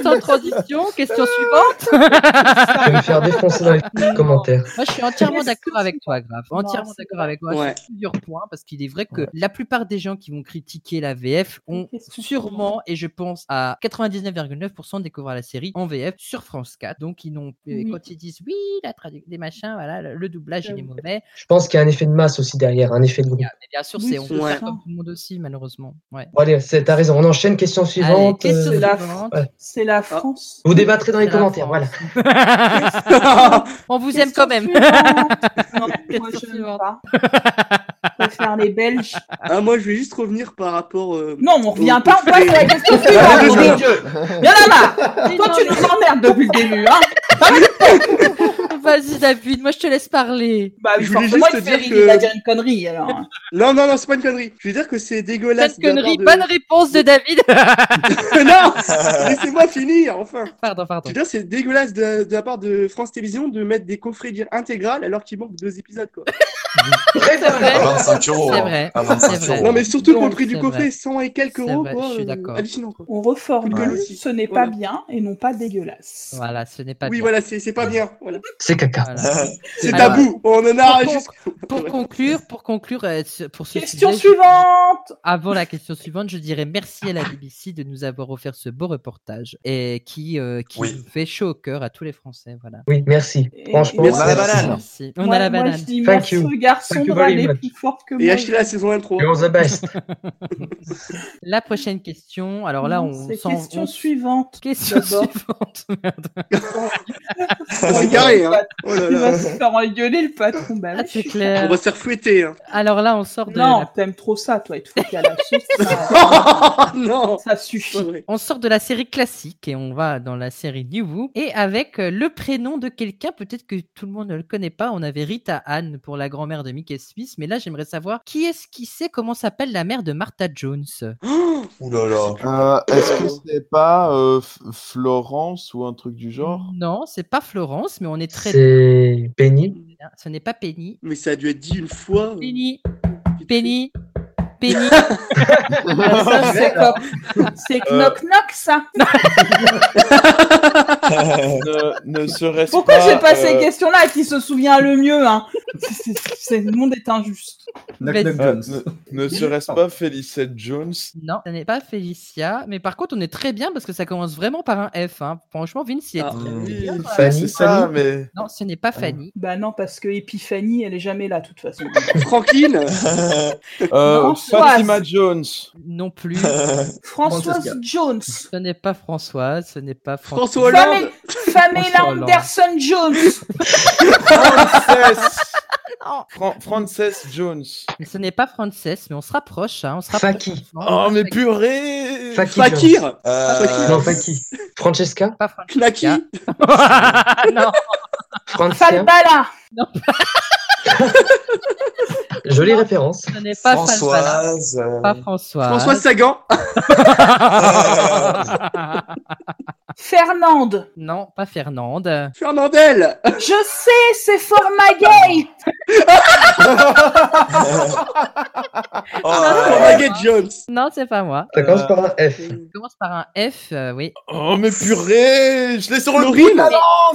S2: Sans transition, question suivante.
S3: Je vais me faire défoncer dans les commentaires.
S2: Moi, je suis entièrement d'accord avec toi, Grave. Entièrement
S1: Non, c'est
S2: d'accord
S1: vrai.
S2: avec toi
S7: Ouais.
S2: sur plusieurs points, parce qu'il est vrai que la plupart des gens qui vont critiquer la VF ont sûrement, et je pense à 99,9% découvrir la série en VF sur France 4. Donc, ils n'ont, euh,
S1: Oui.
S2: quand ils disent oui, la traduction des machins, voilà, le- le doublage, il est mauvais.
S3: Je pense qu'il y a un effet de masse aussi derrière, un effet de groupe.
S2: Et bien sûr,
S1: Oui,
S2: c'est on
S1: c'est
S2: peut faire
S1: ça.
S2: comme tout le monde aussi, malheureusement. Ouais.
S3: Bon, allez, c'est- t'as raison. On enchaîne, question suivante.
S2: question
S3: euh,
S1: C'est la,
S2: suivante.
S3: ouais.
S1: c'est
S2: Ah.
S1: la France.
S3: Vous débattrez dans les
S2: C'est la
S3: commentaires, voilà.
S2: On vous aime quand même.
S1: Non, moi, je n'aime pas. Je préfère les Belges.
S7: Ah, moi, je vais juste revenir par rapport. euh,
S1: Non, on revient
S7: au-
S1: pas, on passe à la question suivante, mon Dieu. Il y en a marre
S2: Mais
S1: Toi,
S2: non,
S1: tu
S2: mais-
S1: nous emmerdes depuis le début, hein
S2: Vas-y, David, moi je te laisse parler.
S1: Bah,
S7: Je voulais juste dire que-
S1: connerie alors. hein.
S7: Non, non, non, c'est pas une connerie. Je veux dire que c'est dégueulasse.
S2: Cette connerie, bonne réponse de David.
S7: non, laissez-moi finir, enfin.
S2: Pardon, pardon.
S7: Je veux dire, c'est dégueulasse de, de la part de France Télévisions de mettre des coffrets dires intégrales alors qu'il manque deux épisodes, quoi.
S2: C'est vrai.
S6: À 25 euros,
S2: C'est
S6: hein.
S2: vrai.
S6: À 25
S2: c'est vrai.
S6: euros. Non, mais
S7: surtout pour le prix
S2: c'est
S7: du coffret,
S2: vrai.
S7: 100 et quelques
S2: C'est
S7: euros,
S2: vrai,
S7: quoi,
S2: Je suis
S7: euh,
S2: d'accord.
S7: hallucinant, quoi.
S1: On reforme.
S7: Ouais.
S1: Ce n'est pas
S7: Voilà.
S1: bien et non pas dégueulasse.
S2: Voilà, ce n'est pas
S7: Oui,
S2: bien.
S7: voilà, c'est c'est pas bien. Voilà.
S3: C'est caca.
S7: C'est
S2: Alors,
S7: tabou, on en a
S2: pour,
S7: juste.
S2: pour conclure, pour conclure, euh, ce- pour ce
S1: Question
S2: sujet, je-
S1: suivante.
S2: Avant la question suivante, je dirais merci à la BBC de nous avoir offert ce beau reportage et qui, euh, qui
S3: Oui.
S2: nous fait chaud au cœur à tous les Français. Voilà.
S3: Oui, merci.
S1: Et-
S3: Franchement,
S1: On a la
S3: merci.
S1: banane.
S2: Merci. On
S1: Moi-
S2: a la
S1: moi,
S2: banane.
S1: je dis merci
S3: you.
S1: aux garçons
S3: Thank
S1: de
S3: you very
S1: râler
S3: much.
S1: plus fort que
S7: Et
S1: moi.
S7: acheter la saison 1 3.
S3: You're the best.
S2: La prochaine question. Alors là,
S1: Non,
S2: on
S1: c'est
S2: s'en
S1: question
S2: on-
S1: suivante.
S2: Question
S1: d'abord.
S2: suivante. Merde.
S7: C'est carré, hein. Oh là
S1: Il va
S7: là.
S1: se faire engueuler le patron. Bah,
S2: Ah,
S1: oui,
S2: c'est
S1: je-
S2: clair.
S7: On va se faire fouetter. Hein.
S2: Alors là, on sort de
S1: Non,
S2: la...
S1: t'aimes trop ça, toi. Il te faut qu'il y a la suite.
S7: Ah, non
S1: Ça suffit.
S7: Pas vrai.
S2: on sort de la série classique et on va dans la série New Who. Et avec euh, le prénom de quelqu'un, peut-être que tout le monde ne le connaît pas. On avait Rita Anne pour la grand-mère de Mickey Smith, mais là, j'aimerais savoir qui est-ce qui sait comment s'appelle la mère de Martha Jones.
S7: Oh,
S6: Ouh là là.
S9: Euh, Est-ce que c'est pas euh, F- Florence ou un truc du genre
S2: Non, c'est pas Florence, mais on est très
S3: C'est Penny.
S2: bien. Ce n'est pas Penny.
S7: Mais ça a dû être dit une fois. euh,
S2: Penny,
S7: vite
S2: Penny, Penny.
S1: Ah, ça, c'est comme- C'est knock-knock, ça.
S6: Euh,
S7: fait. Euh,
S9: Ne serait-ce
S1: Pourquoi j'ai pas ces
S9: euh,
S1: questions-là à qui se souvient le mieux hein C'est- c'est- c'est- Le monde est injuste.
S8: Knock Knock
S9: euh,
S8: Jones.
S9: Ne, ne serait-ce pas Félicette Jones
S2: Non, ce n'est pas Felicia. Mais par contre, on est très bien parce que ça commence vraiment par un F. hein. Franchement, Vince, il est
S7: Ah,
S2: très
S9: Oui,
S2: bien.
S9: ça, c'est ça,
S3: Fanny.
S9: mais.
S2: Non, ce n'est pas Fanny.
S1: Bah non, parce que Epiphanie, elle est jamais là, de toute façon.
S7: Franklin
S9: Euh,
S1: Françoise.
S9: Fatima Jones.
S2: Non plus.
S1: Françoise
S8: Francesca.
S1: Jones.
S2: Ce n'est pas Françoise, ce n'est pas Françoise.
S7: François Hollande
S1: Pamela
S2: François Hollande.
S1: Anderson Jones.
S9: Frances. Fran- Frances Jones.
S2: Ce n'est pas Frances, mais on se rapproche. hein, on se rapproche.
S3: Faki.
S9: Oh, mais purée
S3: Faki. Jones.
S7: Fakir
S6: Euh,
S3: Non, Faki. Euh, Francesca.
S2: Pas Frances.
S7: Knacky
S2: non,
S3: Francia.
S1: Falbala.
S3: Jolie référence.
S2: ce n'est pas Falbala,
S6: Françoise. euh,
S2: Pas Françoise.
S7: François Sagan
S1: Fernande.
S2: Non, pas Fernande.
S7: Fernandel
S1: Je sais, c'est Formagate.
S6: oh,
S7: Baguette Jones
S2: Non, c'est pas moi.
S3: Ça commence par un F.
S2: Ça commence par un F, euh, oui.
S9: Oh, mais purée Je l'ai sur le
S7: Florine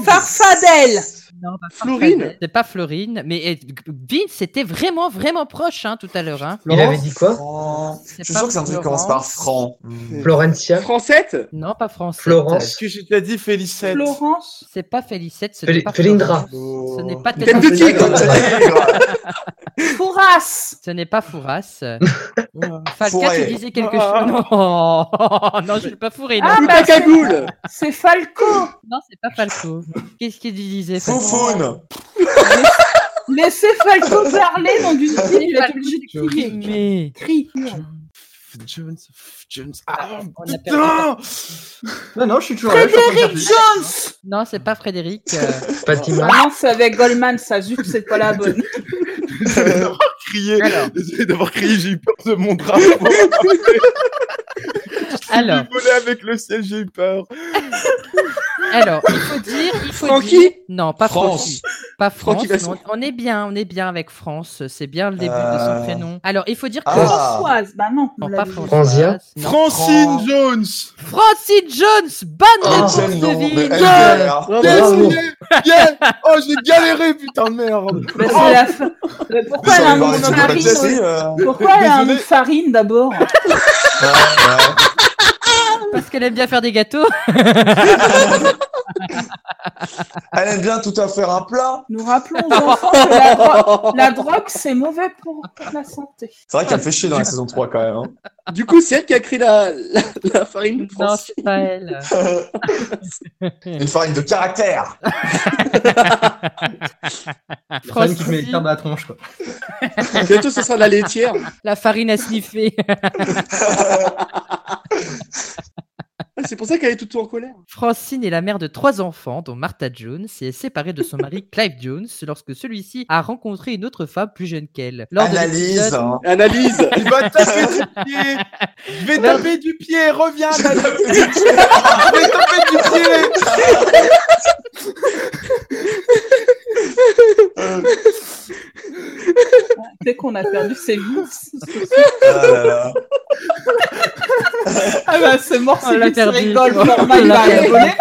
S1: Farfadelle.
S2: Non, pas
S7: Florine.
S2: Farfadel. C'est pas Florine, mais eh, Vince c'était vraiment, vraiment proche hein, tout à l'heure. hein.
S3: Il avait dit quoi
S6: Fran-
S2: C'est
S6: Je suis
S2: pas
S6: sûr que c'est un truc qui commence par Fran.
S3: Florencia.
S7: Francette
S2: Non, pas Française.
S3: Florence.
S9: que je t'ai dit Félicette
S1: Florence.
S2: C'est pas Félicette. Ce
S3: Feli-
S2: n'est pas
S3: Felindra.
S2: Florence. Ce n'est pas
S7: Tête de tigre
S1: Fouras.
S2: Ce n'est pas Fouras. Falca,
S6: Fourré.
S2: tu disais quelque chose. Non, non, je ne suis pas fourré. Non,
S1: Ah,
S7: Tout
S1: bah,
S7: à
S1: c'est-
S7: cagoule
S1: C'est Falco.
S2: non c'est pas Falco. Qu'est-ce qu'il disait Falco
S6: Foufoune.
S1: Laissez Falco parler dans du style, il va être
S2: Falco,
S1: obligé de
S2: je
S1: crier.
S2: Mais
S1: Crie.
S9: F- Jones, F- Jones. Ah,
S2: on a
S9: putain
S2: Ah.
S8: Non, non, je suis toujours là. je suis en train de
S1: Frédéric
S8: chercher.
S1: Jones
S2: non, c'est pas Frédéric. euh,
S3: Fatima.
S1: Ah non, c'est avec Goldman, ça zut, c'est pas la bonne.
S9: Désolé d'avoir crié. Désolé d'avoir crié, j'ai eu peur de mon drapeau.
S2: Alors,
S9: J'ai volé avec le ciel, j'ai eu peur.
S2: alors, il faut dire, il faut
S7: Francky
S2: dire- Non, pas Francky.
S6: France.
S2: Pas France.
S7: Francky Vasson.
S2: non, on est bien, on est bien avec France. C'est bien le début de
S6: Euh.
S2: son prénom. Alors, il faut dire que.
S6: Ah.
S1: Françoise, bah non. on
S2: Non,
S1: l'a
S2: pas
S1: dit.
S3: Franzia.
S2: Françoise. non.
S9: Francine
S6: Fran-
S9: Jones
S2: Francine Jones, bonne
S6: Oh,
S2: réponse
S6: c'est le nom
S2: de
S6: de
S2: Vince.
S6: LDR.
S4: bah.
S7: Bravo.
S9: Yes, yeah, yeah. Oh, j'ai galéré, putain de merde
S1: Bah, c'est la fin. Mais Pourquoi elle a un nom
S6: Désolé, Marie,
S1: de
S6: tu m'as
S1: farine
S6: classé, euh,
S1: Pourquoi elle a un nom de
S9: Désolé.
S1: farine d'abord
S6: ouais, ouais.
S2: Parce qu'elle aime bien faire des gâteaux.
S6: Elle aime bien tout à faire un plat.
S1: Nous rappelons aux enfants que la, dro- la drogue, c'est mauvais pour la santé.
S6: C'est vrai qu'elle fait chier dans la saison 3 quand même. hein.
S7: Du coup, c'est elle qui a créé la, la, la farine
S2: Non,
S7: française.
S2: c'est pas elle.
S6: Une farine de caractère.
S8: La femme qui te met le terme à la tronche, quoi.
S7: Bientôt, ce sera de la laitière.
S2: La farine à sniffer.
S7: Ah, C'est pour ça qu'elle est tout en colère.
S2: Francine est la mère de trois enfants, dont Martha Jones, et est séparée de son mari Clive Jones lorsque celui-ci a rencontré une autre femme plus jeune qu'elle. Lors de
S6: Analyse,
S2: l'épisode-
S6: hein.
S7: Analyse.
S2: Il va taper du
S12: pied. Je vais taper du pied, reviens, Analyse.
S1: Dès qu'on a perdu, c'est vous. Ah bah, ce morceau,
S2: On l'a
S1: Mix
S2: perdu.
S1: rigole,
S2: On
S1: format, il
S2: l'a
S1: va
S2: perdu.
S1: rigoler.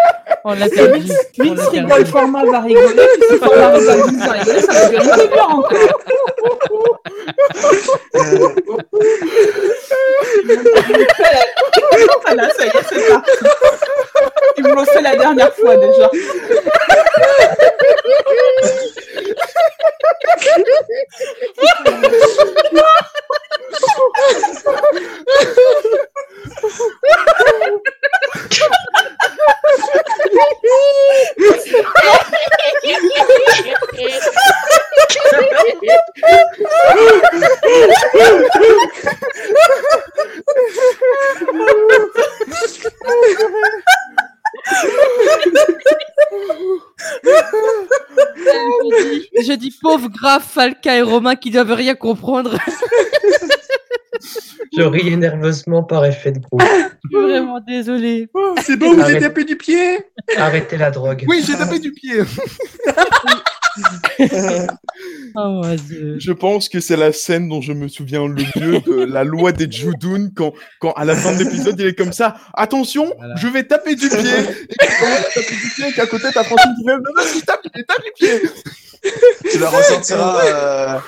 S2: On l'a
S1: Si
S2: perdu.
S1: Mix-
S2: On
S1: Mix
S2: l'a
S1: rigole,
S2: perdu.
S1: format va rigoler. puis Si format rigole, Mix va rigoler, ça va devenir plus dur encore. Voilà, Ah ça y est, c'est parti. Ils me l'ont fait la dernière fois déjà.
S2: Je dis pauvre grave Falca et Romain qui doivent rien comprendre.
S3: Je riais nerveusement par effet de groupe.
S2: Je suis vraiment désolé.
S7: Euh, C'est bon, vous avez
S3: Arrête.
S7: tapé du pied
S3: Arrêtez la drogue.
S12: Oui, j'ai tapé du pied.
S2: Oh mon dieu.
S9: Je pense que c'est la scène dont je me souviens le mieux de la loi des Judoun quand, quand à la fin de l'épisode il est comme ça attention je vais taper du pied et qu'il commence à taper du pied et qu'à côté t'as Francine qui fait non non il tape il tape du pied
S6: Tu la ressentiras euh,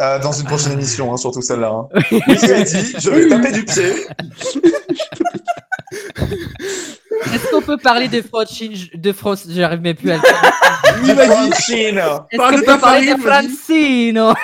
S6: euh, dans une prochaine émission, hein, surtout celle-là. hein. Oui, il a dit, je vais taper du pied.
S2: Est-ce qu'on peut parler de Francine de France J'arrive même plus à le faire.
S6: Oui, vas-y. Chine.
S2: Est-ce
S7: Parle
S2: qu'on
S7: de
S2: peut
S7: ta
S2: parler de
S7: farine, vas-y.
S2: Francine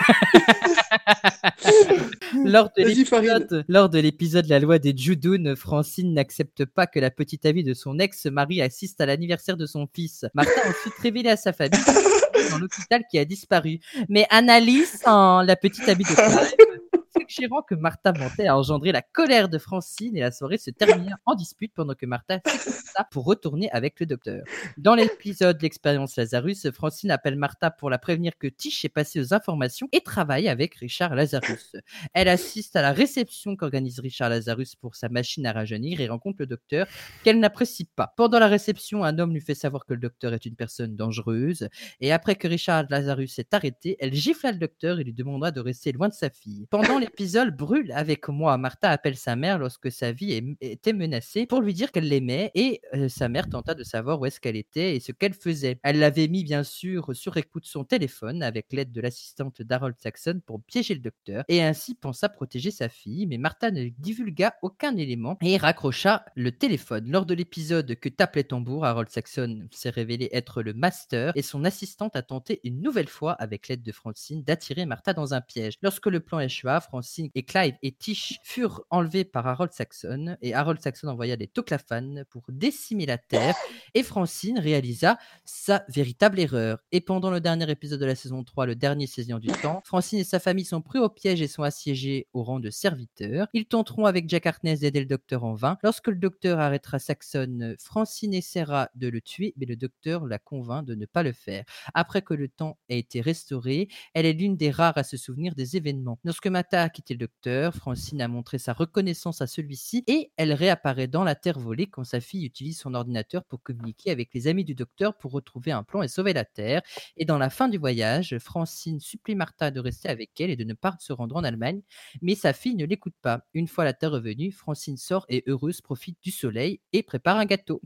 S2: Lors de l'épisode- lors de l'épisode La loi des Judoun, Francine n'accepte pas que la petite amie de son ex-mari assiste à l'anniversaire de son fils. Martha a ensuite révélé à sa famille qu'il était dans l'hôpital qui a disparu. Mais Annalise, en la petite amie de Clive, suggérant que Martha mentait a engendré la colère de Francine et la soirée se termina en dispute pendant que Martha fait comme ça pour retourner avec le docteur. Dans l'épisode L'expérience Lazarus, Francine appelle Martha pour la prévenir que Tish est passée aux informations et travaille avec Richard Lazarus. Elle assiste à la réception qu'organise Richard Lazarus pour sa machine à rajeunir et rencontre le docteur qu'elle n'apprécie pas. Pendant la réception, un homme lui fait savoir que le docteur est une personne dangereuse et après que Richard Lazarus est arrêté, elle gifla le docteur et lui demandera de rester loin de sa fille. Pendant l'épisode Brûle avec moi, Martha appelle sa mère lorsque sa vie est- était menacée pour lui dire qu'elle l'aimait et euh, sa mère tenta de savoir où est-ce qu'elle était et ce qu'elle faisait. Elle l'avait mis bien sûr sur écoute son téléphone avec l'aide de l'assistante d'Harold Saxon pour piéger le docteur et ainsi pensa protéger sa fille, mais Martha ne divulgua aucun élément et raccrocha le téléphone. Lors de l'épisode que tape les tambours, Harold Saxon s'est révélé être le master et son assistante a tenté une nouvelle fois, avec l'aide de Francine, d'attirer Martha dans un piège. Lorsque le plan échoua, Francine et Clive et Tish furent enlevés par Harold Saxon et Harold Saxon envoya des Toclafanes pour décimer la Terre et Francine réalisa sa véritable erreur. Et pendant le dernier épisode de la saison 3, le dernier saisissant du temps, Francine et sa famille sont pris au piège et sont assiégés au rang de serviteurs. Ils tenteront avec Jack Hartness d'aider le docteur en vain. Lorsque le docteur arrêtera Saxon, Francine essaiera de le tuer, mais le docteur la convainc de ne pas le faire. Après que le temps a été restauré, elle est l'une des rares à se souvenir des événements. Lorsque Mata a quitté le docteur, Francine a montré sa reconnaissance à celui-ci et elle réapparaît dans la Terre volée quand sa fille utilise son ordinateur pour communiquer avec les amis du docteur pour retrouver un plan et sauver la Terre. Et dans la fin du voyage, Francine supplie Martha de rester avec elle et de ne pas se rendre en Allemagne, mais sa fille ne l'écoute pas. Une fois la Terre revenue, Francine sort et heureuse profite du soleil et prépare un gâteau.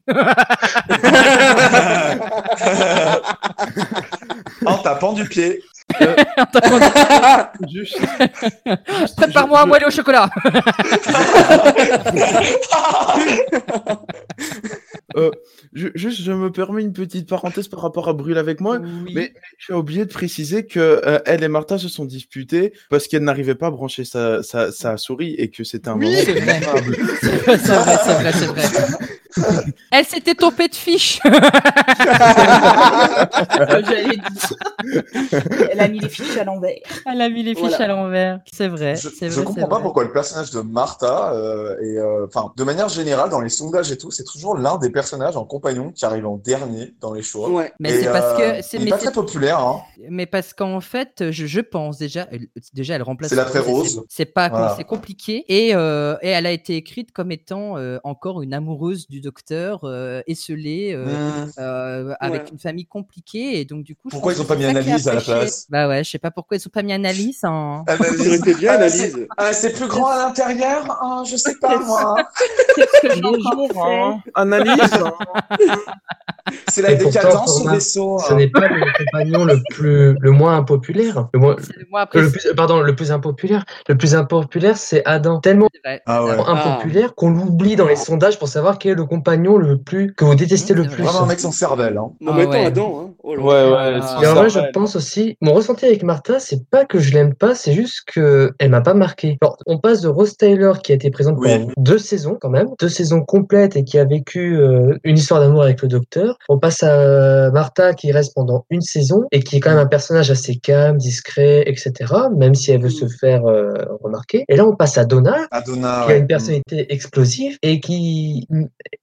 S6: En tapant du pied.
S9: Juste-
S2: Prépare-moi un moelleux au chocolat.
S9: Euh, je, juste, je me permets une petite parenthèse par rapport à Brûle avec moi, mais j'ai oublié de préciser que euh, elle et Martha se sont disputées parce qu'elle n'arrivait pas à brancher sa, sa, sa souris et que c'était un moment.
S2: c'est vrai. C'est vrai, c'est vrai, c'est vrai. Elle s'était tombée de fiche.
S1: Euh, J'allais dire. Elle a mis les fiches à l'envers.
S2: Elle a mis les fiches
S1: Voilà.
S2: à l'envers. C'est vrai.
S6: Je,
S2: c'est
S6: je
S2: vrai,
S6: comprends
S2: c'est
S6: pas
S2: vrai.
S6: pourquoi le personnage de Martha euh, est, euh, enfin, de manière générale dans les sondages et tout, c'est toujours l'un des personnages en compagnon qui arrive en dernier dans les choix.
S2: Ouais. Mais
S6: Et,
S2: c'est parce que-
S6: euh,
S2: c'est-
S6: il est
S2: mais
S6: pas
S2: c'est-
S6: très populaire. Hein.
S2: Mais parce qu'en fait, je, je pense déjà, elle- déjà elle remplace.
S6: C'est l'après Rose.
S2: c'est- C'est pas,
S6: Voilà.
S2: c'est compliqué. Et, euh, et elle a été écrite comme étant euh, encore une amoureuse du docteur, euh, esselée, euh,
S6: Mm.
S2: euh, avec
S6: Ouais.
S2: une famille compliquée. Et donc du coup, je
S6: Pourquoi
S2: pense
S6: ils ont
S2: que
S6: pas
S2: c'est
S6: mis
S2: ça qui a
S6: Annalise à la
S2: empêché-
S6: place
S2: Bah ouais, je sais pas pourquoi ils ont pas mis Annalise. En...
S6: Ah, bah, c'est- ah, c'est plus grand à l'intérieur. hein, je sais pas moi.
S1: hein.
S6: Analyse. C'est la
S3: Et pourtant,
S6: décadence hein. au
S3: Thomas,
S6: vaisseau.
S3: Ce n'est pas le compagnon le plus, le moins impopulaire. Le moins,
S2: moins
S3: Euh, le plus, pardon, le plus impopulaire. Le plus impopulaire, c'est Adam. Tellement
S2: vrai.
S6: Ah ouais. Ah.
S3: impopulaire qu'on l'oublie dans les sondages pour savoir qui est le compagnon le plus que vous détestez le plus.
S6: Vraiment un mec sans cervelle. Hein.
S7: Non, mais attends, Adam, hein. Oh là là.
S3: Et en vrai, je pense aussi, mon ressenti avec Martha, c'est pas que je l'aime pas, c'est juste que elle m'a pas marqué. Alors, on passe de Rose Taylor qui a été présente
S6: Oui.
S3: pendant deux saisons quand même, deux saisons complètes et qui a vécu euh, une histoire d'amour avec le docteur. On passe à Martha qui reste pendant une saison et qui est quand même un personnage assez calme, discret, etc. Même si elle veut se faire euh, remarquer. Et là, on passe à Donna
S6: Adona.
S3: qui a une personnalité explosive et qui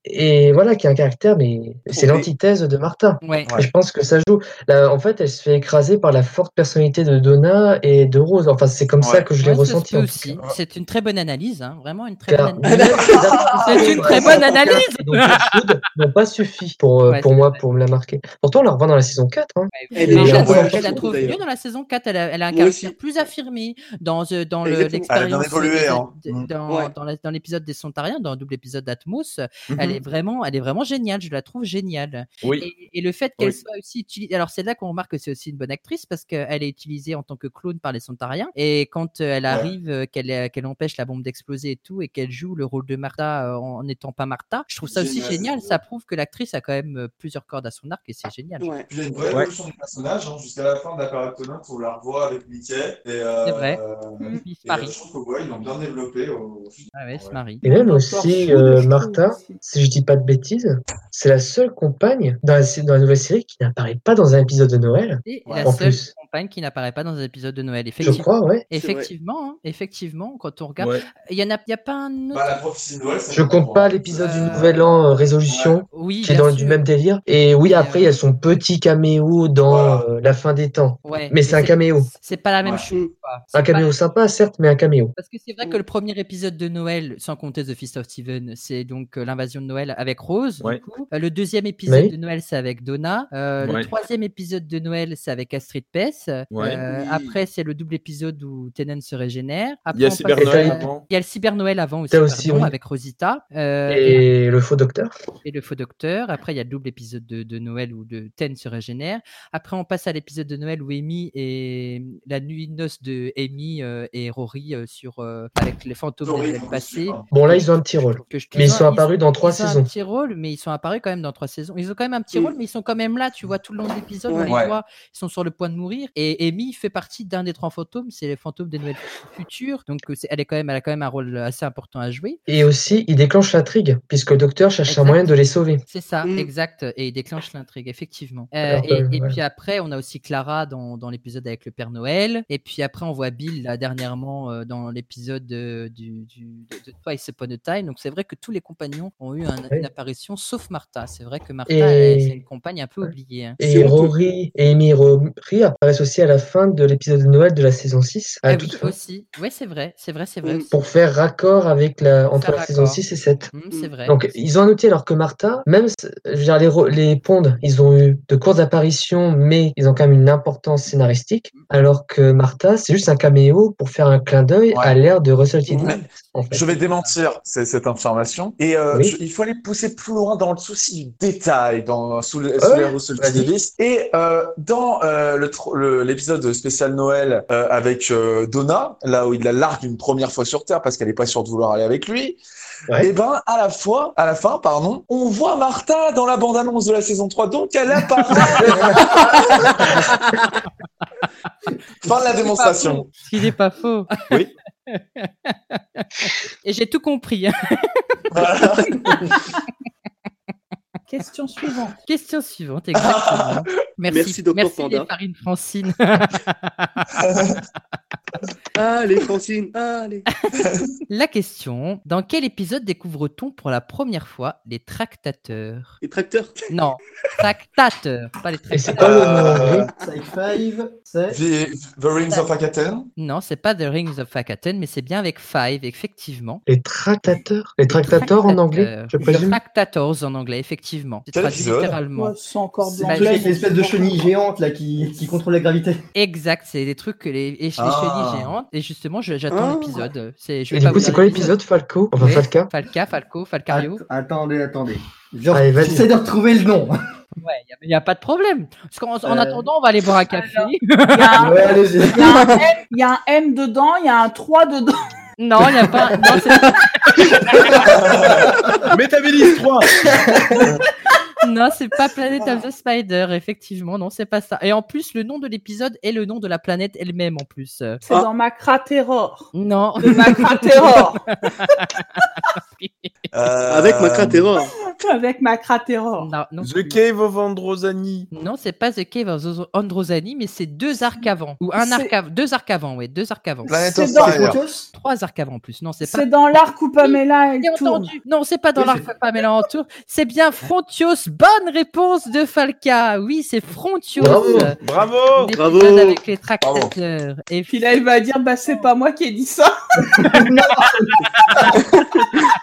S3: et voilà qui a un caractère mais c'est l'antithèse de Martha.
S2: Ouais.
S3: Je pense que ça joue. Là, en fait, elle se fait écraser par la forte personnalité de Donna et de Rose. Enfin, c'est comme ça que je l'ai
S2: Ouais, ça se
S3: ressenti.
S2: peut
S3: en tout
S2: aussi.
S3: cas.
S2: C'est une très bonne analyse, hein. vraiment une très
S3: Car
S2: bonne analyse. C'est une très bonne analyse.
S3: Donc, les coudes n'ont pas suffi pour, euh,
S2: Ouais,
S3: pour moi pour me la marquer. Pourtant, on la revoit dans la saison 4. hein.
S2: Elle
S3: Et
S2: est- je
S3: on
S2: la
S3: voit-
S2: trouve- je la trouve mieux dans la saison 4. Elle a, elle a un
S3: Moi
S2: caractère plus affirmé dans, euh, dans le-
S3: Exactement. Ah, Elle a bien
S2: l'expérience.
S3: évolué,
S2: des-
S3: hein.
S2: de-
S3: Mm.
S2: Dans, dans la- dans l'épisode des Sontariens, dans le double épisode d'Atmos,
S3: Mhm.
S2: elle, est vraiment, elle est vraiment géniale. Je la trouve géniale.
S3: Oui.
S2: Et, et le fait qu'elle
S3: Oui.
S2: soit aussi utilisée. Alors, c'est là qu'on remarque que c'est aussi une bonne actrice parce qu'elle est utilisée en tant que clone par les Sontariens. Et quand euh, elle
S3: Ouais.
S2: arrive, euh, qu'elle euh, qu'elle empêche la bombe d'exploser et tout, et qu'elle joue le rôle de Martha euh, en n'étant pas Martha, je trouve ça aussi
S6: Génial.
S2: génial. Ça prouve que l'actrice a quand même euh, plusieurs cordes à son arc et c'est génial.
S7: Mm.
S6: Puis il y a une vraie évolution du personnage hein, jusqu'à la fin de la période Conan où on la revoit avec Mickey. Et, euh,
S2: C'est vrai.
S6: euh,
S2: Mm.
S6: et,
S2: Il se marie.
S6: euh, je trouve que ouais, ils l'ont bien développé. Au...
S2: Ah ouais, il se marie.
S3: Et même aussi, euh, Martha, si je dis pas de bêtises, c'est la seule compagne dans la, sé- dans la nouvelle série qui n'apparaît pas dans un épisode de Noël.
S2: Et
S3: en
S2: la seule
S3: plus.
S2: compagne qui n'apparaît pas dans un épisode de Noël. Effectivement,
S3: crois, ouais. C'est vrai.
S2: effectivement, hein, effectivement, quand on regarde,
S3: Ouais.
S2: il y en a, il y a pas un autre.
S6: Bah, la prophétie de Noël, ça
S3: Je compte
S6: hein.
S3: pas l'épisode du Nouvel An euh, Résolution,
S2: Oui,
S3: qui est
S2: bien euh,
S3: dans du même délire. Et oui, après, il y a son petit caméo dans euh, La fin des temps.
S2: Ouais,
S3: mais c'est
S2: mais
S3: un caméo.
S2: C'est pas la même
S3: Ouais.
S2: chose. quoi.
S3: Un
S2: C'est pas-
S3: caméo sympa, certes, mais un caméo.
S2: Parce que c'est vrai que le premier épisode de Noël, sans compter The Feast of Steven, c'est donc euh, l'invasion de Noël avec Rose. du coup. Euh, le deuxième épisode
S3: Oui.
S2: de Noël, c'est avec Donna. Euh,
S3: Ouais.
S2: Le troisième épisode de Noël, c'est avec Astrid Pess. Euh,
S3: Ouais.
S2: Après, c'est le double épisode où Tenen se régénère. Après,
S3: Il y a
S2: on passe-
S3: Cyber Et Noël t'as- avant.
S2: Il y a le Cyber Noël avant aussi,
S3: T'as aussi,
S2: pardon,
S3: oui.
S2: avec Rosita. Euh,
S3: Et le faux docteur.
S2: et le faux docteur. Après, il y a le double épisode de, de Noël où de Ten se régénère. Après, on passe à l'épisode de Noël où Amy et la nuit de noces de Amy euh, et Rory euh, sur, euh, avec les fantômes des Noëls passés.
S3: Bon, là, ils ont un petit rôle.
S2: Que je-
S3: Mais ils sont
S2: ont-
S3: apparus dans trois
S2: ils ont
S3: saisons.
S2: un petit rôle, mais ils sont apparus quand même dans trois saisons. Ils ont quand même un petit
S3: Mm.
S2: rôle, mais ils sont quand même là, tu vois, tout le long de l'épisode, on les
S3: Ouais.
S2: voit, ils sont sur le point de mourir. Et Amy fait partie d'un des trois fantômes, c'est les fantômes des Noëls futurs. Donc, euh, c'est- elle, est quand même, elle a quand même un rôle assez important à jouer.
S3: Et aussi, il déclenche l'intrigue, puisque le docteur cherche un moyen de les sauver.
S2: C'est ça, exact. Et il déclenche l'intrigue, effectivement. Euh,
S3: Mm. Alors,
S2: et
S3: euh,
S2: et
S3: ouais.
S2: puis après, on a aussi Clara dans, dans l'épisode avec le Père Noël. Et puis après, on voit Bill là, dernièrement euh, dans l'épisode de, du, du- de, de Twice Upon a Time. Donc c'est vrai que tous les compagnons ont eu un-
S3: Ouais.
S2: une apparition, sauf Martha. C'est vrai que Martha,
S3: Et-
S2: elle, c'est une compagne un peu oubliée. hein.
S3: Et Rory et Amy Rory apparaissent aussi à la fin de l'épisode de Noël de la saison 6, à
S2: Ah oui,
S3: toute fin,
S2: aussi. Oui, c'est vrai, c'est vrai, c'est vrai. aussi.
S3: pour faire raccord avec la, entre la
S2: raccord.
S3: saison 6 et 7.
S2: Mm, c'est vrai.
S3: Donc, ils ont annoté alors que Martha, même s- je veux dire, les, ro- les pondes, ils ont eu de courtes apparitions, mais ils ont quand même une importance scénaristique, alors que Martha, c'est juste un caméo pour faire un clin d'œil à l'ère de Russell T. Davies, en fait.
S6: Je vais démentir ces- cette information. Et euh,
S3: Oui.
S6: je- il faut aller pousser plus loin dans le souci du détail, dans, sous, le,
S3: Ouais,
S6: sous les Russell T.
S3: vas-y.
S6: Davies. Et euh, dans euh, le tr- le- l'épisode spécial Noël euh, avec euh, Donna, là où il la largue une première fois sur Terre parce qu'elle n'est pas sûre de vouloir aller avec lui, et ben à la fois, à la fin, pardon, on voit Martha dans la bande-annonce de la saison 3, donc elle apparaît. fin de la démonstration.
S2: Il n'est pas faux.
S6: Oui.
S2: Et j'ai tout compris. hein.
S1: Question suivante.
S2: Question suivante, exactement. Merci,
S7: Merci,
S2: merci,
S7: Dr. Panda.
S2: les farines Francine.
S7: Allez, Francine, allez.
S2: la question dans quel épisode découvre-t-on pour la première fois les tractateurs
S7: Les tracteurs
S2: Non, tractateurs, pas les tractateurs.
S10: Five, c'est.
S6: The, The Rings of Akaten
S2: Non, c'est pas The Rings of Akaten, mais c'est bien avec Five, effectivement.
S3: Les tractateurs Les tractateurs
S2: Euh,
S3: en anglais, je
S2: Les
S3: présume
S2: Tractators en anglais, effectivement. C'est
S3: Ah, Quel
S2: traduit
S3: épisode
S2: littéralement.
S1: Ouais, c'est encore
S2: C'est
S10: Donc
S2: pas
S10: là, il y a
S2: juste-
S10: une espèce de chenille géante là qui, qui contrôle la gravité.
S2: Exact, c'est des trucs que les, les chenilles
S10: Ah.
S2: géantes. Et justement, je- j'attends
S10: Ah.
S2: l'épisode. C'est- je
S3: Et
S2: vais
S3: du
S2: pas
S3: coup,
S2: vous
S3: c'est
S2: dire
S3: quoi l'épisode, Falco Enfin,
S2: Oui.
S3: Falca
S2: Falca, Falco, Falcario.
S3: Ah.
S10: Attendez, attendez. Genre,
S3: Allez, vas-y.
S10: j'essaie de retrouver le nom.
S2: Il n'y a pas de problème. Parce qu'en en
S10: Euh.
S2: attendant, on va aller boire un café.
S1: Il y a
S3: Ah.
S1: un-
S10: Ouais, allez-y.
S1: il y a un M- il y a un M dedans, il y a un 3 dedans.
S2: Non, il n'y a pas. Non, c'est-
S9: Métabélise 3
S2: Non, c'est pas Planet of the Spider, effectivement, non, c'est pas ça. Et en plus, le nom de l'épisode est le nom de la planète elle-même, en plus. Euh,
S1: C'est dans ma cratéror.
S2: Non.
S1: De ma cratéror.
S6: Euh,
S7: Avec ma cratéror.
S1: Avec ma cratéror.
S2: Non, non.
S5: The Cave of Androsani.
S2: Non, c'est pas The Cave of Zo- Androsani, mais c'est deux arcs avant. Ou un
S1: C'est-
S2: arc avant. Deux arcs avant, oui, deux arcs avant.
S1: Planet of C'est
S3: Ah,
S1: dans- Fire. Proteus
S2: Trois arcs avant en plus. Non, c'est pas.
S1: C'est dans l'arc où Pamela elle
S2: J'ai
S1: tourne.
S2: entendu. Non, c'est pas dans l'arc où Pamela en tour. C'est bien Frontios. Bonne réponse de Falca. Oui, c'est Frontios. Euh,
S5: Oh, Bravo
S2: l'épisode
S7: Bravo.
S2: Avec les tractateurs. Et
S1: Puis là, elle va dire bah c'est pas moi qui ai dit ça.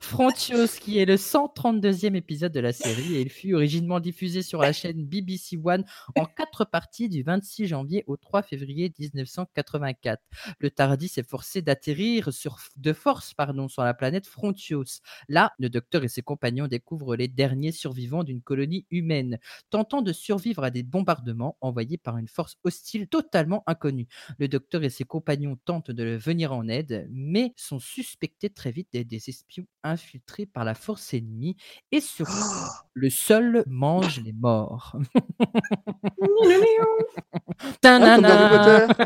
S2: Frontios, qui est le 132e épisode de la série, et il fut originellement diffusé sur la chaîne BBC One en quatre parties du 26 janvier au 3 février 1984. Le Tardis s'est forcé d'atterrir sur, de force pardon, sur la planète Frontios. Là, le docteur et ses compagnons découvrent les derniers survivants d'une colonie humaine, tentant de survivre à des bombardements envoyés par une force hostile totalement inconnue. Le docteur et ses compagnons tentent de le venir en aide, mais sont suspectés très vite d'être des espions infiltrés par la force ennemie et surtout, le seul mange les morts.
S7: Harry Ah,
S2: Tanana.
S7: Potter.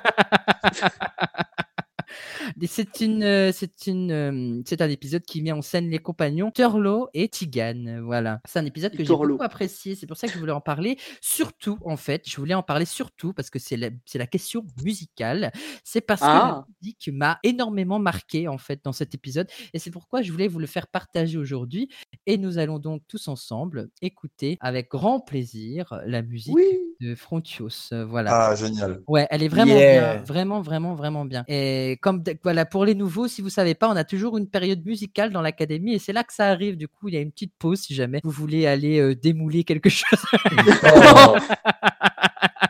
S2: Et C'est une, euh, c'est une, euh, c'est un épisode qui met en scène les compagnons Turlo et Tigan. Voilà, c'est un épisode que j'ai
S7: Turlo.
S2: beaucoup apprécié. C'est pour ça que je voulais en parler. Surtout, en fait, je voulais en parler surtout parce que c'est la, c'est la question musicale. C'est parce
S7: Ah.
S2: que la musique m'a énormément marqué en fait dans cet épisode, et c'est pourquoi je voulais vous le faire partager aujourd'hui. Et nous allons donc tous ensemble écouter avec grand plaisir la musique de Frontios. Euh, Voilà.
S6: Ah, génial.
S2: Ouais, elle est vraiment
S6: Yeah.
S2: bien, vraiment, vraiment, vraiment bien. Et comme d- voilà, pour les nouveaux, si vous savez pas, on a toujours une période musicale dans l'académie et c'est là que ça arrive. Du coup, il y a une petite pause si jamais vous voulez aller euh, démouler quelque chose.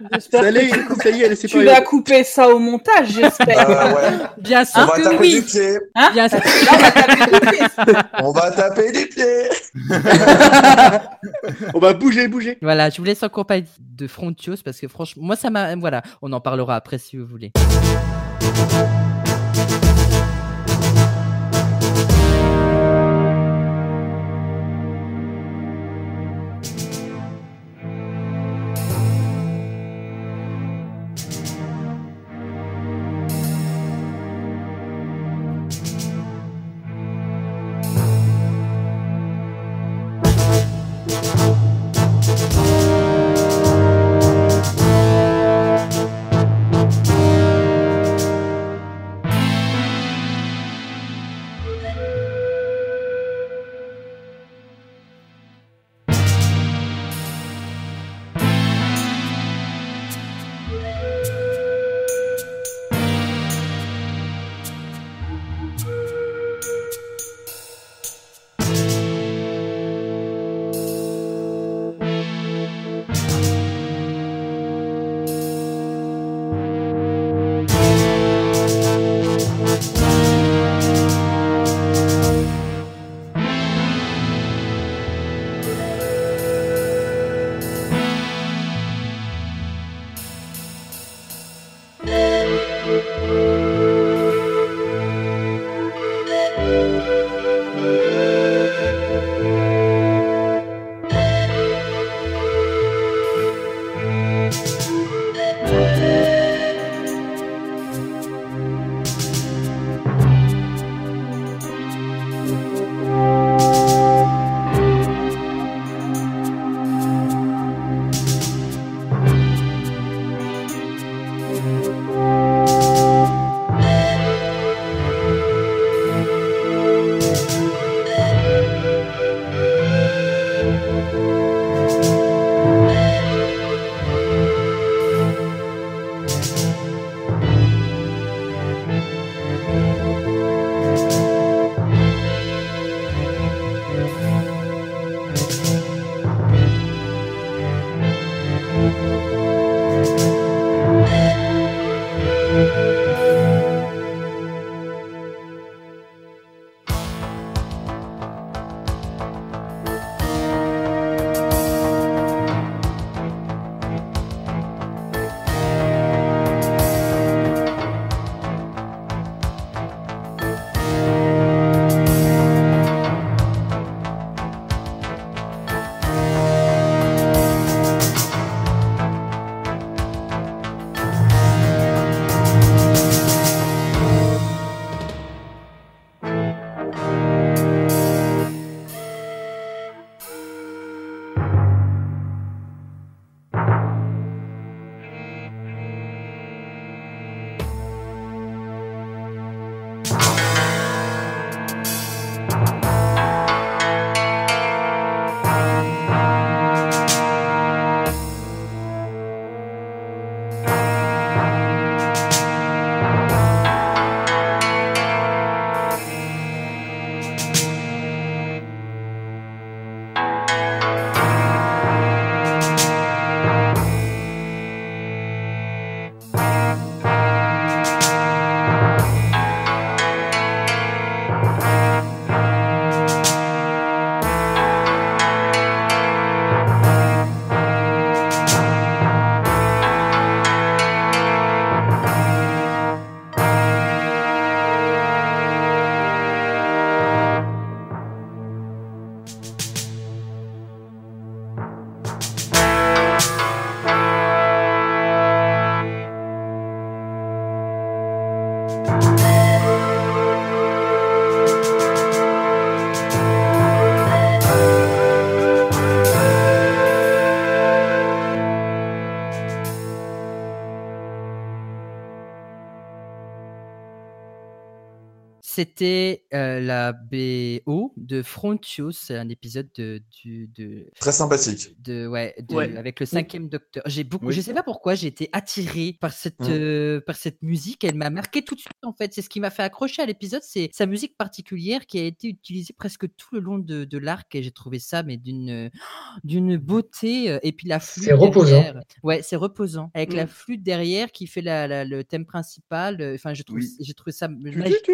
S6: Euh,
S1: J'espère
S7: Ça
S1: que
S7: y
S1: tu,
S7: est, ça y est, elle s'est
S1: tu
S7: pas
S1: vas couper ça au montage, j'espère.
S6: Bah,
S2: Bien
S6: On
S2: sûr
S6: va
S2: que
S6: taper
S2: oui.
S6: du pied.
S1: Hein
S2: Bien sûr.
S6: On va taper du pied.
S7: On va bouger, bouger.
S2: Voilà, je vous laisse en compagnie de Frontios parce que franchement, moi ça m'a. Voilà, on en parlera après si vous voulez. C'était euh, la BO de Frontios, c'est un épisode de, du- de-
S6: Très sympathique.
S2: de- ouais, de-
S6: Ouais.
S2: avec le cinquième Docteur. J'ai beaucoup,
S6: Oui.
S2: je sais pas pourquoi, j'ai été attiré par cette
S3: Mm.
S6: Ouais.
S2: euh, par cette musique. Elle m'a marqué tout de suite en fait. C'est ce qui m'a fait accrocher à l'épisode, c'est sa musique particulière qui a été utilisée presque tout le long de, de l'arc et j'ai trouvé ça mais d'une d'une beauté euh, et puis la flûte.
S3: C'est reposant.
S2: derrière. Ouais, c'est reposant avec la
S3: Mm.
S2: flûte derrière qui fait la, la- le thème principal. euh, Enfin, je trouve,
S3: Oui.
S2: j'ai trouvé ça magique.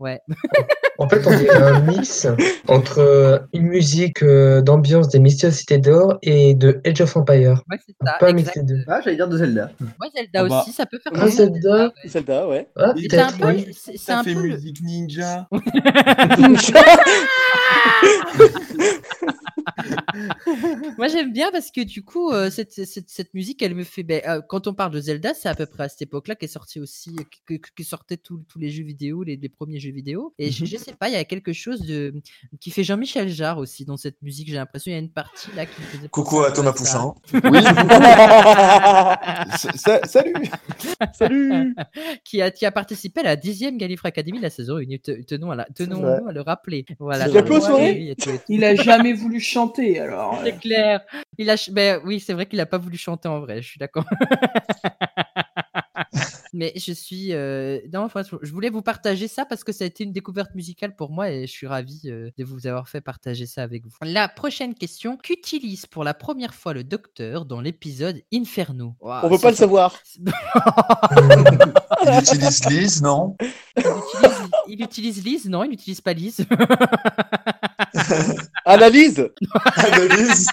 S2: Ouais.
S3: En fait, on dirait un mix entre euh, une musique euh, d'ambiance des Mystères de Cité d'Or et de Age of Empire.
S2: Ouais, c'est ça.
S3: Pas
S2: exact.
S3: mixé deux.
S10: Ah, j'allais dire de Zelda.
S2: Moi, Zelda
S3: Ah bah.
S2: aussi, ça peut faire.
S3: Ah,
S2: penser à
S3: Zelda.
S7: Zelda, ouais.
S3: Ah,
S2: Et c'est un
S3: peut-être,
S2: peu-
S3: oui.
S2: c'est- c'est
S9: Ça
S2: un
S9: fait
S2: peu le-
S9: musique ninja.
S2: Moi j'aime bien parce que du coup euh, cette, cette, cette musique elle me fait ben, euh, quand on parle de Zelda c'est à peu près à cette époque là qu'est sorti aussi euh, que, que- que sortaient tous tous les jeux vidéo les, les premiers jeux vidéo et je, je sais pas il y a quelque chose de qui fait Jean-Michel Jarre aussi dans cette musique j'ai l'impression il y a une partie là qui me faisait
S6: Coucou
S2: penser
S6: à
S2: peu
S6: Thomas
S2: ça.
S6: Poussin.
S9: salut
S2: Salut qui, a, qui a participé à la dixième Gallifrey Academy de la saison 1. Te- Tenons à, la, tenons
S1: vrai.
S2: à le rappeler. Voilà,
S1: Il y a plus
S2: Donc,
S1: au soirée
S2: oui, il y a tout-
S1: Il a jamais voulu chanter, alors. euh,
S2: C'est clair. Il a ch- ben oui, c'est vrai qu'il n'a pas voulu chanter en vrai, je suis d'accord. Mais je suis. euh, Non, enfin, je- je voulais vous partager ça parce que ça a été une découverte musicale pour moi et je suis ravi euh, de vous avoir fait partager ça avec vous. La prochaine question qu'utilise pour la première fois le docteur dans l'épisode Inferno Waouh,
S7: On peut pas
S2: Ah,
S7: le
S2: c'est-
S7: savoir.
S6: Il utilise Liz, non
S2: Il utilise Lise Non, il n'utilise pas Lise.
S7: Analyse
S6: Analyse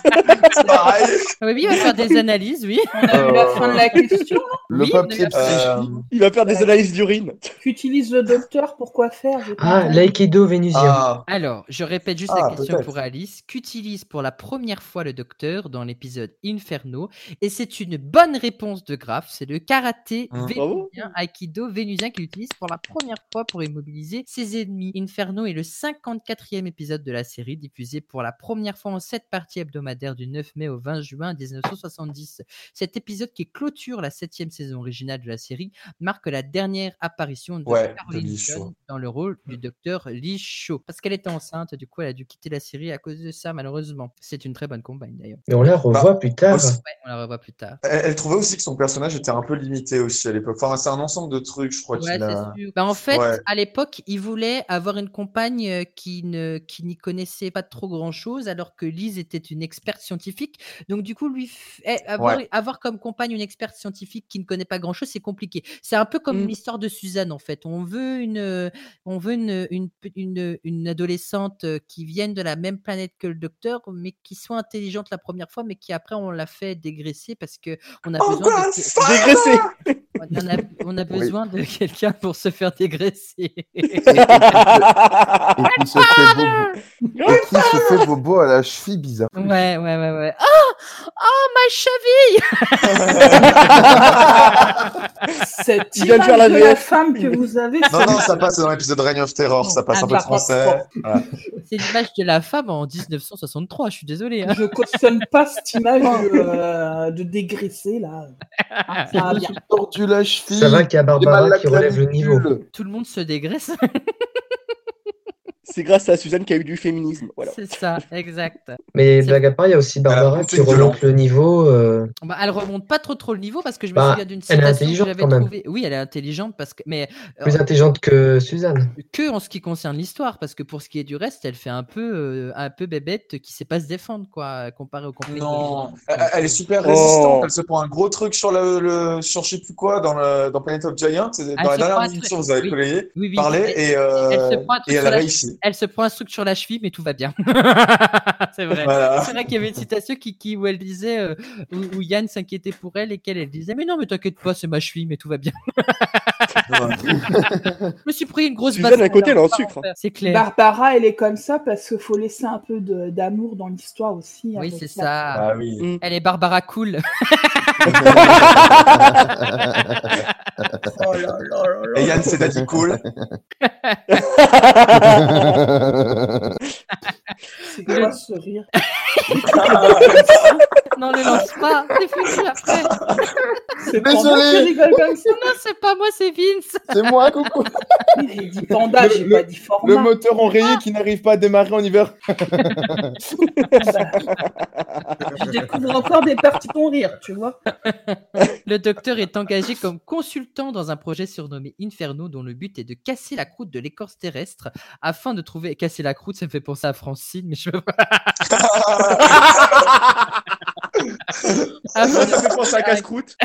S2: Oui, il va faire des analyses, oui.
S1: On a eu la fin de la question.
S7: Le papier
S6: Euh,
S7: Il va faire des analyses d'urine.
S1: Qu'utilise le docteur pour quoi faire j'ai pas
S3: Ah,
S1: compris.
S3: l'aïkido vénusien.
S6: Ah,
S2: Alors, je répète juste
S3: Ah,
S2: la question
S3: peut-être.
S2: pour Alice. Qu'utilise pour la première fois le docteur dans l'épisode Inferno Et c'est une bonne réponse de Graf. C'est le karaté
S3: Hein.
S2: vénusien, aikido vénusien qu'il utilise pour la première fois pour immobiliser ses ennemis. Inferno est le 54e épisode de la série, diffusé pour la première fois en sept parties hebdomadaires du 9 mai au 20 juin 1970. Cet épisode qui clôture la septième saison originale de la série marque la dernière apparition de
S6: Ouais, de
S2: Caroline
S6: Lee
S2: John
S6: Shaw.
S2: dans le rôle du docteur Lee Shaw. Parce qu'elle était enceinte, du coup, elle a dû quitter la série à cause de ça, malheureusement. C'est une très bonne compagne, d'ailleurs.
S3: Mais on la revoit
S6: Bah,
S3: plus tard.
S6: aussi-
S2: Ouais, on la revoit plus tard.
S6: Elle, elle trouvait aussi que son personnage était un peu limité aussi à l'époque. Enfin, c'est un ensemble de trucs, je crois
S2: Ouais,
S6: qu'il a.
S2: c'est sûr. Bah, en fait,
S6: Ouais.
S2: à l'époque, il voulait avoir une compagne euh, qui ne qui n'y connaissait pas trop grand-chose, alors que Lise était une experte scientifique. Donc du coup, lui f- eh, avoir,
S11: Ouais.
S2: avoir comme compagne une experte scientifique qui ne connaît pas grand-chose, c'est compliqué. C'est un peu comme
S6: Mmh.
S11: Mm.
S2: l'histoire de Suzanne en fait. On veut une euh, on veut une, une, pe- une- une adolescente euh, qui vienne de la même planète que le docteur, mais qui soit intelligente la première fois, mais qui après on la fait dégraisser parce que on a
S6: Oh,
S2: besoin de...
S7: Dégraisser
S2: On en a, on a besoin de quelqu'un pour se faire dégraisser.
S13: Et qui se fait bobo, et qui se fait bobo à la cheville bizarre.
S2: Ouais, ouais, ouais, ouais. Oh, oh ma cheville
S1: Cette
S6: Il vient de
S1: image
S6: faire la
S1: de la
S6: VF.
S1: femme que vous avez.
S6: Non, non, ça passe dans l'épisode Reign of Terror, ça passe
S2: Ah,
S6: un
S1: bah,
S6: peu de
S2: par contre,
S6: français. Voilà.
S2: C'est l'image de la femme en 1963, je suis hein. désolé.
S1: Je cautionne pas cette image de, euh, de dégraisser, là. Ah, ça va bien.
S13: Tordu la cheville.
S3: Ça va qu'il y a
S13: j'ai mal
S3: Barbara
S13: la
S3: qui relève le niveau.
S2: Tout le monde se dégraisse.
S7: C'est grâce à Suzanne qu'il y a eu du féminisme. Voilà.
S2: C'est ça, exact.
S3: Mais blague à part, il y a aussi Barbara qui
S6: de
S3: remonte le niveau. euh,
S2: Bah, elle remonte pas trop trop le niveau parce que je me
S3: Bah,
S2: souviens d'une
S3: elle est
S2: citation que
S3: intelligente
S2: j'avais
S3: quand même.
S2: trouvée. Oui, elle est intelligente parce que mais
S3: plus
S2: euh,
S3: intelligente que Suzanne.
S2: que en ce qui concerne l'histoire parce que pour ce qui est du reste, elle fait un peu euh, un peu bébête qui sait pas se défendre quoi comparé au compagnon.
S6: Non, elle elle est super
S2: Oh.
S6: résistante. Elle se prend un gros truc sur le, le- sur je sais plus quoi dans le dans Planet of Giants.
S2: Elle
S6: Dans
S2: se
S6: la dernière
S2: prend un
S6: émission,
S2: truc,
S6: vous avez
S2: oui.
S6: collé,
S2: Oui, oui,
S6: parlé
S2: elle-
S6: et euh,
S2: elle se prend un truc
S6: et elle
S2: sur la-
S6: réussit.
S2: elle se prend un truc sur la cheville, mais tout va bien. c'est vrai.
S6: Voilà.
S2: C'est vrai qu'il y avait une citation qui, qui- où elle disait, euh, où, où Yann s'inquiétait pour elle et qu'elle elle disait, mais non, mais t'inquiète pas, c'est ma cheville, mais tout va bien. Je me suis pris une grosse
S7: Suzanne, à côté, elle est en
S2: Alors,
S7: sucre. hein.
S2: C'est clair.
S1: Barbara, elle est comme ça parce qu'il faut laisser un peu de- d'amour dans l'histoire aussi.
S2: Oui,
S1: avec
S2: c'est
S1: la-
S2: ça.
S6: Ah oui.
S7: Mm.
S2: Elle est Barbara Cool.
S6: Et Yann, c'est dit cool.
S1: C'est quoi ce rire
S2: non, le lance pas. C'est fini après.
S1: C'est pendant que je rigole comme ça. Non,
S2: c'est pas moi, c'est Vince.
S9: C'est moi, coucou.
S1: J'ai dit panda, j'ai pas dit format.
S9: Le moteur enrayé qui n'arrive pas à démarrer en hiver.
S1: Je découvre encore des parties pour rire, tu vois.
S2: Le docteur est engagé comme consultant dans un projet surnommé Inferno dont le but est de casser la croûte de l'écorce terrestre afin de trouver. Casser la croûte, ça me fait penser à Francine, mais je.
S7: Ça me fait penser à casse-croûte.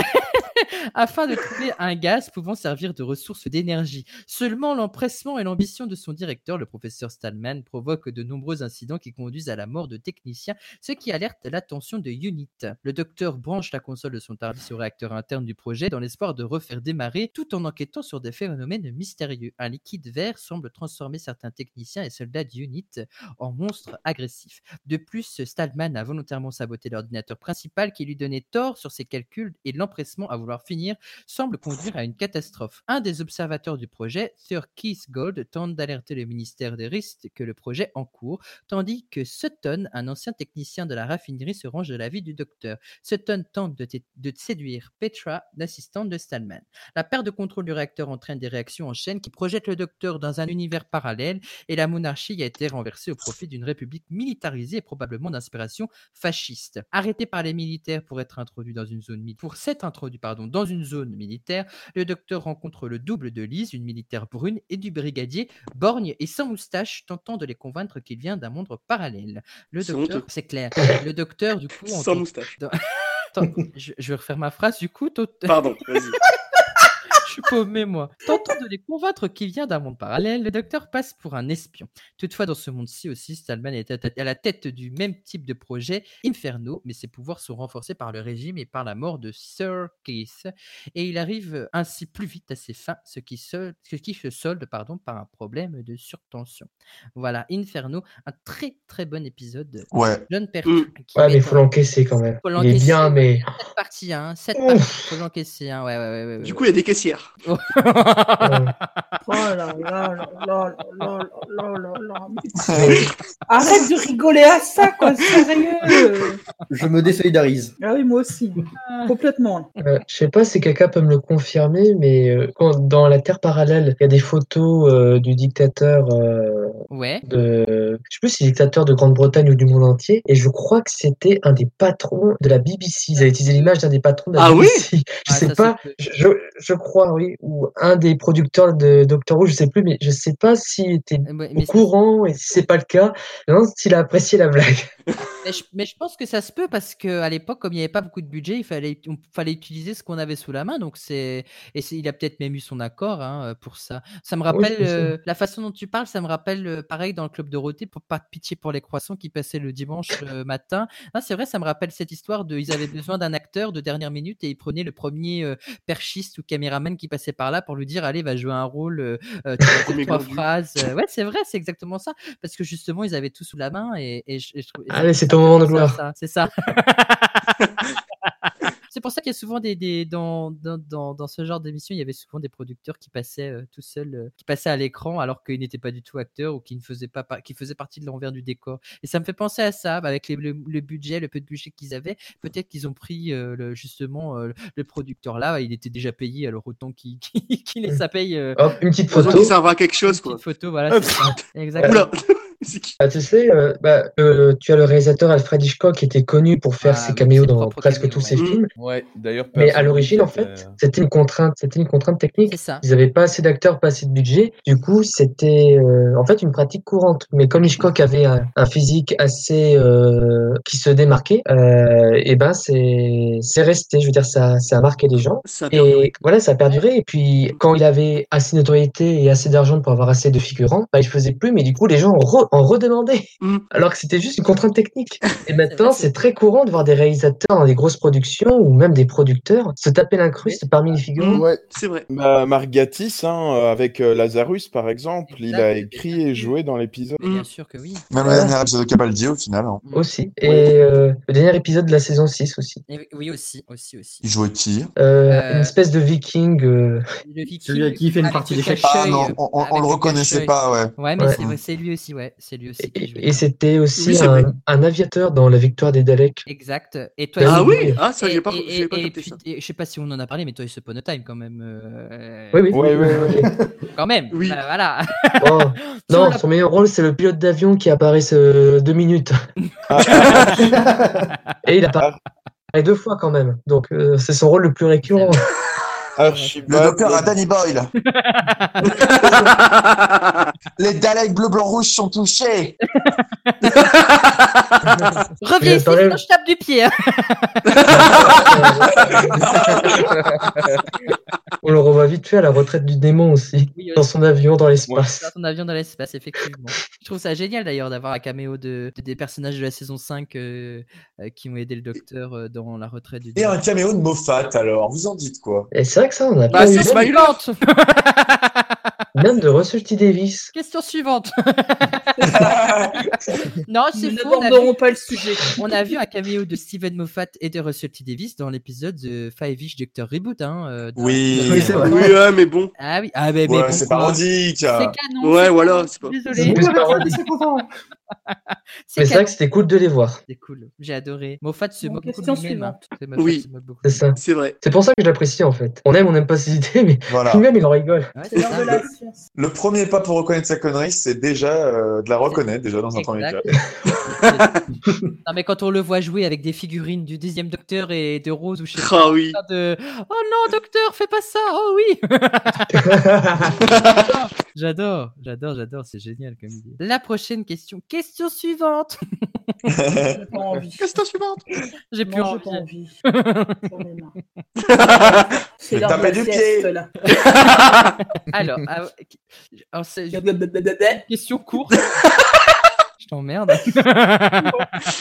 S2: afin de trouver un gaz pouvant servir de ressource d'énergie. Seulement, l'empressement et l'ambition de son directeur, le professeur Stallman, provoquent de nombreux incidents qui conduisent à la mort de techniciens, ce qui alerte l'attention de Unit. Le docteur branche la console de son TARDIS au réacteur interne du projet dans l'espoir de refaire démarrer tout en enquêtant sur des phénomènes mystérieux. Un liquide vert semble transformer certains techniciens et soldats d'Unit en monstres agressifs. De plus, Stallman a volontairement saboté l'ordinateur principal qui lui donnait tort sur ses calculs et l'empressement à vouloir finir semble conduire à une catastrophe. Un des observateurs du projet, Sir Keith Gold, tente d'alerter le ministère des risques que le projet en cours, tandis que Sutton, un ancien technicien de la raffinerie, se range de l'avis du docteur. Sutton tente de, t- de séduire Petra, l'assistante de Stallman. La perte de contrôle du réacteur entraîne des réactions en chaîne qui projettent le docteur dans un univers parallèle et la monarchie a été renversée au profit d'une république militarisée et probablement d'inspiration fasciste. Arrêté par les militaires pour être introduit dans une zone mi- pour s'être introduit pardon dans une zone militaire, le docteur rencontre le double de Lise, une militaire brune, et du brigadier borgne et sans moustache, tentant de les convaincre qu'il vient d'un monde parallèle. Le
S7: C'est
S2: docteur,
S7: honteux.
S2: c'est clair. Le docteur du coup en
S7: Sans
S2: tant-
S7: moustache.
S2: dans- Attends, je, je vais refaire ma phrase du coup. tot-
S7: Pardon, vas-y.
S2: je suis paumé, moi. Tentant de les convaincre qu'il vient d'un monde parallèle, le docteur passe pour un espion. Toutefois, dans ce monde-ci aussi, Stallman est à- à la tête du même type de projet, Inferno, mais ses pouvoirs sont renforcés par le régime et par la mort de Sir Keith. Et il arrive ainsi plus vite à ses fins, ce qui se, ce qui se solde pardon, par un problème de surtension. Voilà, Inferno, un très très bon épisode.
S3: Ouais.
S2: John Pertwee qui
S3: Ouais,
S2: met
S3: mais faut
S2: en-
S3: l'encaisser quand même.
S2: Faut
S3: Il est bien,
S2: l'encaisser.
S3: mais.
S2: Cette partie, hein. Cette partie, faut l'encaisser, hein. Ouais, ouais, ouais, ouais,
S7: Du
S2: ouais.
S7: coup, il y a des caissières.
S3: euh,
S1: Oh là là là là oh là là là là là. Mais- Arrête de rigoler à ça, quoi, sérieux.
S10: Je me désolidarise.
S1: Ah oui, moi aussi.
S2: Ah.
S1: Complètement.
S3: Euh, je sais pas si quelqu'un peut me le confirmer, mais euh, quand, dans la Terre parallèle, il y a des photos euh, du dictateur. euh,
S2: Ouais.
S3: de, je sais plus si dictateur de Grande-Bretagne ou du monde entier, et je crois que c'était un des patrons de la BBC. Ils avaient utilisé l'image d'un des patrons de la
S2: Ah oui
S3: BBC. je
S2: Ah,
S3: sais
S2: ça,
S3: pas, je, je, je crois, oui, ou un des producteurs de Doctor Who, je sais plus, mais je sais pas s'il était
S2: mais
S3: au courant et si c'est pas le cas, je me demande s'il a apprécié la blague.
S2: Mais je, mais je pense que ça se peut parce que à l'époque, comme il n'y avait pas beaucoup de budget, il fallait, on- fallait utiliser ce qu'on avait sous la main. Donc c'est et c'est- il a peut-être même eu son accord hein, pour ça. Ça me rappelle
S3: c'est ça.
S2: euh, la façon dont tu parles. Ça me rappelle euh, pareil dans le club Dorothée pour pas de pitié pour les croissants qui passaient le dimanche euh, matin. Ah, c'est vrai, ça me rappelle cette histoire de ils avaient besoin d'un acteur de dernière minute et ils prenaient le premier euh, perchiste ou caméraman qui passait par là pour lui dire allez va jouer un rôle, euh, euh, tu vas dire
S7: Premier
S2: trois
S7: convenu.
S2: phrases. Euh, Ouais, c'est vrai, c'est exactement ça parce que justement ils avaient tout sous la main et, et je- et je trouvais-
S3: Allez,
S2: ça-
S3: Ah c'est ton moment de
S2: ça-
S3: gloire.
S2: ça, C'est ça. C'est pour ça qu'il y a souvent des, des dans, dans, dans, dans ce genre d'émission, il y avait souvent des producteurs qui passaient euh, tout seuls, euh, qui passaient à l'écran alors qu'ils n'étaient pas du tout acteurs ou qui ne faisaient pas, par- qui faisaient partie de l'envers du décor. Et ça me fait penser à ça, bah, avec les- le, le budget, le peu de budget qu'ils avaient, peut-être qu'ils ont pris euh, le- justement euh, le producteur là, il était déjà payé, alors autant qu'il qu'il- qu'il les a payé. euh,
S3: Hop, une petite
S2: autant
S3: photo.
S2: qu'il
S3: Ça
S7: va à Mmh. quelque chose, Ah,
S2: quoi. Une petite photo, voilà. c'est ça. Exactement.
S3: Bah, tu sais, euh, bah, euh, tu as le réalisateur Alfred Hitchcock qui était connu pour faire ses caméos dans presque tous ses films.
S5: Ouais, d'ailleurs.
S3: Mais à
S5: personne
S3: l'origine, en
S5: ne sait,
S3: fait,
S5: euh,
S3: c'était une contrainte, c'était une contrainte technique.
S2: ça.
S3: Ils n'avaient pas assez d'acteurs, pas assez de budget. Du coup, c'était euh, en fait une pratique courante. Mais comme Hitchcock avait un, un physique assez euh, qui se démarquait, euh, et ben c'est c'est resté. Je veux dire, ça ça a marqué les gens.
S7: Ça a
S3: et voilà, ça a perduré. Et puis quand il avait assez de notoriété et assez d'argent pour avoir assez de figurants, bah, il faisait plus. Mais du coup, les gens en, re- en redemandaient, alors que c'était juste une contrainte technique. Et maintenant, Mm. c'est très courant de voir des réalisateurs dans des grosses productions ou même des producteurs se taper l'incruste parmi les figurants.
S7: Ouais, c'est vrai.
S9: Bah,
S5: Ma- Marc Gatiss, hein, euh, avec euh, Lazarus par exemple, il a écrit et joué dans l'épisode.
S1: Mmh.
S2: Bien sûr que oui.
S6: Même le dernier épisode de Cabaldi au final. hein.
S3: Aussi. Et euh, le dernier épisode de la saison 6 aussi.
S2: Et oui, aussi, aussi, aussi.
S6: Il jouait qui
S3: Euh,
S2: Euh,
S3: Une espèce de viking. euh,
S2: Le viking
S3: Celui à qui il fait une
S2: avec
S3: partie
S2: le
S3: d'échecs.
S2: cache-œil,
S3: Ah non, on- on- on
S2: avec
S3: le reconnaissait
S2: cache-œil.
S3: pas, ouais.
S2: Ouais, mais
S3: Ouais.
S2: c'est vrai, c'est lui aussi, ouais. c'est lui aussi. qui jouait.
S3: Et c'était aussi
S2: Oui, c'est vrai.
S3: un, un aviateur dans La victoire des Daleks.
S2: Exact. Et toi,
S3: Ah
S2: et-
S3: oui
S7: Ah, ça,
S2: et-
S7: j'ai pas-
S2: et-
S7: j'avais pas
S2: et- et
S7: capté
S2: puis, et je sais pas si on en a parlé, mais toi, Upon a Time, quand même. euh,
S3: Oui, oui. Ouais, ouais, ouais.
S2: Quand même. Oui. voilà. Si
S3: Oh,
S2: on
S3: non,
S2: l'a-
S3: son meilleur rôle, c'est le pilote d'avion qui apparaît ce- deux minutes. Et il apparaît deux fois quand même. Donc, euh, c'est son rôle le plus récurrent.
S6: Le docteur à Danny Boyle. Les Daleks bleu, blanc, rouge sont touchés.
S2: Reviens ici, sinon je tape du pied. hein.
S3: On le revoit vite fait à la retraite du démon aussi,
S2: Oui, oui.
S3: dans son avion dans l'espace.
S2: Dans son avion dans l'espace, effectivement. je trouve ça génial d'ailleurs d'avoir un caméo de, de- des personnages de la saison 5 euh, euh, qui ont aidé le docteur euh, dans la retraite du
S6: Et un caméo de Moffat, alors. Vous en dites quoi
S3: Et c'est vrai que ça, on a
S2: Bah,
S3: pas
S2: c'est
S3: eu
S2: Smiley.
S3: même de Russell T. Davis.
S2: Question suivante. non, c'est
S1: Nous
S2: faux. on a
S1: n'aborderons
S2: vu-
S1: pas le sujet.
S2: On a vu un caméo de Steven Moffat et de Russell T. Davis dans l'épisode The Five-ish Doctor Reboot. Hein, euh, dans-
S6: Oui.
S2: dans-
S6: Oui, c'est vrai.
S7: Oui, ouais, mais bon.
S2: Ah oui, ah, mais, mais
S6: Ouais, c'est
S2: pourquoi
S6: parodique.
S2: C'est canon.
S7: Ouais,
S2: c'est
S7: voilà,
S2: canon,
S7: c'est pas-
S2: Désolé.
S3: C'est
S1: Ah,
S3: parodique. Mais c'est vrai
S2: canon.
S3: que c'était cool de les voir.
S2: C'est cool. J'ai adoré. Moffat se
S1: Bon,
S2: moque beaucoup de
S1: question
S2: lui-même. hein.
S1: suivante.
S2: C'est Moffat
S3: Oui.
S2: se moque beaucoup.
S3: C'est ça.
S7: C'est vrai.
S3: C'est pour ça que je l'apprécie en fait. On aime, on n'aime pas ses idées, mais
S6: Voilà.
S3: lui-même il en rigole.
S2: Ouais,
S1: C'est l'heure de la science.
S6: Le premier pas pour reconnaître sa connerie, c'est déjà euh, de la reconnaître, déjà, dans un premier
S2: Exact.
S6: cas.
S2: Non, mais quand on le voit jouer avec des figurines du deuxième docteur et de Rose ou je sais
S7: Ah
S2: pas,
S7: oui.
S2: de... Oh non, docteur, fais pas ça. Oh oui. j'adore, j'adore, j'adore. C'est génial comme idée. La prochaine question. Question suivante.
S1: J'ai pas envie.
S7: Question suivante.
S2: J'ai plus
S1: Non,
S2: envie.
S1: j'ai pas envie. J'en ai marre.
S6: Je
S1: C'est l'heure de
S6: tapais
S1: la
S6: du
S1: sieste,
S6: pied.
S1: là.
S2: Alors, ah, ouais, qui- alors, c'est-
S1: Blablabla.
S2: question courte. je t'emmerde.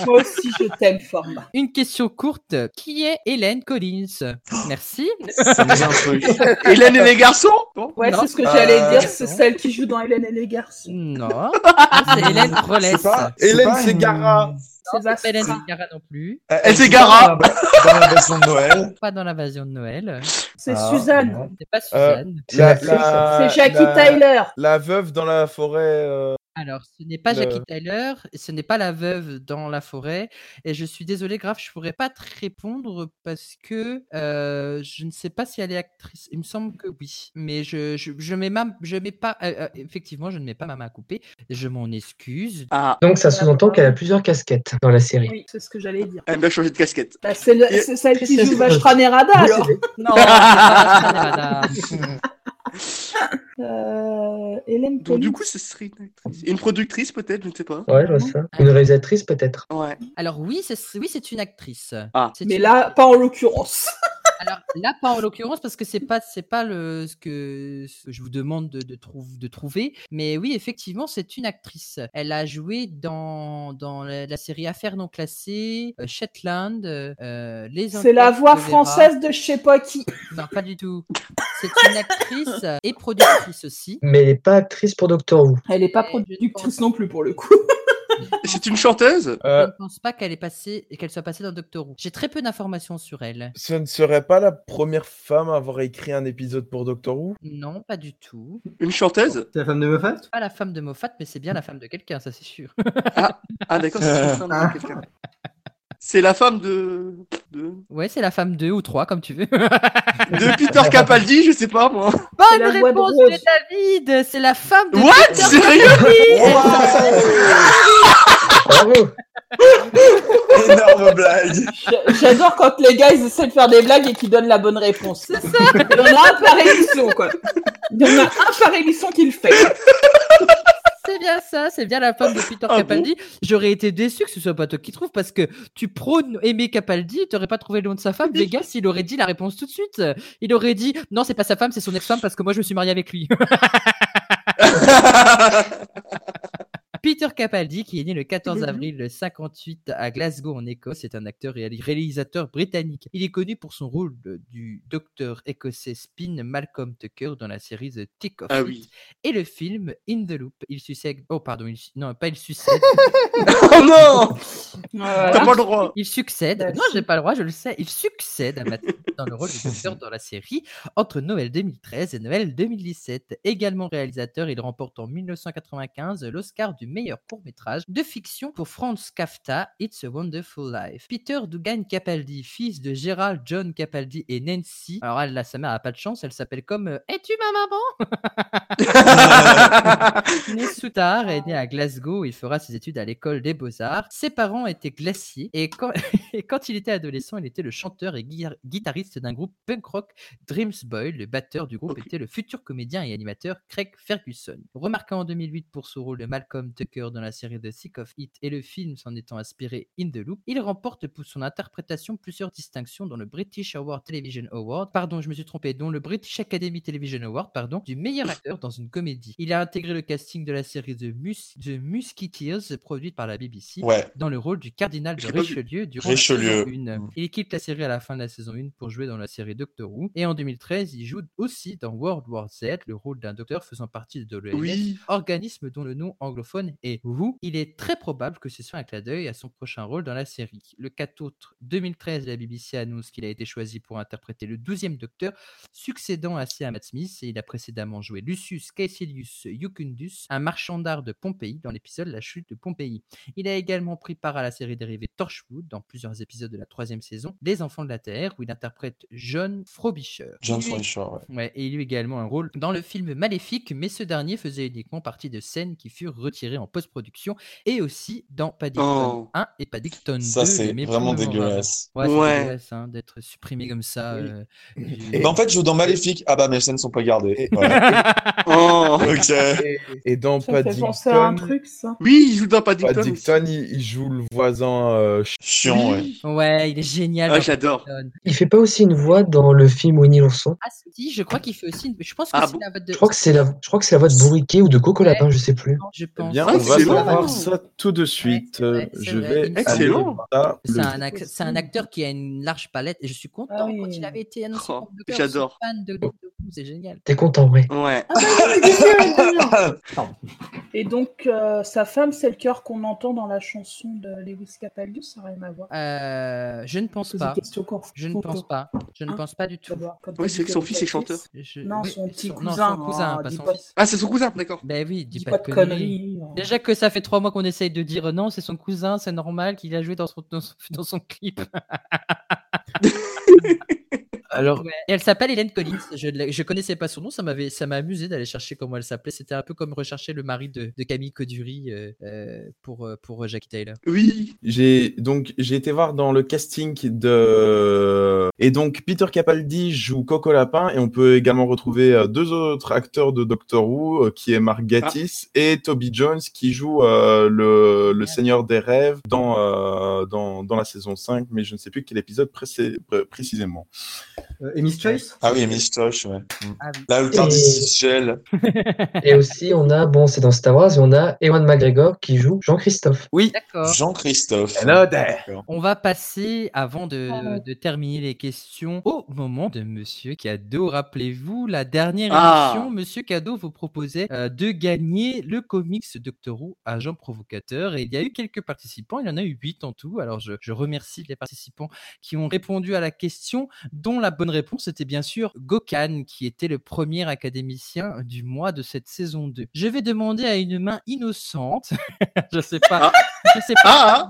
S1: Moi aussi, je t'aime, Forma.
S2: Une question courte. Qui est Hélène Collins Merci.
S6: Ça me dit un truc.
S7: Hélène et les garçons Bon.
S1: Ouais,
S2: Non.
S1: c'est ce que j'allais
S6: Euh,
S1: dire. C'est
S2: non.
S1: celle qui joue dans Hélène et les garçons.
S2: Non, Ah, c'est Hélène Rollès.
S6: C'est pas- c'est
S9: Hélène
S6: pas une-
S9: Segara.
S2: Non,
S1: C'est
S2: c'est pas Hélène
S6: Vastra.
S2: Segara non plus.
S6: Euh,
S7: Elle
S6: joue
S7: s'égara.
S6: Dans la dans la version de Noël.
S2: Pas dans l'invasion de Noël.
S1: C'est
S6: Ah,
S1: Suzanne.
S2: C'est pas Suzanne.
S3: C'est la-
S1: C'est Jackie Tyler.
S9: La veuve dans la forêt. euh,
S2: Alors, ce n'est pas
S9: le-
S2: Jackie Tyler, ce n'est pas la veuve dans la forêt. Et je suis désolé, grave, je pourrais pas te répondre parce que euh, je ne sais pas si elle est actrice. Il me semble que oui, mais je je, je mets ma- je mets pas euh, euh, effectivement, je ne mets pas ma main coupée. Je m'en excuse.
S7: Ah,
S3: Donc ça sous-entend qu'elle a plusieurs casquettes dans la série.
S1: Oui, c'est ce que j'allais dire.
S7: elle m'a changé de casquette.
S1: Bah, c'est le- c'est celle qui joue Vachra Nerada, Ah, alors.
S2: Non. c'est pas Sarah Nerada.
S1: Euh, Hélène
S7: Donc, du
S1: Collins.
S7: coup, ce serait une actrice. Une productrice, peut-être, je ne sais pas.
S3: Ouais, je vois ça. Une réalisatrice peut-être.
S7: Ouais.
S2: Alors oui, c'est oui, c'est une actrice.
S7: Ah.
S2: C'est
S1: Mais
S2: une-
S1: là, pas en l'occurrence.
S2: Alors là, pas en l'occurrence, parce que c'est pas, c'est pas le, ce que ce que je vous demande de, de, trouv- de trouver. Mais oui, effectivement, c'est une actrice. Elle a joué dans, dans la, la série Affaires non classées, euh, Shetland, euh, Les
S1: C'est la
S2: Enquêtes
S1: voix
S2: de Vera.
S1: française de je sais pas qui.
S2: Non, pas du tout. C'est une actrice et productrice aussi.
S3: Mais elle n'est pas actrice pour Doctor Who.
S1: Elle est pas
S2: Et je
S1: productrice non plus pour le coup.
S7: C'est une chanteuse
S2: Je
S9: euh,
S2: ne pense pas qu'elle est passée, qu'elle soit passée dans Doctor Who. J'ai très peu d'informations sur elle.
S9: ce ne serait pas la première femme à avoir écrit un épisode pour Doctor Who
S2: Non, pas du tout.
S7: Une chanteuse
S8: C'est la femme de Moffat
S2: Pas la femme de Moffat, mais c'est bien la femme de quelqu'un, ça c'est sûr.
S7: Ah, d'accord, c'est une femme de quelqu'un. C'est la femme de... de.
S2: Ouais, c'est la femme 2 ou 3, comme tu veux.
S7: de Peter Capaldi, je sais pas moi.
S1: C'est
S2: Bonne
S1: la voix de
S2: réponse
S1: Rose.
S2: de David C'est la femme de
S7: What
S2: Peter
S7: Sérieux
S3: Bravo
S6: Énorme blague.
S1: J'a- J'adore quand les gars ils essaient de faire des blagues et qu'ils donnent la bonne réponse. C'est ça. Il y en a un par émission quoi. Il y en a un par émission qui le fait.
S2: C'est bien ça, c'est bien la femme de Peter
S7: Ah bon
S2: Capaldi. J'aurais été déçu que ce soit pas toi qui trouve parce que tu prônes Aimé Capaldi, t'aurais pas trouvé le nom de sa femme. Vegas, il aurait dit la réponse tout de suite. Il aurait dit non, c'est pas sa femme, c'est son ex-femme parce que moi je me suis marié avec lui. Peter Capaldi, qui est né le 14
S7: Mhm.
S2: avril 58 à Glasgow en Écosse, est un acteur et réalisateur britannique. Il est connu pour son rôle de- du docteur écossais Spin Malcolm Tucker dans la série The Tick of
S7: Ah
S2: It
S7: oui.
S2: et le film In the Loop. Il succède. Oh, pardon, il... su- non, pas il succède.
S7: Oh non T'as
S1: Voilà.
S7: pas le droit
S2: Il succède.
S1: Merci.
S2: Non, j'ai pas le droit, je le sais. Il succède à Matt Smith dans le rôle de docteur dans la série entre Noël 2013 et Noël 2017. Également réalisateur, il remporte en 1995 l'Oscar du meilleur meilleur court-métrage de fiction pour Franz Kafka, It's a Wonderful Life. Peter Dugan Capaldi, fils de Gérald John Capaldi et Nancy. Alors, elle, là, sa mère a pas de chance, elle s'appelle comme euh, Es-tu ma maman Né sous tard, est né à Glasgow, il fera ses études à l'école des beaux-arts. Ses parents étaient glaciers et quand, et quand il était adolescent, il était le chanteur et guitar- guitariste d'un groupe punk rock Dreams Boy. Le batteur du groupe était le futur comédien et animateur Craig Ferguson. Remarqué en 2008 pour son rôle de Malcolm Tucker dans la série The Sick of It et le film s'en étant inspiré In the Loop, il remporte pour son interprétation plusieurs distinctions dans le British Award Television Award, pardon, je me suis trompé, dont le British Academy Television Award, pardon, du meilleur acteur dans une comédie. Il a intégré le casting de la série The, Mus- The Musketeers, produite par la BBC,
S6: Ouais.
S2: dans le rôle du cardinal de
S6: J'ai pas vu.
S2: Richelieu durant
S6: Richelieu.
S2: la saison 1. Il quitte la série à la fin de la saison 1 pour jouer dans la série Doctor Who. Et en 2013, il joue aussi dans World War Z, le rôle d'un docteur faisant partie de l'OMS,
S14: Oui.
S2: organisme dont le nom anglophone est Who. Il est très probable que ce soit un clin d'œil à son prochain rôle dans la série. Le 4 août 2013, la BBC annonce qu'il a été choisi pour interpréter le 12e docteur, succédant ainsi à Matt Smith. Et il a précédemment joué Lucius Caecilius Jucundus, un marchand d'art de Pompéi, dans l'épisode La chute de Pompéi. Il a également pris part à la série dérivée Torchwood dans plusieurs épisodes de la troisième saison, Les Enfants de la Terre, où il interprète John Frobisher.
S6: John
S2: Il est-
S6: Frobisher, ouais.
S2: Ouais, et il eut également un rôle dans le film Maléfique, mais ce dernier faisait uniquement partie de scènes qui furent retirées en post-production et aussi dans Paddington
S6: Oh.
S2: 1 et Paddington
S6: Ça,
S2: 2.
S6: c'est
S2: mais
S6: vraiment
S2: pour le moment,
S6: dégueulasse.
S2: Ouais, c'est
S6: Ouais.
S2: dégueulasse hein, d'être supprimé comme ça. euh, du-
S6: Bah, en fait, je joue dans Maléfique. Ah bah, mes scènes sont pas gardées. Et voilà.
S7: Oh.
S6: ok.
S9: Et dans
S1: Ça me fait penser à un
S9: Paddington,
S1: truc, ça.
S7: Oui, il joue dans Paddington. Ah,
S9: Paddington, il, il joue le voisin euh,
S6: chiant.
S2: Ouais, il est génial.
S7: Ah,
S2: dans
S7: j'adore.
S2: Paddington.
S3: Il fait pas aussi une voix dans le film Winnie l'ourson
S2: Ah, si, je crois qu'il fait aussi. Je pense que c'est la voix de.
S3: Je crois que c'est la, je crois que c'est la voix de Bourriquet ou de Coco
S2: Ouais.
S3: Lapin, je sais plus.
S2: Je
S9: Eh
S2: pense.
S9: bien,
S5: Hein?
S2: Ah,
S9: on va
S2: c'est
S9: savoir
S2: vrai.
S9: ça tout de suite. Euh,
S2: c'est
S9: je
S2: vrai, il
S9: vais
S2: me semble.
S9: aller
S2: Excellent.
S9: voir ça.
S2: C'est
S9: le- Ah
S2: un, ac- c'est un acteur qui a une large palette et je suis content quand il avait été annoncé.
S7: Oh,
S2: pour Docteur,
S7: j'adore.
S2: je suis fan de Docteur Who, c'est génial.
S3: T'es content, ouais.
S7: Ouais.
S1: Et donc, euh, sa femme, c'est le cœur qu'on entend dans la chanson de Lewis Capaldi, ça n'a rien à voir.
S2: Euh, je ne pense
S1: Poser
S2: pas.
S1: question court.
S2: Je ne
S1: Court,
S2: pense
S1: court.
S2: pas. Je ne
S1: Hein
S2: pense pas du tout.
S1: quand t'as Ouais, c'est dit que son que fils est chanteur.
S2: Je-
S1: Non,
S2: oui,
S1: son petit
S2: non,
S1: cousin,
S2: son cousin,
S1: hein,
S2: pas
S1: dis
S2: son
S1: pas-
S2: fils.
S7: Ah, c'est son cousin, d'accord.
S2: Ben oui, dis,
S1: pas
S2: pas,
S1: de
S2: de
S1: conneries,
S2: conneries.
S1: hein.
S2: Déjà que ça fait trois mois qu'on essaye de dire non, c'est son cousin, c'est normal qu'il a joué dans son, dans son, dans son clip.
S9: Alors,
S2: Ouais. Et elle s'appelle Hélène Collins. Je ne la- je connaissais pas son nom, ça m'avait ça m'a amusé d'aller chercher comment elle s'appelait. C'était un peu comme rechercher le mari de, de Camille Coduri euh, euh, pour, euh, pour euh, Jackie Taylor.
S7: Oui.
S9: J'ai donc j'ai été voir dans le casting de et donc Peter Capaldi joue Coco Lapin et on peut également retrouver euh, deux autres acteurs de Doctor Who euh, qui est Mark Gatiss et Toby Jones qui joue euh, le, le Seigneur des rêves dans, euh, dans dans la saison 5 mais je ne sais plus quel épisode précé- pré- précisément.
S8: Euh,
S10: Emmy's Choice
S6: Ah oui, Miss Tosh, ouais. Mm.
S2: Ah
S6: Là, le temps
S3: Et-
S6: gel.
S3: Et aussi, on a, bon, c'est dans Star Wars, et on a Ewan McGregor qui joue Jean-Christophe.
S9: Oui.
S2: D'accord.
S6: Jean-Christophe.
S9: Hello there.
S2: On va passer, avant de,
S9: Pardon.
S2: de terminer les questions, au moment de Monsieur Cadeau. Rappelez-vous, la dernière
S7: Ah.
S2: émission, Monsieur Cadeau vous proposait euh, de gagner le comics Doctor Who Agent Provocateur. Et il y a eu quelques participants, il y en a eu 8 en tout. Alors je, je remercie les participants qui ont répondu à la question, dont la bonne réponse était bien sûr Gokan, qui était le premier académicien du mois de cette saison 2. Je vais demander à une main innocente, je sais pas, je sais
S7: Ah.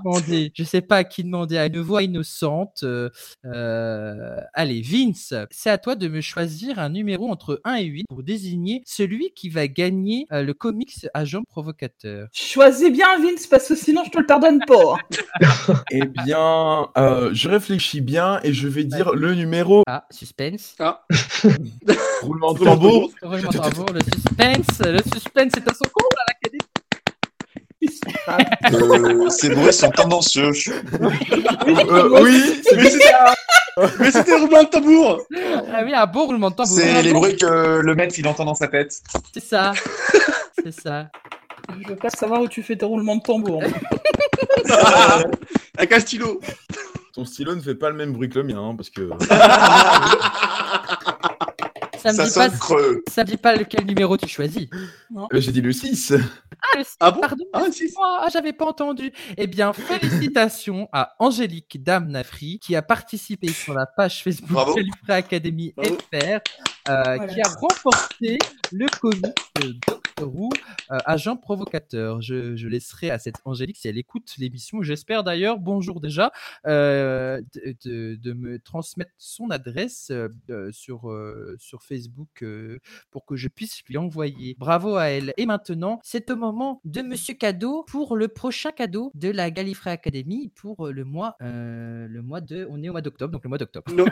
S9: Hein?
S2: pas à qui demander, je sais pas à qui demander, à une voix innocente. euh, euh, allez, Vince, c'est à toi de me choisir un numéro entre 1 et 8 pour désigner celui qui va gagner euh, le comics Agent Provocateur.
S1: Choisis bien Vince, parce que sinon, je te le pardonne pas. hein.
S9: Eh bien, euh, je réfléchis bien et je vais dire le numéro.
S2: Ah, suspense.
S7: Ah.
S9: Roulement de tambour.
S2: Roulement de tambour, le suspense, le suspense est à son comble à l'académie.
S6: Euh, ces bruits sont tendancieux.
S9: Euh, oui, c'est
S6: Mais
S9: c'était
S7: Mais c'était roulement de tambour
S2: Ah oui, un beau roulement de tambour.
S6: C'est les bruits que le maître il entend dans sa tête.
S2: C'est ça. C'est ça.
S1: Je veux pas savoir où tu fais tes roulements de tambour.
S7: Avec un stylo.
S9: Ton stylo ne fait pas le même bruit que le mien, hein, parce que.
S2: Ça me
S9: Ça
S2: dit
S9: sonne
S2: pas,
S9: creux.
S2: Ça me dit pas lequel numéro tu choisis.
S9: Euh, J'ai dit le 6.
S2: Ah, le six, pardon, excuse-moi, ah, j'avais pas entendu. Eh bien, félicitations à Angélique Dame Nafri qui a participé sur la page Facebook
S14: Bravo.
S2: de Livré Academy
S14: Bravo.
S2: FR, euh,
S14: Voilà.
S2: qui a remporté le comic de
S12: Roux, euh, agent provocateur. Je, je laisserai à cette Angélique, si elle écoute l'émission, j'espère d'ailleurs, bonjour déjà, euh, de, de- de me transmettre son adresse euh, euh, sur, euh, sur Facebook euh, pour que je puisse lui envoyer. Bravo à elle. Et maintenant, c'est au moment de Monsieur Cadeau pour le prochain cadeau de la Gallifrey Academy pour euh, le mois, euh, le mois de. On est au mois d'octobre, donc le mois d'octobre.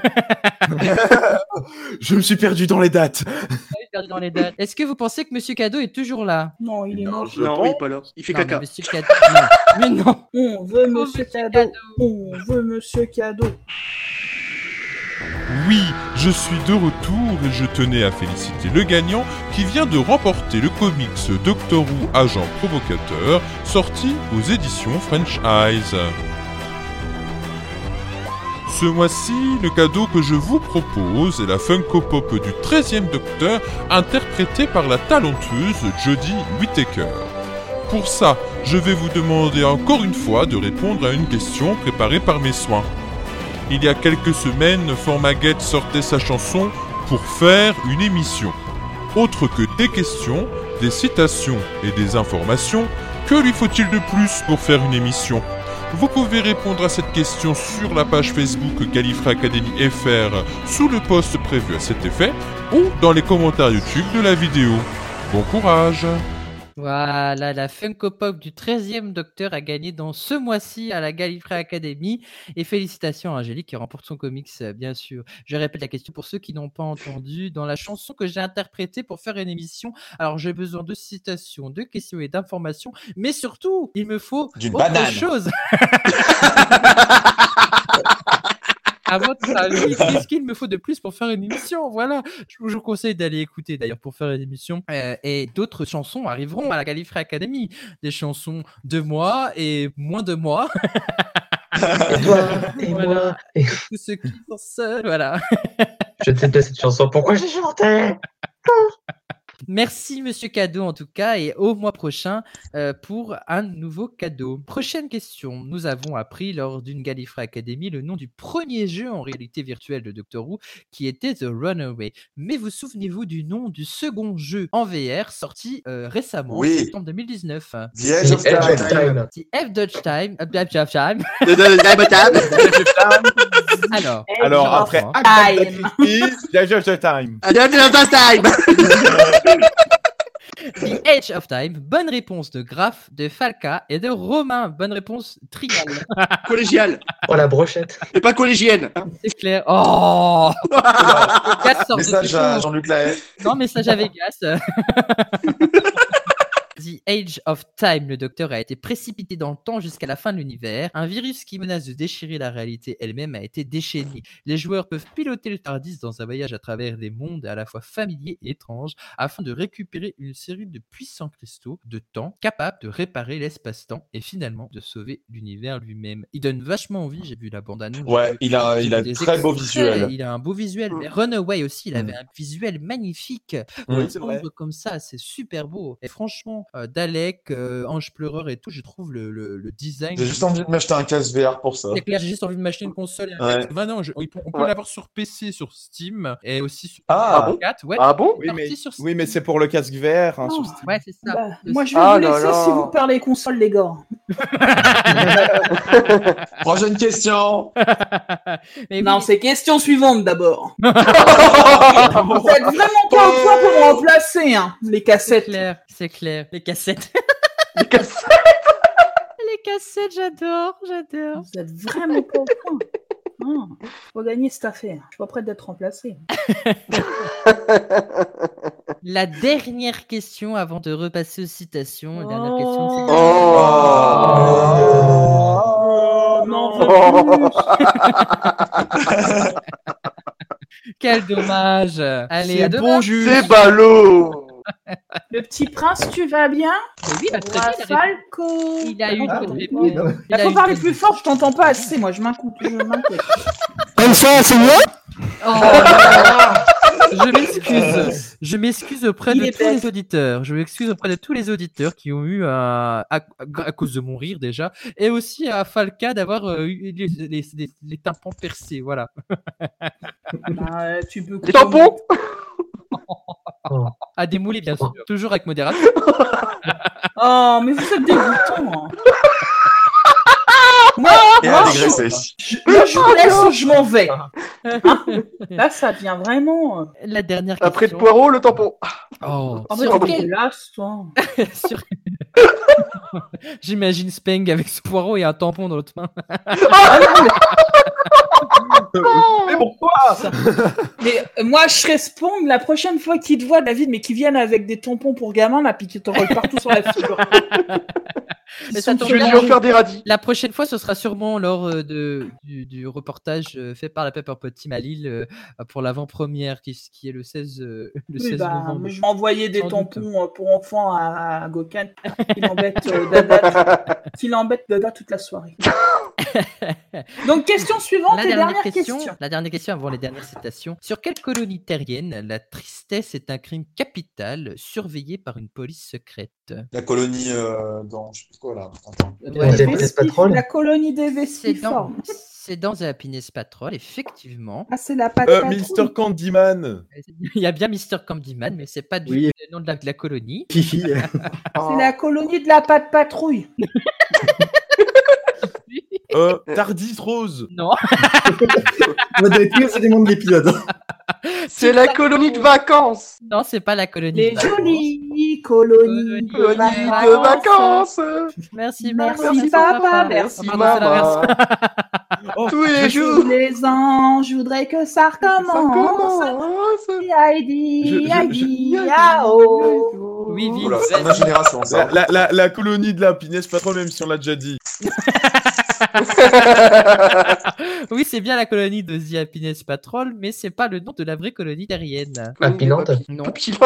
S9: Je me suis perdu dans les dates.
S2: perdu dans les dates. Est-ce que vous pensez que Monsieur Cadeau est toujours là
S1: Non, il est mort.
S7: je Non, pense. il est pas là. Il fait
S2: mais
S7: caca.
S2: Monsieur Cadeau. non. Mais non.
S1: On veut Monsieur Cadeau. On veut Monsieur Cadeau.
S4: Oui, je suis de retour et je tenais à féliciter le gagnant qui vient de remporter le comics Doctor Who Agent Provocateur sorti aux éditions French Eyes. Ce mois-ci, le cadeau que je vous propose est la Funko Pop du 13e Docteur interprétée par la talentueuse Jodie Whittaker. Pour ça, je vais vous demander encore une fois de répondre à une question préparée par mes soins. Il y a quelques semaines, Formaguette sortait sa chanson pour faire une émission. Autre que des questions, des citations et des informations, que lui faut-il de plus pour faire une émission Vous pouvez répondre à cette question sur la page Facebook Gallifrey Academy FR sous le post prévu à cet effet ou dans les commentaires YouTube de la vidéo. Bon courage
S2: Voilà, la Funko Pop du 13e Docteur a gagné dans ce mois-ci à la Gallifrey Academy. Et félicitations à Angélique qui remporte son comics, euh, bien sûr. Je répète la question pour ceux qui n'ont pas entendu. Dans la chanson que j'ai interprétée pour faire une émission, alors j'ai besoin de citations, de questions et d'informations. Mais surtout, il me faut
S13: D'une
S2: autre
S13: banane.
S2: chose. À votre avis, qu'est-ce qu'il me faut de plus pour faire une émission Voilà. Je vous je vous conseille d'aller écouter d'ailleurs pour faire une émission. Euh, et d'autres chansons arriveront à la Gallifrey Academy. Des chansons de moi et moins de moi.
S3: Et toi, et
S2: Ah, Voilà.
S3: moi, et-
S2: Tous ceux qui sont seuls, voilà.
S3: Je déteste cette chanson. Pourquoi j'ai chanté
S2: Merci Monsieur Cadeau en tout cas et au mois prochain euh, pour un nouveau cadeau. Prochaine question. Nous avons appris lors d'une Gallifrey Academy le nom du premier jeu en réalité virtuelle de Doctor Who qui était The Runaway. Mais vous souvenez-vous du nom du second jeu en VR sorti euh, récemment
S13: Oui.
S2: en septembre 2019
S13: The Edge of The Edge of Time.
S2: The Edge of Time. The Edge of Time. Alors,
S9: Alors
S1: Ah,
S9: après, Agatha Christie, Judge of the Time.
S7: Ah,
S2: The Edge of Time. Bonne réponse de Graf, de Falca et de Romain. Bonne réponse triale.
S7: Collégiale.
S3: Oh la brochette.
S7: Et pas collégienne. hein.
S2: C'est clair. Oh Vegas sort de
S6: Message
S2: ce
S6: à
S2: coup.
S6: Jean-Luc Lahaye.
S2: Non, message à Vegas. The Age of Time, le docteur a été précipité dans le temps jusqu'à la fin de l'univers. Un virus qui menace de déchirer la réalité elle-même a été déchaîné. Les joueurs peuvent piloter le Tardis dans un voyage à travers des mondes à la fois familiers et étranges afin de récupérer une série de puissants cristaux de temps capables de réparer l'espace-temps et finalement de sauver l'univers lui-même. Il donne vachement envie, j'ai vu la bande-annonce.
S6: Ouais,
S2: j'ai-
S6: il a un-
S2: j'ai euh,
S6: Ah, il a
S2: vu
S6: un
S2: des
S6: très beau
S2: extraits,
S6: visuel. Mm.
S2: Il a un beau visuel. Mais Runaway aussi, il avait un visuel magnifique.
S6: Oui,
S2: Un
S6: c'est vrai.
S2: ombre comme ça, c'est super beau. Et franchement, euh, Dalek, euh, Ange Pleureur et tout, je trouve le, le- le design.
S6: J'ai juste envie de m'acheter un casque VR pour ça.
S2: C'est clair, j'ai juste envie de m'acheter une console. et un
S6: Ouais.
S2: casque. Bah non, je- on peut- on peut
S6: Ouais.
S2: l'avoir sur PC, sur Steam et aussi sur
S9: Ah. Ah bon
S2: PS4. Ouais,
S9: Ah bon
S2: c'est
S9: oui mais,
S2: parti sur
S9: oui, mais c'est pour le casque VR. hein,
S1: Non.
S9: sur Steam.
S2: Ouais, c'est ça.
S1: Bah,
S2: Le-
S1: moi, je vais
S9: Ah
S1: vous
S9: là
S1: laisser
S9: là.
S1: si vous parlez console, les gars.
S6: Prochaine question.
S2: Mais
S1: non,
S2: oui.
S1: c'est question suivante d'abord. Vous êtes vraiment pas au point pour me remplacer, hein, les cassettes.
S2: C'est clair, c'est clair. Les cassettes. Les cassettes, j'adore, j'adore.
S1: Vous êtes vraiment pas au point. Non, faut gagner cette affaire. Je suis pas prête d'être remplacée.
S2: La dernière question avant de repasser aux citations. La dernière question. c'est-
S6: Oh. Oh.
S2: Quel dommage. Allez, à demain.
S13: C'est ballot
S1: Le petit prince, tu vas bien
S2: Oui, bah, très bien, il a
S1: Falco.
S2: Il a eu
S10: Ah,
S13: Ah,
S8: Ah,
S2: une bonne réponse. Il
S1: Il
S2: a eu
S1: faut
S2: une
S1: parler
S2: bonne
S1: plus fort, je t'entends pas assez. Moi, je m'inquiète. Je m'inquiète.
S2: Oh Je m'excuse. Je m'excuse auprès
S1: Il
S2: de
S1: est
S2: tous
S1: bête.
S2: les auditeurs. Je m'excuse auprès de tous les auditeurs qui ont eu un- à, à cause de mon rire déjà, et aussi à Falca d'avoir euh, eu les, les- les- les tympans percés. Voilà.
S1: Ah, Bah, euh, tu peux.
S2: tampons À démouler, bien sûr. Toujours avec modération.
S1: Oh, mais vous êtes hein. dégoûtant. Moi,
S2: Et
S1: moi,
S2: à
S1: je,
S2: dégraisser.
S1: je, je vous laisse ou je m'en vais.
S2: Ah.
S1: Hein Là, ça devient vraiment. euh,
S2: La dernière question.
S1: Après
S2: le
S1: poireau,
S7: le tampon.
S2: Oh,
S1: En fait,
S2: sur
S1: t'es
S2: quel-
S1: dégueulasse, toi.
S2: Sur- J'imagine Speng avec ce poireau et un tampon dans l'autre main.
S1: Mais pourquoi Mais euh, moi, je respawn la prochaine fois qu'ils te voient, David, mais qu'ils viennent avec des tampons pour gamins, là, puis qu'ils te roulent partout sur la figure.
S2: Mais
S1: Ils
S2: ça
S1: sont
S2: tombe
S1: tués.
S2: bien.
S1: Je vais lui refaire des radis.
S2: La prochaine fois, ce sera sûrement lors euh, de, du, du reportage euh, fait par la Pepperpot Team à Lille euh, pour l'avant-première, qui, qui est le 16, euh,
S1: Oui,
S2: le 16
S1: bah,
S2: novembre.
S1: je vais envoyer des
S2: Sans
S1: tampons euh, pour enfants à, à Gokhan. Il embête euh, Dada, qu'il embête Dada toute la soirée. Donc, question suivante
S2: La
S1: et
S2: dernière,
S1: dernière
S2: question,
S1: question.
S2: la dernière question avant les dernières citations. Sur quelle colonie terrienne la tristesse est un crime capital surveillé par une police secrète
S6: La colonie euh, dans je sais plus quoi là. Attends.
S2: Ouais,
S1: Des Vespis, La colonie des
S2: C'est
S1: Vespis.
S2: dans,
S1: fort.
S2: c'est dans The Happiness Patrol, effectivement.
S1: Ah, c'est la patte
S2: Euh,
S1: patrouille.
S2: Mr.
S9: Candyman.
S2: Il y a bien Mr. Candyman, mais c'est pas du tout le nom de la, de la colonie.
S8: euh.
S7: Ah,
S1: C'est la colonie de la patte patrouille.
S9: Euh, Tardis Rose.
S2: Non.
S8: On va décrire, c'est des noms de l'épisode.
S7: C'est la colonie de vacances.
S2: Non, c'est pas la colonie.
S1: Les
S2: de vacances.
S1: jolies colonies de
S7: Colonie
S1: vacances.
S7: de vacances.
S2: Merci,
S1: Merci,
S2: merci,
S1: papa,
S2: papa.
S1: merci
S2: Ah, pardon, c'est
S1: maman.
S7: Oh, Tous
S1: Je
S7: les jours.
S1: suis les ans, je voudrais que ça recommence. Heidi, Heidi, Yao.
S2: Oui, oui.
S6: Oula, c'est ma génération ça.
S9: La, la- la- la colonie de la Pinesse Patrol, même si on l'a déjà dit.
S2: oui, c'est bien la colonie de The Happiness Patrol, mais c'est pas le nom de la vraie colonie terrienne.
S7: Ah,
S3: Happyland
S2: Non.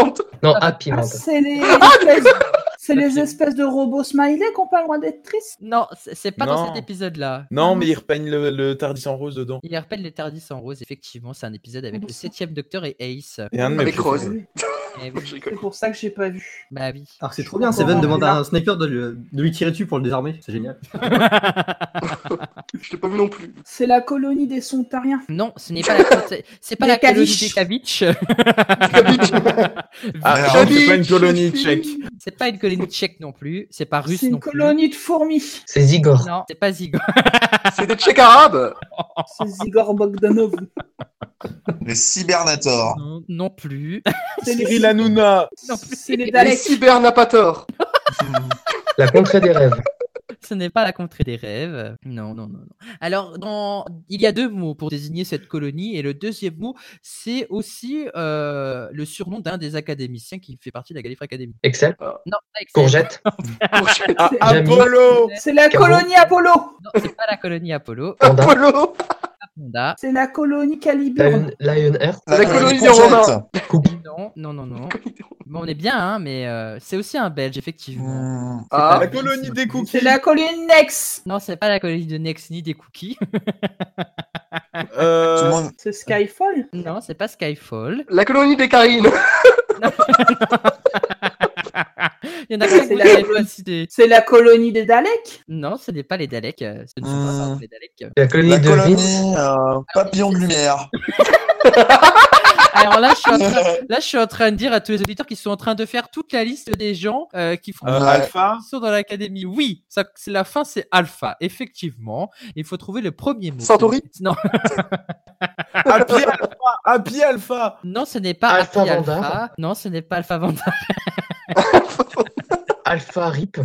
S3: Non, Happy
S1: Ah,
S3: Land.
S1: c'est les espèces... c'est les espèces de robots smiley qu'on pas le droit d'être tristes.
S2: Non, c'est c'est pas dans
S9: Non.
S2: cet épisode-là.
S9: Non, mais ils repeignent le, le Tardis en rose dedans.
S2: Il rappelle les Tardis en rose, effectivement, c'est un épisode avec le 7 Docteur et Ace.
S9: Et un de mes Avec préférés. Rose.
S2: Eh oui.
S1: C'est pour ça que j'ai pas vu.
S2: Bah oui.
S8: Alors c'est trop bien, Seven demande à un sniper de lui, de lui tirer dessus pour le désarmer, c'est génial.
S7: Je t'ai pas vu non plus.
S1: C'est la colonie des Sontariens.
S2: Non, ce n'est pas la, c'est- c'est pas
S1: Des
S2: la colonie
S1: Kavitch.
S2: des Kavitch.
S9: Ah,
S2: Kavitch.
S9: alors, c'est pas une colonie tchèque.
S2: C'est pas une colonie tchèque non plus. C'est pas russe
S1: C'est une
S2: non plus. hein.
S1: colonie de fourmis.
S3: C'est Zigor.
S2: Non, c'est pas Zigor.
S7: C'est des Tchèques arabes.
S1: C'est Zigor Bogdanov.
S6: Les cybernators.
S2: Non, non plus.
S1: C'est les-
S9: Cyril Hanouna.
S1: C'est les
S7: Les
S1: Daleks.
S7: cyber n'a pas tort.
S3: La contrée des rêves.
S2: Ce n'est pas la contrée des rêves. Non, non, non. non. Alors, dans... il y a deux mots pour désigner cette colonie. Et le deuxième mot, c'est aussi euh, le surnom d'un des académiciens qui fait partie de la Gallifrey Academy.
S3: Excel.
S2: Non, pas Excel.
S3: Courgette.
S2: Ah,
S3: Jamie.
S1: C'est la
S3: Caro.
S1: colonie Apollo.
S2: Non, c'est pas la colonie Apollo.
S3: Panda.
S7: Apollo.
S2: Panda.
S1: C'est la colonie
S3: Lion,
S1: Caliburn.
S3: Lion Air.
S6: La colonie des Romains.
S2: Non, non, non, non. Bon, on est bien, hein, mais euh, c'est aussi un Belge,
S6: Hmm,
S2: effectivement. C'est
S7: Ah.
S2: pas
S9: La
S2: russe
S9: colonie
S2: non
S9: des
S2: plus.
S9: cookies.
S1: C'est la colonie Nex.
S2: Non, c'est pas la colonie de Nex ni des cookies.
S6: Tout le
S9: Euh,
S6: monde-
S1: C'est Skyfall.
S2: non, c'est pas Skyfall.
S7: La colonie des Carines.
S2: Il y en a plein que
S1: C'est
S2: vous
S1: la
S2: n'avez pas
S1: colonie-
S2: cité.
S1: C'est la colonie des Daleks.
S2: Non, ce n'est pas les Daleks. euh, Ce ne sont pas pardon, les Daleks.
S3: La colonie
S6: La
S3: de Vince.
S6: colonie euh, papillon de lumière.
S2: Alors là je, suis en train, là, je suis en train de dire à tous les auditeurs qui sont en train de faire toute la liste des gens euh, qui font
S9: euh,
S6: Ouais.
S9: Alpha.
S2: qui sont dans l'académie. Oui, ça, c'est la fin, c'est alpha. Effectivement, il faut trouver le premier mot.
S7: Centauri
S2: Non,
S9: Happy Alpha. Happy Alpha.
S2: non, ce n'est pas
S3: Alpha
S2: Happy alpha,
S3: Vandar.
S2: Non, ce n'est pas alpha Vanda.
S3: Alpha Rip.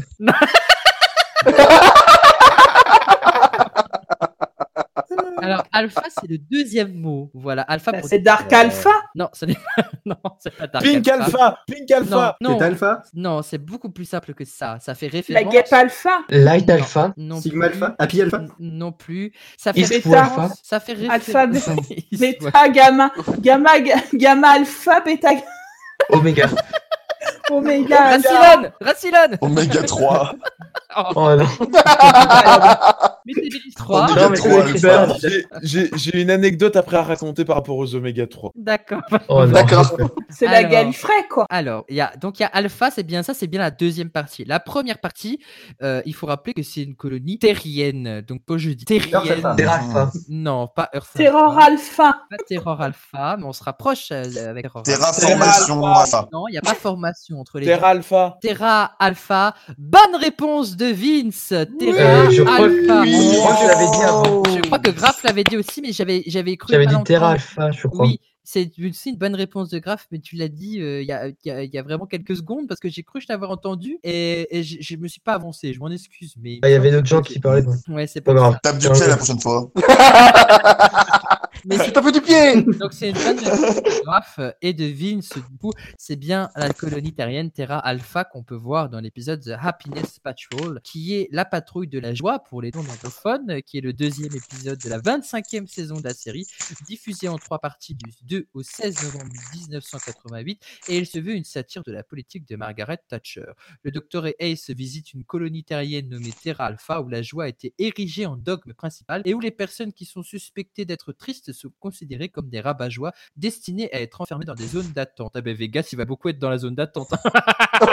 S2: Alors alpha, c'est le deuxième mot. Voilà, alpha.
S1: Bah,
S2: Ah, pour- euh,
S1: C'est Dark Alpha.
S2: Non, ce n'est non, c'est pas dark
S9: Pink Alpha. Pink Alpha.
S2: Non,
S8: C'est
S2: non,
S8: Alpha
S2: non, c'est beaucoup plus simple que ça. Ça fait
S1: La
S2: référence.
S1: guêpe Alpha.
S3: Light
S2: Non,
S3: Alpha.
S2: non
S8: Sigma
S2: plus.
S8: Alpha Happy Alpha
S2: N- Non plus. Ça fait
S3: East
S1: Beta.
S3: Fu Alpha.
S2: référence. Ça fait
S1: Alpha,
S2: référence. East Fu-
S1: Bêta, gamma, gamma, ga- gamma, alpha, bêta, gamma,
S3: Omega.
S1: oméga.
S2: Ah, Racilon Racilon
S6: Oméga 3.
S1: Ah, bah,
S3: Oh non.
S2: Météoris
S13: Ah,
S2: 3.
S5: Non, mais j'ai- j'ai j'ai une anecdote après à raconter par rapport aux Oméga 3.
S2: D'accord.
S5: Oh non. D'accord.
S1: C'est la Gallifrey, quoi.
S2: Alors, il y a, donc il y a Alpha, c'est bien ça, c'est bien la deuxième partie. La première partie, euh, il faut rappeler que c'est une colonie terrienne. Donc, quand je dis terrienne,
S3: Earth Alpha. Terra Alpha.
S2: non, pas Earth
S1: Terror Alpha.
S2: Pas Terror Alpha, mais on se rapproche euh, avec Terror
S6: Terraformation Alpha.
S2: Non, il n'y a pas formation entre les
S5: Terra
S2: deux.
S5: Alpha.
S2: Terra Alpha. Bonne réponse de Vince. Terra
S3: Euh, je crois-
S2: Alpha.
S3: oui, je crois que je l'avais dit avant.
S2: Je crois que Graf l'avait dit aussi, mais j'avais j'avais cru.
S3: J'avais
S2: pas
S3: dit Terra
S2: l'entendre.
S3: Alpha, je crois.
S2: Oui, c'est aussi une bonne réponse de Graf, mais tu l'as dit euh, il y, a, il y a- il y a vraiment quelques secondes parce que j'ai cru que je t'avais entendu et, et je je me suis pas avancé. Je m'en excuse, mais
S3: Ah, il y avait d'autres gens qui parlaient. donc.
S2: Ouais, c'est
S3: pas
S2: pour
S3: grave.
S2: ça.
S6: Tape du pied la prochaine fois.
S2: Mais c'est un peu du pied Donc c'est une bonne réponse de Graf et de Vince. Du coup, c'est bien la colonie terrienne Terra Alpha qu'on peut voir dans l'épisode The Happiness Patrol, qui est la patrouille de la joie pour les non-anglophones, qui est le deuxième épisode de la 25e saison de la série, diffusée en trois parties du 2 au 16 novembre 1988, et elle se veut une satire de la politique de Margaret Thatcher. Le docteur et Ace visitent une colonie terrienne nommée Terra Alpha, où la joie a été érigée en dogme principal et où les personnes qui sont suspectées d'être tristes sont considérées comme des rabat-joie destinées à être enfermées dans des zones d'attente. Ah ben Vegas, il va beaucoup être dans la zone d'attente. hein.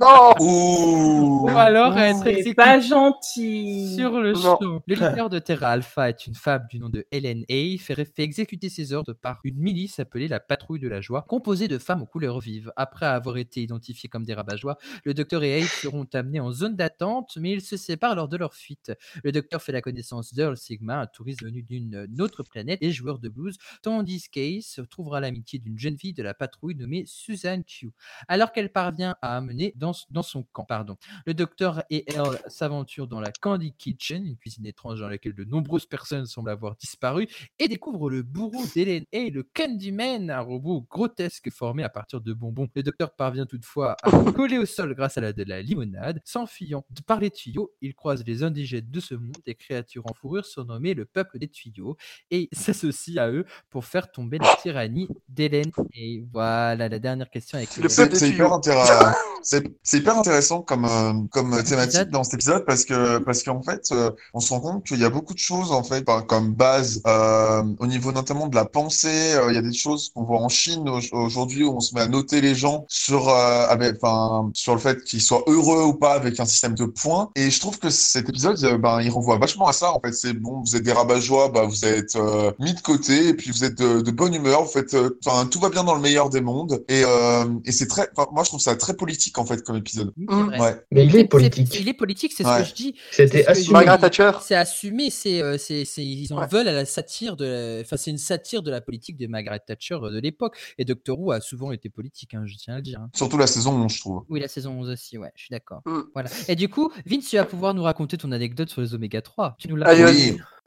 S6: non
S2: Ou alors à être
S1: C'est
S2: exécutée
S1: pas gentil.
S2: sur le champ. Le leader de Terra Alpha est une femme du nom de Helen Hay, fait, fait exécuter ses ordres par une milice appelée la Patrouille de la Joie, composée de femmes aux couleurs vives. Après avoir été identifiées comme des rabat-joie, le docteur et Hay seront amenés en zone d'attente, mais ils se séparent lors de leur fuite. Le docteur fait la connaissance d'Earl Sigma, un touriste venu d'une autre planète et joueur de blues, tandis qu'Ace trouvera l'amitié d'une jeune fille de la patrouille nommée Suzanne Q, alors qu'elle parvient à amener dans, dans son camp. Pardon. Le docteur et Earl s'aventurent dans la Candy Kitchen, une cuisine étrange dans laquelle de nombreuses personnes semblent avoir disparu, et découvrent le bourreau d'Hélène et le Candyman, un robot grotesque formé à partir de bonbons. Le docteur parvient toutefois à le coller au sol grâce à la de la limonade. S'enfuyant de- par les tuyaux, il croise les indigènes de ce monde, des créatures en fourrure surnommées le peuple des tuyaux, et s'associe à eux pour faire tomber la tyrannie d'Hélène. Et voilà la dernière question avec
S6: C'est-
S2: Hélène.
S6: C'est hyper, intér- euh, c'est- c'est hyper intéressant comme, euh, comme thématique dans cet épisode parce que parce qu'en fait, euh, on se rend compte qu'il y a beaucoup de choses en fait par- comme base euh, au niveau notamment de la pensée. euh, il y a des choses qu'on voit en Chine au- aujourd'hui où on se met à noter les gens sur euh, avec, enfin sur le fait qu'ils soient heureux ou pas avec un système de points. Et je trouve que cet épisode, euh, ben, il renvoie vachement à ça. En fait, c'est bon, vous êtes des rabat-joie, bah, vous êtes euh, mis de côté et puis vous êtes de, de bonne humeur. Vous faites, euh, enfin, tout va bien dans le meilleur des mondes. Et, euh, et c'est très, enfin, moi, je trouve ça très politique en fait comme épisode. Ouais.
S3: Mais il est
S2: C'est-
S3: politique.
S2: c'est- Il est politique, c'est
S6: Ouais.
S2: ce que je dis. C'est
S3: C'était
S2: ce que je
S3: assumé. Margaret
S2: dis.
S3: Thatcher.
S2: C'est assumé, c'est, euh, c'est, c'est- ils en veulent à la satire de, la- enfin, c'est une satire de la politique de Margaret Thatcher euh, de l'époque. Et Doctor Who a souvent été politique, hein, je tiens à le dire. hein. Mmh.
S6: Surtout la saison 11, je trouve.
S2: Oui, la saison 11 aussi, ouais, je suis d'accord. Voilà. Et du coup, Vince, tu vas pouvoir nous raconter ton anecdote sur les Oméga 3. Tu nous
S7: Ah
S2: l'as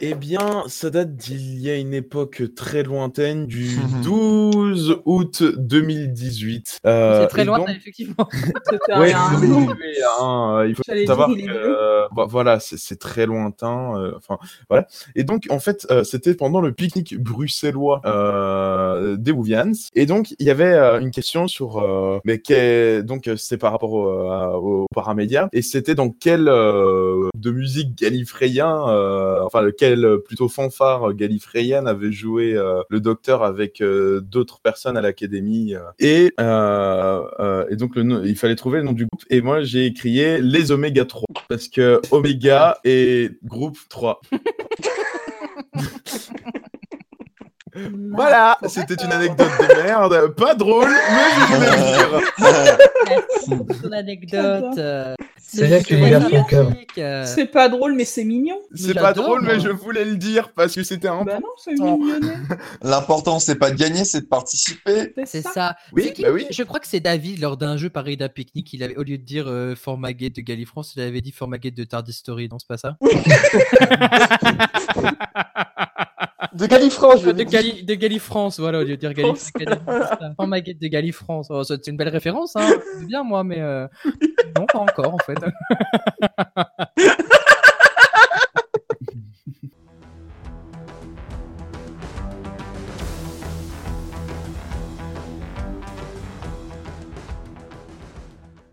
S5: Eh bien, ça date d'il y a une époque très lointaine, du 12 août 2018. Euh,
S2: C'est très
S5: et
S2: loin,
S5: donc-
S2: effectivement.
S5: Ouais, désolé, mais, hein, euh, il faut
S2: J'allais
S5: savoir
S2: dire,
S5: que
S2: il est
S5: euh, bah, voilà, c'est- c'est très lointain. euh, Enfin, voilà. Et donc, en fait, euh, c'était pendant le pique-nique bruxellois euh, des Wouvians. Et donc, il y avait euh, une question sur, euh, mais qu'est- donc euh, c'est par rapport au, à- au paramédia. Et c'était dans quel euh, de musique gallifréen, euh, enfin quel euh, plutôt fanfare gallifréenne avait joué euh, le docteur avec euh, d'autres personnes à l'académie. euh. Et euh, euh, et donc le nom- il fallait trouver le nom du groupe. Et moi j'ai écrit les Oméga 3 parce que Oméga et groupe 3.
S2: Bah,
S5: Voilà, c'était une anecdote de merde, pas drôle, mais je voulais le dire.
S2: ton anecdote. euh,
S3: C'est là que tu libères ton cœur.
S2: magnifique, euh,
S1: C'est pas drôle, mais c'est mignon.
S5: C'est pas drôle, mais je voulais le dire parce que c'était un.
S1: Bah non, c'est
S2: Oh.
S1: mignonnet.
S6: L'important, c'est pas de gagner, c'est de participer.
S2: C'est ça.
S6: Oui,
S2: C'est qui-
S6: bah oui.
S2: Je crois que c'est David lors d'un jeu pareil d'un pique-nique. Il avait, au lieu de dire euh, Formagate de Gallifrance, il avait dit Formagate de Tardy Story. Non, c'est pas ça
S7: De Gallifrance,
S2: de,
S7: je l'ai dit.
S2: Galli- de Gallifrance, voilà, au lieu de dire Gallifrance. Gallifrance, c'est ça. Formagate de Gallifrance. Oh, ça, c'est une belle référence, hein. C'est bien, moi, mais euh, non, pas encore, en fait.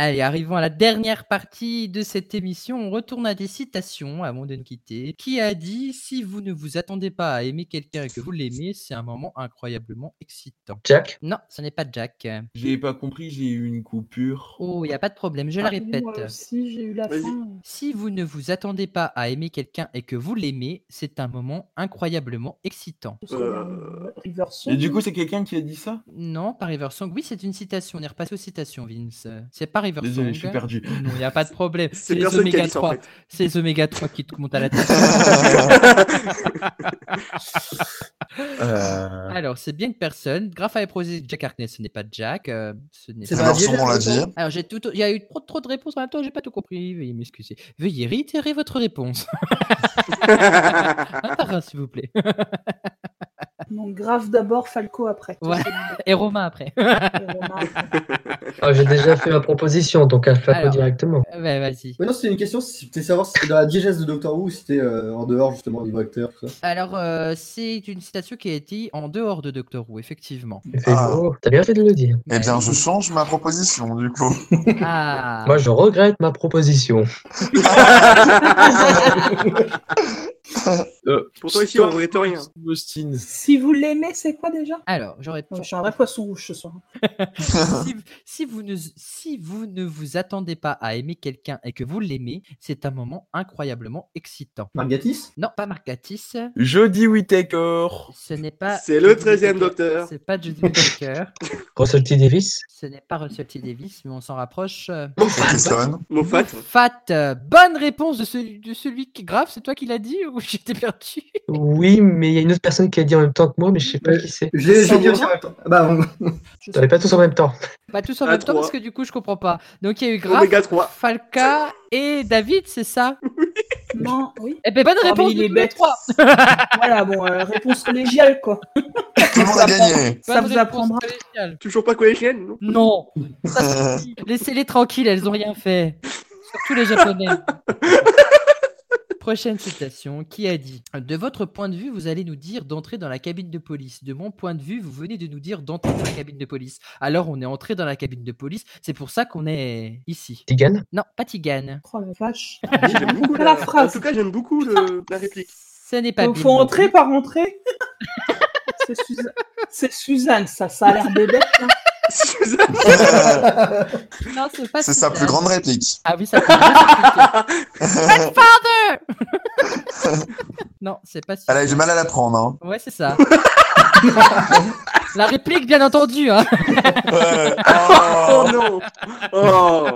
S2: Allez, arrivons à la dernière partie de cette émission. On retourne à des citations avant de nous quitter. Qui a dit Si vous ne vous attendez pas à aimer quelqu'un et que vous l'aimez, c'est un moment incroyablement excitant
S3: Jack
S2: Non, ce n'est pas Jack.
S14: J'ai pas compris, j'ai eu une coupure.
S2: Oh, il n'y a pas de problème, je la
S1: Ah, mais
S2: répète.
S1: moi aussi, j'ai eu la faim.
S2: Si vous ne vous attendez pas à aimer quelqu'un et que vous l'aimez, c'est un moment incroyablement excitant.
S1: Euh, Riversong.
S14: Et du coup, c'est quelqu'un qui a dit ça
S2: Non, pas Riversong. Oui, c'est une citation. On est repassé aux citations, Vince. C'est pas Riversong.
S14: Désolé, je suis perdu.
S2: Non, il n'y a pas de problème.
S14: c'est
S2: C'est les
S14: personne qui a
S2: Oméga
S14: dit ça, en
S2: 3.
S14: fait.
S2: C'est les Oméga 3 qui te montent à la tête.
S14: Euh.
S2: Alors, c'est bien une personne. Grapha est proposé Jack Harkness. Ce n'est pas Jack. euh, ce n'est
S14: C'est
S2: pas-
S14: Riversong, on l'a dit.
S2: Alors, j'ai tout... il y a eu trop, trop de réponses en même temps. J'ai pas tout compris. Veuillez m'excuser. Veuillez réitérer votre réponse. un par un, s'il vous plaît.
S1: Donc, grave d'abord, Falco après.
S2: Ouais. Et Romain après.
S3: Ah, J'ai déjà fait ma proposition, donc un flaco
S2: Alors.
S3: directement.
S2: Ouais, vas-y.
S10: Ouais, non, c'était une question, c'était savoir si c'était dans la digeste de Doctor Who ou si c'était euh, en dehors, justement, niveau acteur, tout ça.
S2: Alors, euh, c'est une citation qui a été en dehors de Doctor Who, effectivement.
S3: Ah. Oh, T'as bien fait de le dire.
S6: Eh bien, je change ma proposition, du coup.
S2: Ah.
S3: Moi, je regrette ma proposition.
S7: Pour toi ici, on ne rien.
S14: Austin.
S1: Si vous l'aimez, c'est quoi déjà
S2: Alors, j'aurais
S1: Je suis un vrai poisson rouge ce soir. hein.
S2: si, si vous ne, si vous ne vous attendez pas à aimer quelqu'un et que vous l'aimez, c'est un moment incroyablement excitant.
S10: Margatis
S2: Non, pas Margatis.
S14: Jodie Whittaker.
S2: Ce n'est pas.
S7: C'est le
S2: Jodie
S7: 13e
S2: Whittaker,
S7: docteur.
S2: C'est pas Judy Whittaker.
S3: Russell T. Davis
S2: Ce n'est pas Russell T. Davis, mais on s'en rapproche. euh,
S6: Wilson.
S7: Moffat.
S2: Fat. euh, Bonne réponse de, celui- de celui qui. Grave, c'est toi qui l'as dit ou j'étais perdu
S3: Oui, mais il y a une autre personne qui a dit en même temps que moi, mais je sais pas qui c'est.
S10: J'ai j'ai dit aussi en même temps. Bah, on-
S3: T'avais pas tous en même temps.
S2: Pas Bah, tous en
S3: À
S2: même temps
S3: trois.
S2: parce que du coup je comprends pas. Donc il
S7: Oh,
S2: y a eu Graf,
S3: Oméga trois.
S2: Falca et David, c'est ça
S1: Non, oui.
S2: Eh ben bonne
S1: Oh, mais
S2: réponse.
S1: il est
S2: de
S1: bête.
S2: trois.
S1: voilà, bon, euh, réponse collégiale quoi.
S6: Tout le monde a gagné.
S1: Ça
S2: Bonne
S1: vous
S2: réponse
S1: apprendra.
S2: collégiale.
S7: Toujours pas collégienne,
S2: Non.
S7: non
S6: Euh.
S2: Ça suffit. Laissez-les tranquilles, elles ont rien fait. Surtout les Japonais. Prochaine citation qui a dit De votre point de vue, vous allez nous dire d'entrer dans la cabine de police. De mon point de vue, vous venez de nous dire d'entrer dans la cabine de police. Alors on est entré dans la cabine de police. C'est pour ça qu'on est ici.
S3: Tigan
S2: Non, pas Tigane.
S1: Oh la vache.
S7: J'aime beaucoup
S1: la
S7: la... En
S1: phrase.
S7: tout cas, j'aime beaucoup le- la réplique.
S2: Ce n'est pas
S1: Donc,
S2: Bill
S1: faut
S2: non
S1: entrer
S2: plus.
S1: par entrer. C'est Suzanne. C'est Suzanne, ça, ça a l'air bébête. hein.
S2: Non, c'est pas
S6: C'est sa
S2: Suzanne.
S6: plus grande réplique.
S2: Ah oui, ça peut être Father Non, c'est pas
S6: Elle a eu du mal à la prendre. Hein.
S2: Ouais, c'est ça. La réplique, bien entendu. Hein.
S7: Oh, non Oh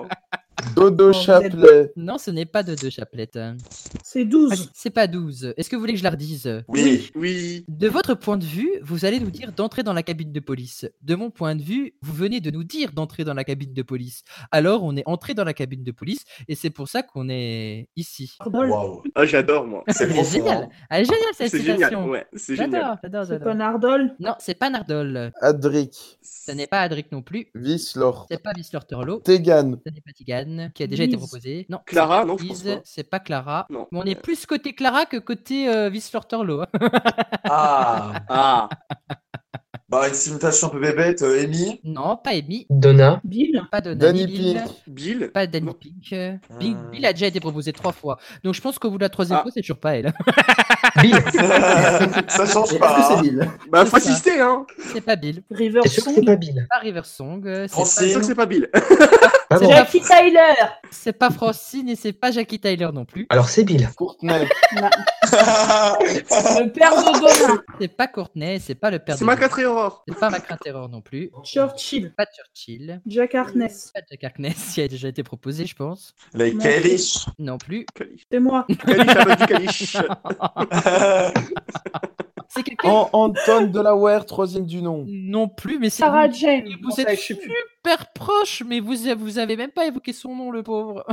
S2: Dodo
S13: Chaplet.
S2: Non, ce n'est pas Dodo Chaplet.
S1: C'est 12.
S2: C'est pas 12. Est-ce que vous voulez que je la redise
S7: Oui, oui.
S2: De votre point de vue, vous allez nous dire d'entrer dans la cabine de police. De mon point de vue, vous venez de nous dire d'entrer dans la cabine de police. Alors, on est entré dans la cabine de police et c'est pour ça qu'on est ici.
S7: Ah, j'adore, moi.
S2: Elle est géniale.
S6: hein.
S2: Elle est géniale cette
S7: C'est génial,
S2: citation.
S7: ouais, c'est
S2: J'adore,
S7: génial.
S2: j'adore,
S1: C'est
S2: j'adore.
S1: pas Nardol
S2: Non, c'est pas Nardol.
S13: Adric.
S2: Ce n'est pas Adric non plus.
S13: Vislor.
S2: C'est pas Vislor Turlo.
S13: Tegan.
S2: Ce n'est pas Tigan qui a déjà été
S13: Lise.
S2: proposé. Non.
S7: Clara,
S2: c'est pas
S7: non, je pense
S2: Lise,
S7: pas.
S2: C'est pas Clara.
S7: Non.
S2: Mais on est plus côté Clara que côté euh, Vislor Turlo. hein.
S6: Ah.
S7: Ah.
S6: Bah, une citation un peu bébête, euh, Amy.
S2: non, pas Amy.
S3: Donna.
S1: Bill
S2: Pas Donna.
S6: Danny
S2: ni Bill.
S6: Pink. Ah.
S7: Bill
S2: Pas Danny Pink. Euh, Bill, Bill a déjà été proposé trois fois. Donc je pense qu'au bout de la
S7: Ah.
S2: troisième fois, c'est toujours pas elle. hein.
S3: Bill
S6: Ça change pas. hein.
S7: Bah, faut
S2: C'est ça.
S7: insister, hein
S2: C'est pas Bill.
S1: River
S3: T'es sûr que c'est
S1: Song.
S3: pas Bill
S2: Pas Riversong. euh, C'est
S7: C'est sûr
S2: pas...
S7: que c'est pas Bill.
S3: Ah bon.
S1: Jackie Tyler.
S2: c'est pas Francine et c'est pas Jackie Tyler non plus.
S3: Alors c'est Bill.
S13: Courtenay.
S1: Non.
S6: hein.
S1: Le père d'Odona.
S2: C'est pas Courtney, c'est pas le père
S7: C'est
S2: de-
S7: Macatra Aurore.
S2: C'est pas Macra Terror non plus.
S1: Churchill.
S2: Pas Churchill.
S1: Jack Harkness.
S2: Pas Jack Harkness, il a déjà été proposé, je pense.
S6: Les
S1: Non.
S6: Kalish.
S2: Non plus.
S1: C'est moi.
S7: Kalish, la meuf du Kalish.
S2: C'est quelqu'un
S13: An- Anton Delaware, troisième du nom.
S2: non plus, mais c'est.
S1: Sarah
S2: vous-
S1: Jane.
S2: Vous
S1: Bon, ça,
S2: êtes
S1: je sais plus.
S2: super proche, mais vous, vous avez même pas évoqué son nom, le pauvre.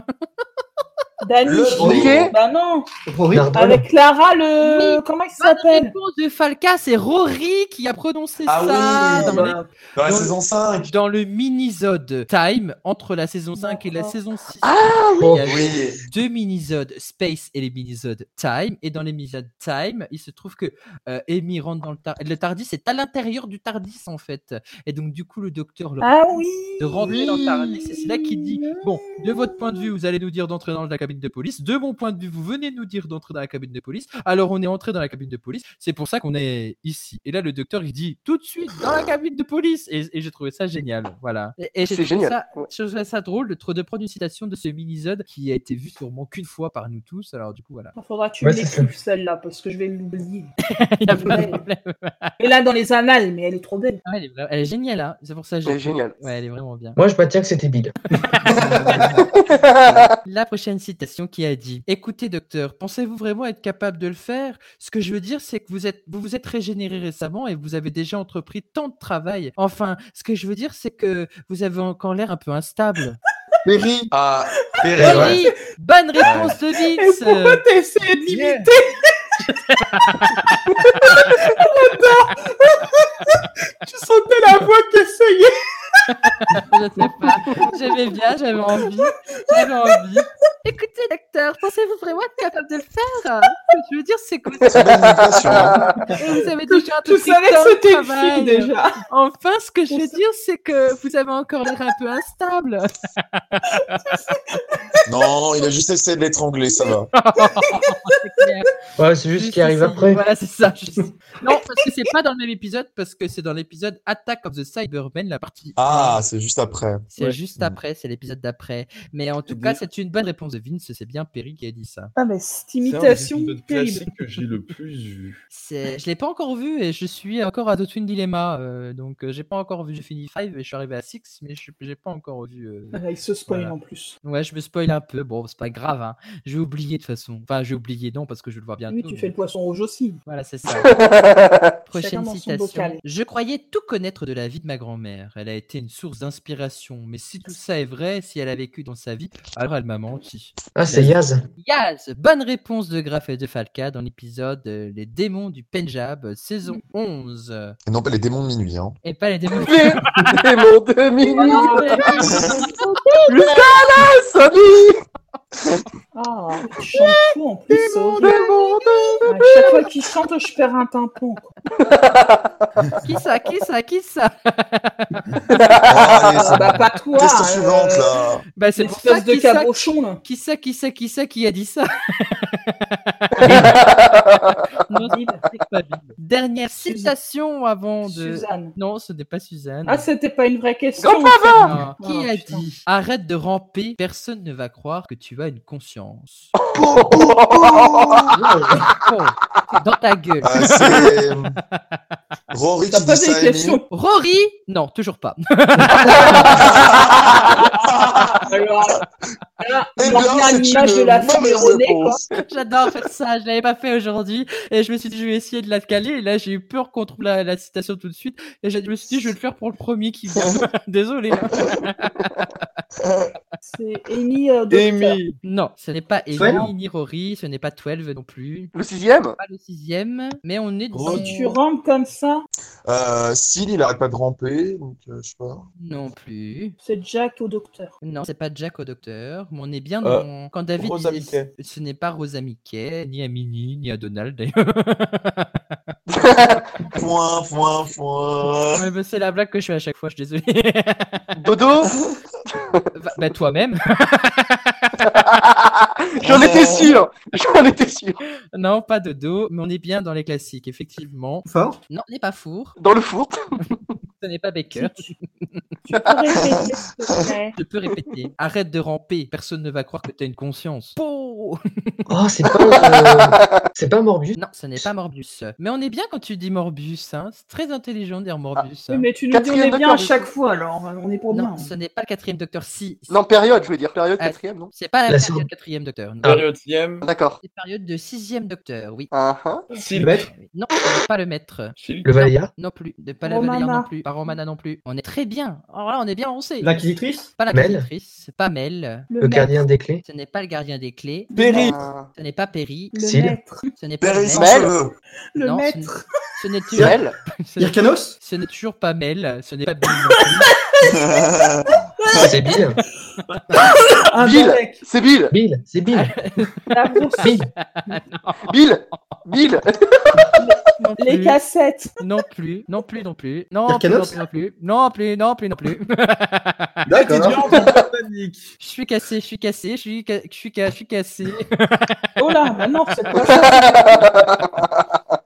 S1: Danny
S2: Le
S1: Chico,
S2: Brick.
S1: bah non.
S2: Pardon.
S1: Avec Clara le. Comment il s'appelle
S2: réponse de Falca, c'est Rory qui a prononcé
S1: Ah
S2: ça
S1: oui,
S2: dans,
S1: bah, dans la
S2: saison
S6: 5.
S2: Dans le mini-zode Time, entre la saison 5 et la saison 6.
S1: Ah
S2: il y
S1: oui.
S2: avait
S1: Oui.
S2: Deux mini-zodes Space et les mini-zodes Time. Et dans les mini-zodes Time, il se trouve que euh, Amy rentre dans le TARDIS. Le TARDIS est à l'intérieur du TARDIS en fait. Et donc du coup, le docteur leur
S1: Ah
S2: propose
S1: oui.
S2: de rentrer dans le TARDIS. Et c'est là qu'il dit Bon, de votre point de vue, vous allez nous dire d'entrer dans la cabine de police. De mon point de vue, vous venez nous dire d'entrer dans la cabine de police. Alors on est entré dans la cabine de police. C'est pour ça qu'on est ici. Et là, le docteur, il dit tout de suite dans la cabine de police. Et, et j'ai trouvé ça génial. Voilà. Et, et j'ai
S7: C'est
S2: trouvé
S7: génial.
S2: ça- je trouvais ça drôle de, tr- de prendre une citation de ce mini-zode qui a été vu sûrement qu'une fois par nous tous. Alors du coup, voilà.
S1: Il faudra que tu
S2: Ouais, c'est
S1: l'écrives celle-là parce que je vais l'oublier. Et là dans les annales, mais elle est trop belle.
S2: elle, est géniale, hein. c'est pour ça que j'ai-
S1: Elle est géniale.
S2: Ouais, elle est vraiment bien.
S3: Moi, je maintiens que c'était Bill.
S2: La prochaine citation qui a dit Écoutez, docteur, pensez-vous vraiment être capable de le faire Ce que je veux dire, c'est que vous êtes, vous vous êtes régénéré récemment et vous avez déjà entrepris tant de travail. Enfin, ce que je veux dire, c'est que vous avez encore l'air un peu instable.
S6: Perry Ah, Perry,
S2: Perry,
S6: ouais.
S2: bonne réponse de Vince.
S1: pourquoi t'as essayé de l'imiter
S2: Tu sentais la voix qui essayait Je sais pas. J'aimais bien, j'avais envie. J'avais envie. Écoutez, docteur, pensez-vous vraiment être capable de le faire Ce que je veux dire, c'est que vous
S1: C'est une imitation, hein.
S2: Et vous avez déjà
S1: Tu
S2: entrepris
S1: savais que
S2: tant de
S1: c'était une fille,
S2: travail.
S1: déjà.
S2: Enfin, ce que je veux dire, c'est que vous avez encore l'air un peu instable.
S6: Non, il a juste essayé de l'étrangler, ça va.
S3: Ouais, c'est juste ce qui arrive après.
S2: Voilà, c'est ça. je sais. Non, parce que c'est pas dans le même épisode, parce que c'est dans l'épisode Attack of the Cybermen, la partie.
S6: Ah, c'est juste après.
S2: C'est juste après, c'est l'épisode d'après. Mais en tout cas, c'est une bonne réponse de Vince. C'est bien Perry qui a dit ça.
S1: Ah mais cette
S2: un des
S1: imitation
S2: épisodes
S1: terrible.
S2: classiques
S9: que j'ai le plus vu.
S2: C'est- Je l'ai pas encore vu et je suis encore à The Twin Dilemma. euh, donc, euh, j'ai pas encore vu. J'ai fini 5 et je suis arrivé à 6, mais je j'ai pas encore vu. euh,
S1: Ah, il se spoil
S2: voilà.
S1: en plus.
S2: Ouais, je me spoil un peu. Bon, c'est pas grave. Hein. Je vais oublier de toute façon. Enfin, je vais oublier, non, parce que je vais le vois bientôt.
S1: Oui, tu
S2: mais-
S1: fais le poisson rouge aussi.
S2: Voilà, c'est ça.
S1: Chacun
S2: Prochaine
S1: dans son
S2: citation.
S1: bocal.
S2: Je croyais tout connaître de la vie de ma grand-mère. Elle a été une source d'inspiration. Mais si tout ça est vrai, si elle a vécu dans sa vie, alors elle m'a menti.
S3: Ah, c'est Yaz.
S2: Yaz Bonne réponse de Graf et de Falca dans l'épisode euh, Les démons du Punjab, euh, saison
S1: Mm.
S2: 11.
S6: Et Non, pas les démons de minuit. Hein.
S2: Et pas les démons du
S14: démons de
S1: Ah, il chante fou en plus. c'est horrible. À chaque fois qu'il chante, je perds un tympan. quoi.
S2: Qui ça Qui ça Qui ça
S6: Oh,
S1: allez, c'est Bah, bon. pas toi, Question
S2: Question
S1: euh, suivante, là.
S2: Bah, c'est pour
S1: Espèce
S2: ça,
S1: de
S2: qui ça-
S1: cabochon, là.
S2: Qui ça Qui ça Qui ça Qui a dit ça Non, c'est pas Bill. Dernière citation avant Ah, de.
S1: Suzanne.
S2: Non, ce n'est pas Suzanne.
S1: Ah, c'était pas une vraie question. en
S2: Non.
S1: fait.
S2: Qui
S1: Ah,
S2: a
S1: putain.
S2: dit Arrête de ramper, personne ne va croire que tu as une conscience.
S7: Oh.
S1: Oh.
S2: Oh, Dans ta gueule.
S6: Euh, Rory
S2: T'as
S6: qui
S2: pas
S6: dit
S2: des
S6: ça,
S2: questions.
S6: Emile.
S2: Rory Non, toujours pas.
S1: Eh bien, revient à c'est l'image une de la mauvaise femme erronée, réponse. quoi.
S2: J'adore faire ça, je l'avais pas fait aujourd'hui et je me suis dit je vais essayer de la caler et là j'ai eu peur qu'on trouve la, la citation tout de suite et je me suis dit je vais le faire pour le premier qui vient. Désolé.
S1: C'est Amy. euh, Docteur.
S2: Non, ce n'est pas Amy
S1: Twelve
S2: ni Rory, ce n'est pas 12 non plus.
S7: Le sixième
S2: Pas le sixième, mais on est dans...
S1: Si tu rampes comme ça,
S6: Euh, Sil, il arrête pas de ramper, donc euh, je sais pas.
S2: Non plus.
S1: c'est Jack au docteur.
S2: Non, c'est pas Jack au docteur, mais on est bien
S6: Euh,
S2: dans... Quand David
S6: Rosa
S2: disait, ce n'est pas Rosa Mickey, ni à Minnie, ni à Donald d'ailleurs.
S6: Point, point, point.
S2: Ouais, bah, c'est la blague que je fais à chaque fois, je suis désolé.
S7: Dodo
S2: Bah, bah, toi-même.
S7: J'en étais sûr J'en étais sûr
S2: Non, pas Dodo, mais on est bien dans les classiques, effectivement.
S8: Fort
S2: Non, on n'est pas four.
S7: Dans le four
S2: Ce n'est pas Baker.
S1: répéter, s'il te plaît
S2: Je peux répéter. Arrête de ramper, personne ne va croire que tu as une conscience. Pouh Oh
S3: Oh, c'est pas, euh, c'est pas Morbius
S2: Non, ce n'est pas Morbius. Mais on est bien quand tu dis Morbius, hein. c'est très intelligent de dire Morbius. hein.
S1: Oui, mais tu nous dis on est bien à chaque fois, alors on est pour
S2: Non,
S1: bien.
S2: ce n'est pas le quatrième docteur, si.
S7: Non, période, je veux dire, période
S2: Ah,
S7: quatrième, non
S2: C'est pas la,
S3: La
S2: période
S3: seconde-
S2: quatrième docteur. non.
S14: Période sixième.
S7: D'accord. Ah,
S2: C'est période de sixième docteur, oui.
S14: Si, le maître.
S2: Non, ce n'est pas le maître.
S3: Le Valaya
S2: Non plus. de- Pas la
S1: Romana.
S2: Valaya non plus. Pas Romana non plus. On est très bien. Alors là, on est bien roncé.
S10: L'inquisitrice
S2: Pas
S3: Mel
S2: l'inquisitrice. Pas Mel.
S1: Le
S3: Le
S1: maître.
S3: gardien des clés
S2: Ce n'est pas le gardien des clés.
S9: Perry.
S2: Ce n'est pas Perry.
S1: Le
S3: Sil.
S1: maître.
S2: Ce n'est pas
S6: Perry sans
S2: Mel.
S6: cheveux.
S1: Le
S2: Non, ce n'est-
S1: maître.
S2: Ce n'est toujours...
S7: Mel
S2: ce n'est-
S10: Hyrcanos
S2: Ce n'est toujours pas Mel. Ce n'est pas Bill. non plus.
S3: C'est Bill
S1: Un
S7: Bill
S1: Ah, mec.
S7: C'est Bill
S3: Bill C'est Bill
S1: La bourse.
S3: Bill
S7: Bill Bill
S2: Non plus.
S1: Les cassettes.
S2: Non plus. Non plus. Non plus. Non plus. Non
S10: Hyrcanos
S2: plus. Non plus. Non plus. Non plus. Non plus.
S10: D'accord.
S2: Je suis cassé. Je suis cassé. Je suis ca- je suis ca- je suis cassé.
S1: Oh là, bah non, c'est pas ça.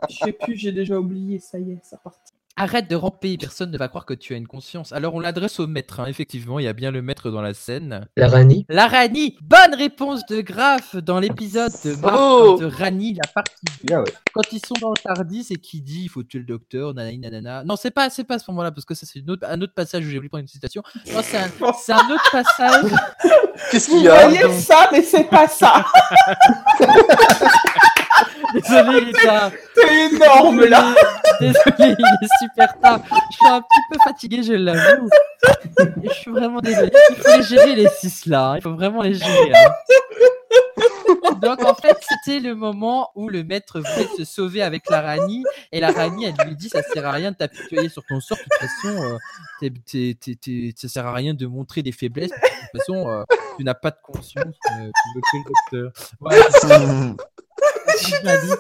S1: Je sais plus, j'ai déjà oublié, ça y est, ça part.
S2: Arrête de ramper, personne ne va croire que tu as une conscience. Alors on l'adresse au maître, hein. effectivement, il y a bien le maître dans la scène.
S3: La Rani
S2: La Rani, bonne réponse de Graf dans l'épisode de, Marc-
S7: Bravo
S2: de Rani, la partie
S10: Bien, ouais.
S2: quand ils sont dans le Tardis et qui dit il faut tuer le docteur, nanani nanana. Non, c'est pas, c'est pas à ce moment-là parce que ça c'est une autre- un autre passage où j'ai voulu prendre une citation. Non, c'est un, c'est un autre passage.
S7: Qu'est-ce
S1: Vous
S7: qu'il y a
S1: voyez ça, mais c'est pas ça.
S2: Désolé, il est tard.
S1: C'est énorme là.
S2: Désolé, il est super tard. Je suis un petit peu fatigué, je l'avoue. Je suis vraiment désolé. Il faut les gérer les six là. hein. Il faut vraiment les gérer. hein. Donc en fait, c'était le moment où le maître voulait se sauver avec la Rani et la Rani elle lui dit ça sert à rien de t'apitoyer sur ton sort. De toute façon, euh, t'es- t'es- t'es- t'es- ça sert à rien de montrer des faiblesses. parce que De toute façon, euh, tu n'as pas de conscience. euh, tu veux tuer le docteur. Voilà, c'est ça. Je l'ai dit.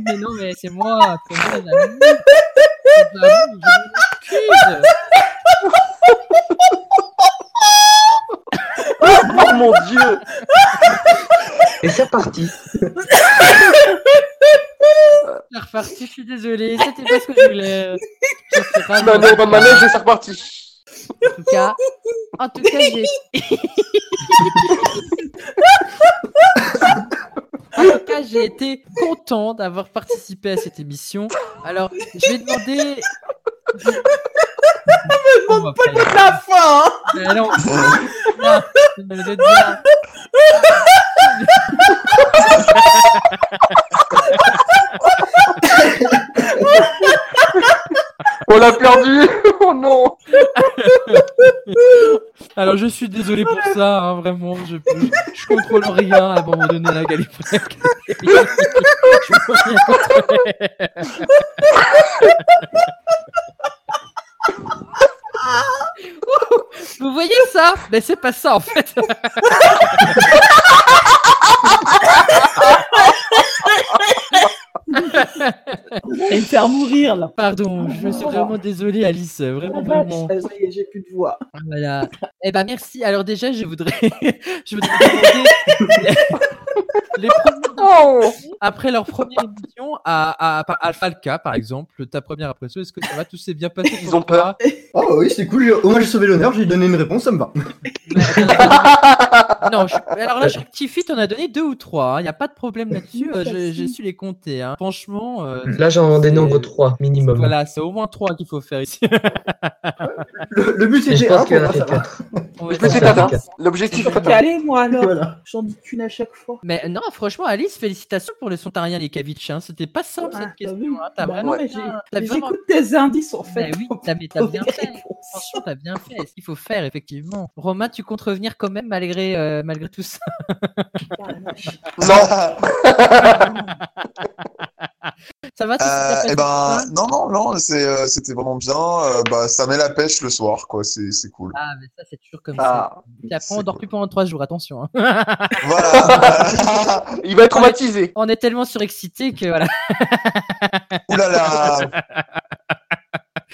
S2: Mais non, mais c'est moi, c'est moi, la nuit. C'est la nuit, je m'excuse.
S7: Oh mon dieu
S3: Et c'est parti
S2: C'est reparti, je suis désolé, c'était pas ce que je voulais. Je suis ravi.
S7: Non, non, ma manège, et c'est reparti
S2: En tout cas, en tout cas, j'ai. En tout cas, j'ai été content d'avoir participé à cette émission. Alors, je vais demander.
S1: Ah,
S2: Je demande pas
S1: La fin. hein.
S2: Mais non. Non, je me le dis.
S7: On l'a perdu Oh non
S2: Alors je suis désolé pour ça, hein, vraiment, je, je, je contrôle rien à abandonner la Gallifrey. Je peux rien contrôler. Vous voyez ça Mais c'est pas ça en fait.
S1: Allez me faire mourir là.
S2: Pardon, je suis vraiment désolé Alice,
S1: Ah,
S2: vraiment
S1: vache,
S2: vraiment.
S1: ça y est, j'ai plus de voix.
S2: Voilà. Eh ben merci. Alors déjà, je voudrais, je voudrais demander les- les premiers
S7: Oh
S2: après leur première émission à, à, à Falca, par exemple, ta première impression, est-ce que ça va Tout s'est bien passé
S7: Ils
S2: pour
S7: ont peur.
S2: toi
S10: Oh oui, c'est cool. j'ai- Au moins j'ai sauvé l'honneur, j'ai donné une réponse, ça me va.
S2: Non, je- alors
S1: Euh,
S2: là, chaque petit fit, on a donné deux ou trois. hein. Il n'y a pas de problème là-dessus. euh, je- J'ai su les compter. hein. Franchement. euh,
S3: Là, j'en
S2: c'est-
S3: dénombre 3 Mm. minimum.
S2: Voilà, c'est au moins trois qu'il faut faire ici.
S10: Le, le but
S3: Et je
S10: c'était un
S3: pense qu'il y
S10: pour
S3: en a
S10: moi, ça va.
S3: 4.
S2: Ouais,
S7: Je me suis
S2: ça va.
S7: atteint. L'objectif est atteint.
S1: Allez, moi alors.
S10: Voilà.
S1: J'en dis qu'une à chaque fois.
S2: Mais euh, non, franchement, Alice, félicitations pour le Sontarien les Kavitch. hein. C'était pas simple
S1: Ah,
S2: cette
S1: t'as vu
S2: question. hein. T'as
S1: Bah
S2: vraiment
S1: non, mais
S2: bien-
S1: j'ai-
S2: t'as
S1: mais
S2: vraiment-
S1: J'écoute tes indices en fait.
S2: Mais oui, t'as mais t'as
S1: pour
S2: bien
S1: des
S2: fait.
S1: réponses.
S2: Franchement, t'as bien fait. Ce qu'il faut faire, effectivement. Romain, tu comptes revenir quand même malgré, euh, malgré tout ça.
S1: Ah, la vache.
S6: Non
S2: Ça va tu t'es bien
S6: Euh,
S2: passé
S6: eh
S2: pour
S6: ben,
S2: toi
S6: non, non, non, c'est, euh, c'était vraiment bien. Euh, bah, ça met la pêche le soir, quoi. C'est, c'est cool.
S2: Ah, mais ça, c'est toujours comme ça.
S7: Ah,
S2: Puis après, on
S6: c'est
S2: dort
S6: cool.
S2: plus pendant trois jours, attention. hein.
S6: Voilà.
S7: il va être traumatisé.
S2: On est tellement surexcité que voilà.
S6: Ouh là là.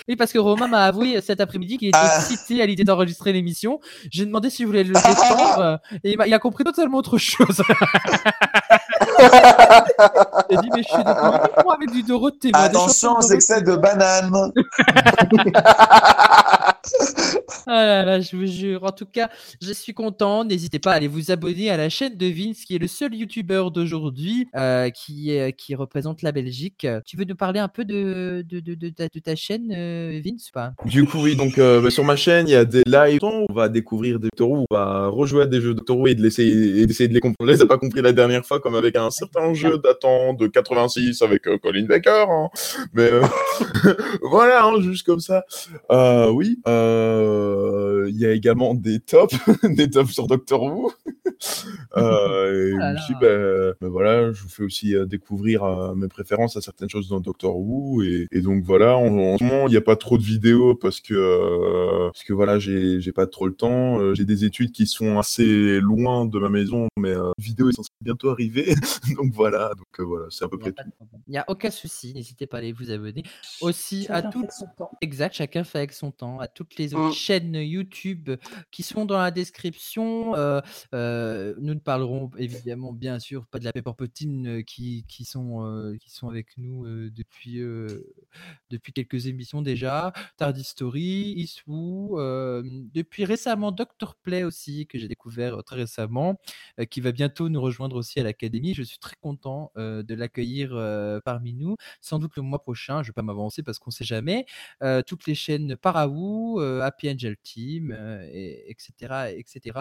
S2: Oui, parce que Romain m'a avoué euh, cet après-midi qu'il était
S6: Ah.
S2: excité à l'idée d'enregistrer l'émission. J'ai demandé s'il voulait le défendre euh, et il m'a- il a compris totalement autre chose.
S12: J'ai dit, mais je suis d'accord avec du Dorothée. moi, des
S6: Attention
S12: chansons
S6: aux
S12: de
S6: excès de banane.
S2: Ah là là, je vous jure. En tout cas, je suis content. N'hésitez pas à aller vous abonner à la chaîne de Vince, qui est le seul youtubeur d'aujourd'hui euh, qui, est- qui représente la Belgique. Tu veux nous parler un peu de, de, de, de ta, de ta chaîne, euh, Vince ou pas
S5: Du coup, oui, donc euh, bah, sur ma chaîne, il y a des lives. On va découvrir des Doctor Who, on va rejouer à des jeux Doctor Who et de l'essayer- et d'essayer de les comprendre. On les a pas compris la dernière fois, comme avec un certain jeu datant de 86 avec euh, Colin Baker. hein. Mais euh, voilà, hein, juste comme ça. Euh, oui, euh, il y a également des tops, des tops sur Doctor Who. Euh, et
S9: Oh là là.
S5: aussi, ben, ben voilà, je vous fais aussi euh, découvrir euh, mes préférences à certaines choses dans Doctor Who. Et, et donc voilà, en, en ce moment, il n'y a pas trop de vidéos parce que, euh, parce que voilà, j'ai j'ai pas trop le temps. Euh, j'ai des études qui sont assez loin de ma maison, mais euh, vidéo est censée bientôt arriver. donc voilà, donc euh, voilà, c'est à peu près tout.
S2: Il n'y a aucun souci. N'hésitez pas à aller vous abonner. Aussi à
S1: Chacun
S2: toutes.
S1: fait son temps.
S2: Exact, chacun fait avec son temps. À toutes les autres chaînes YouTube qui sont dans la description. euh, euh, nous ne parlerons évidemment, bien sûr, pas de la Pepperpotine euh, qui, qui, sont, euh, qui sont avec nous euh, depuis, euh, depuis quelques émissions déjà. Tardy Story, Iswoo, euh, depuis récemment Dr. Play aussi, que j'ai découvert euh, très récemment, euh, qui va bientôt nous rejoindre aussi à l'Académie. Je suis très content euh, de l'accueillir euh, parmi nous, sans doute le mois prochain. Je ne vais pas m'avancer parce qu'on ne sait jamais. Euh, toutes les chaînes Paraou, euh, Happy Angel Team, euh, et, etc. etc.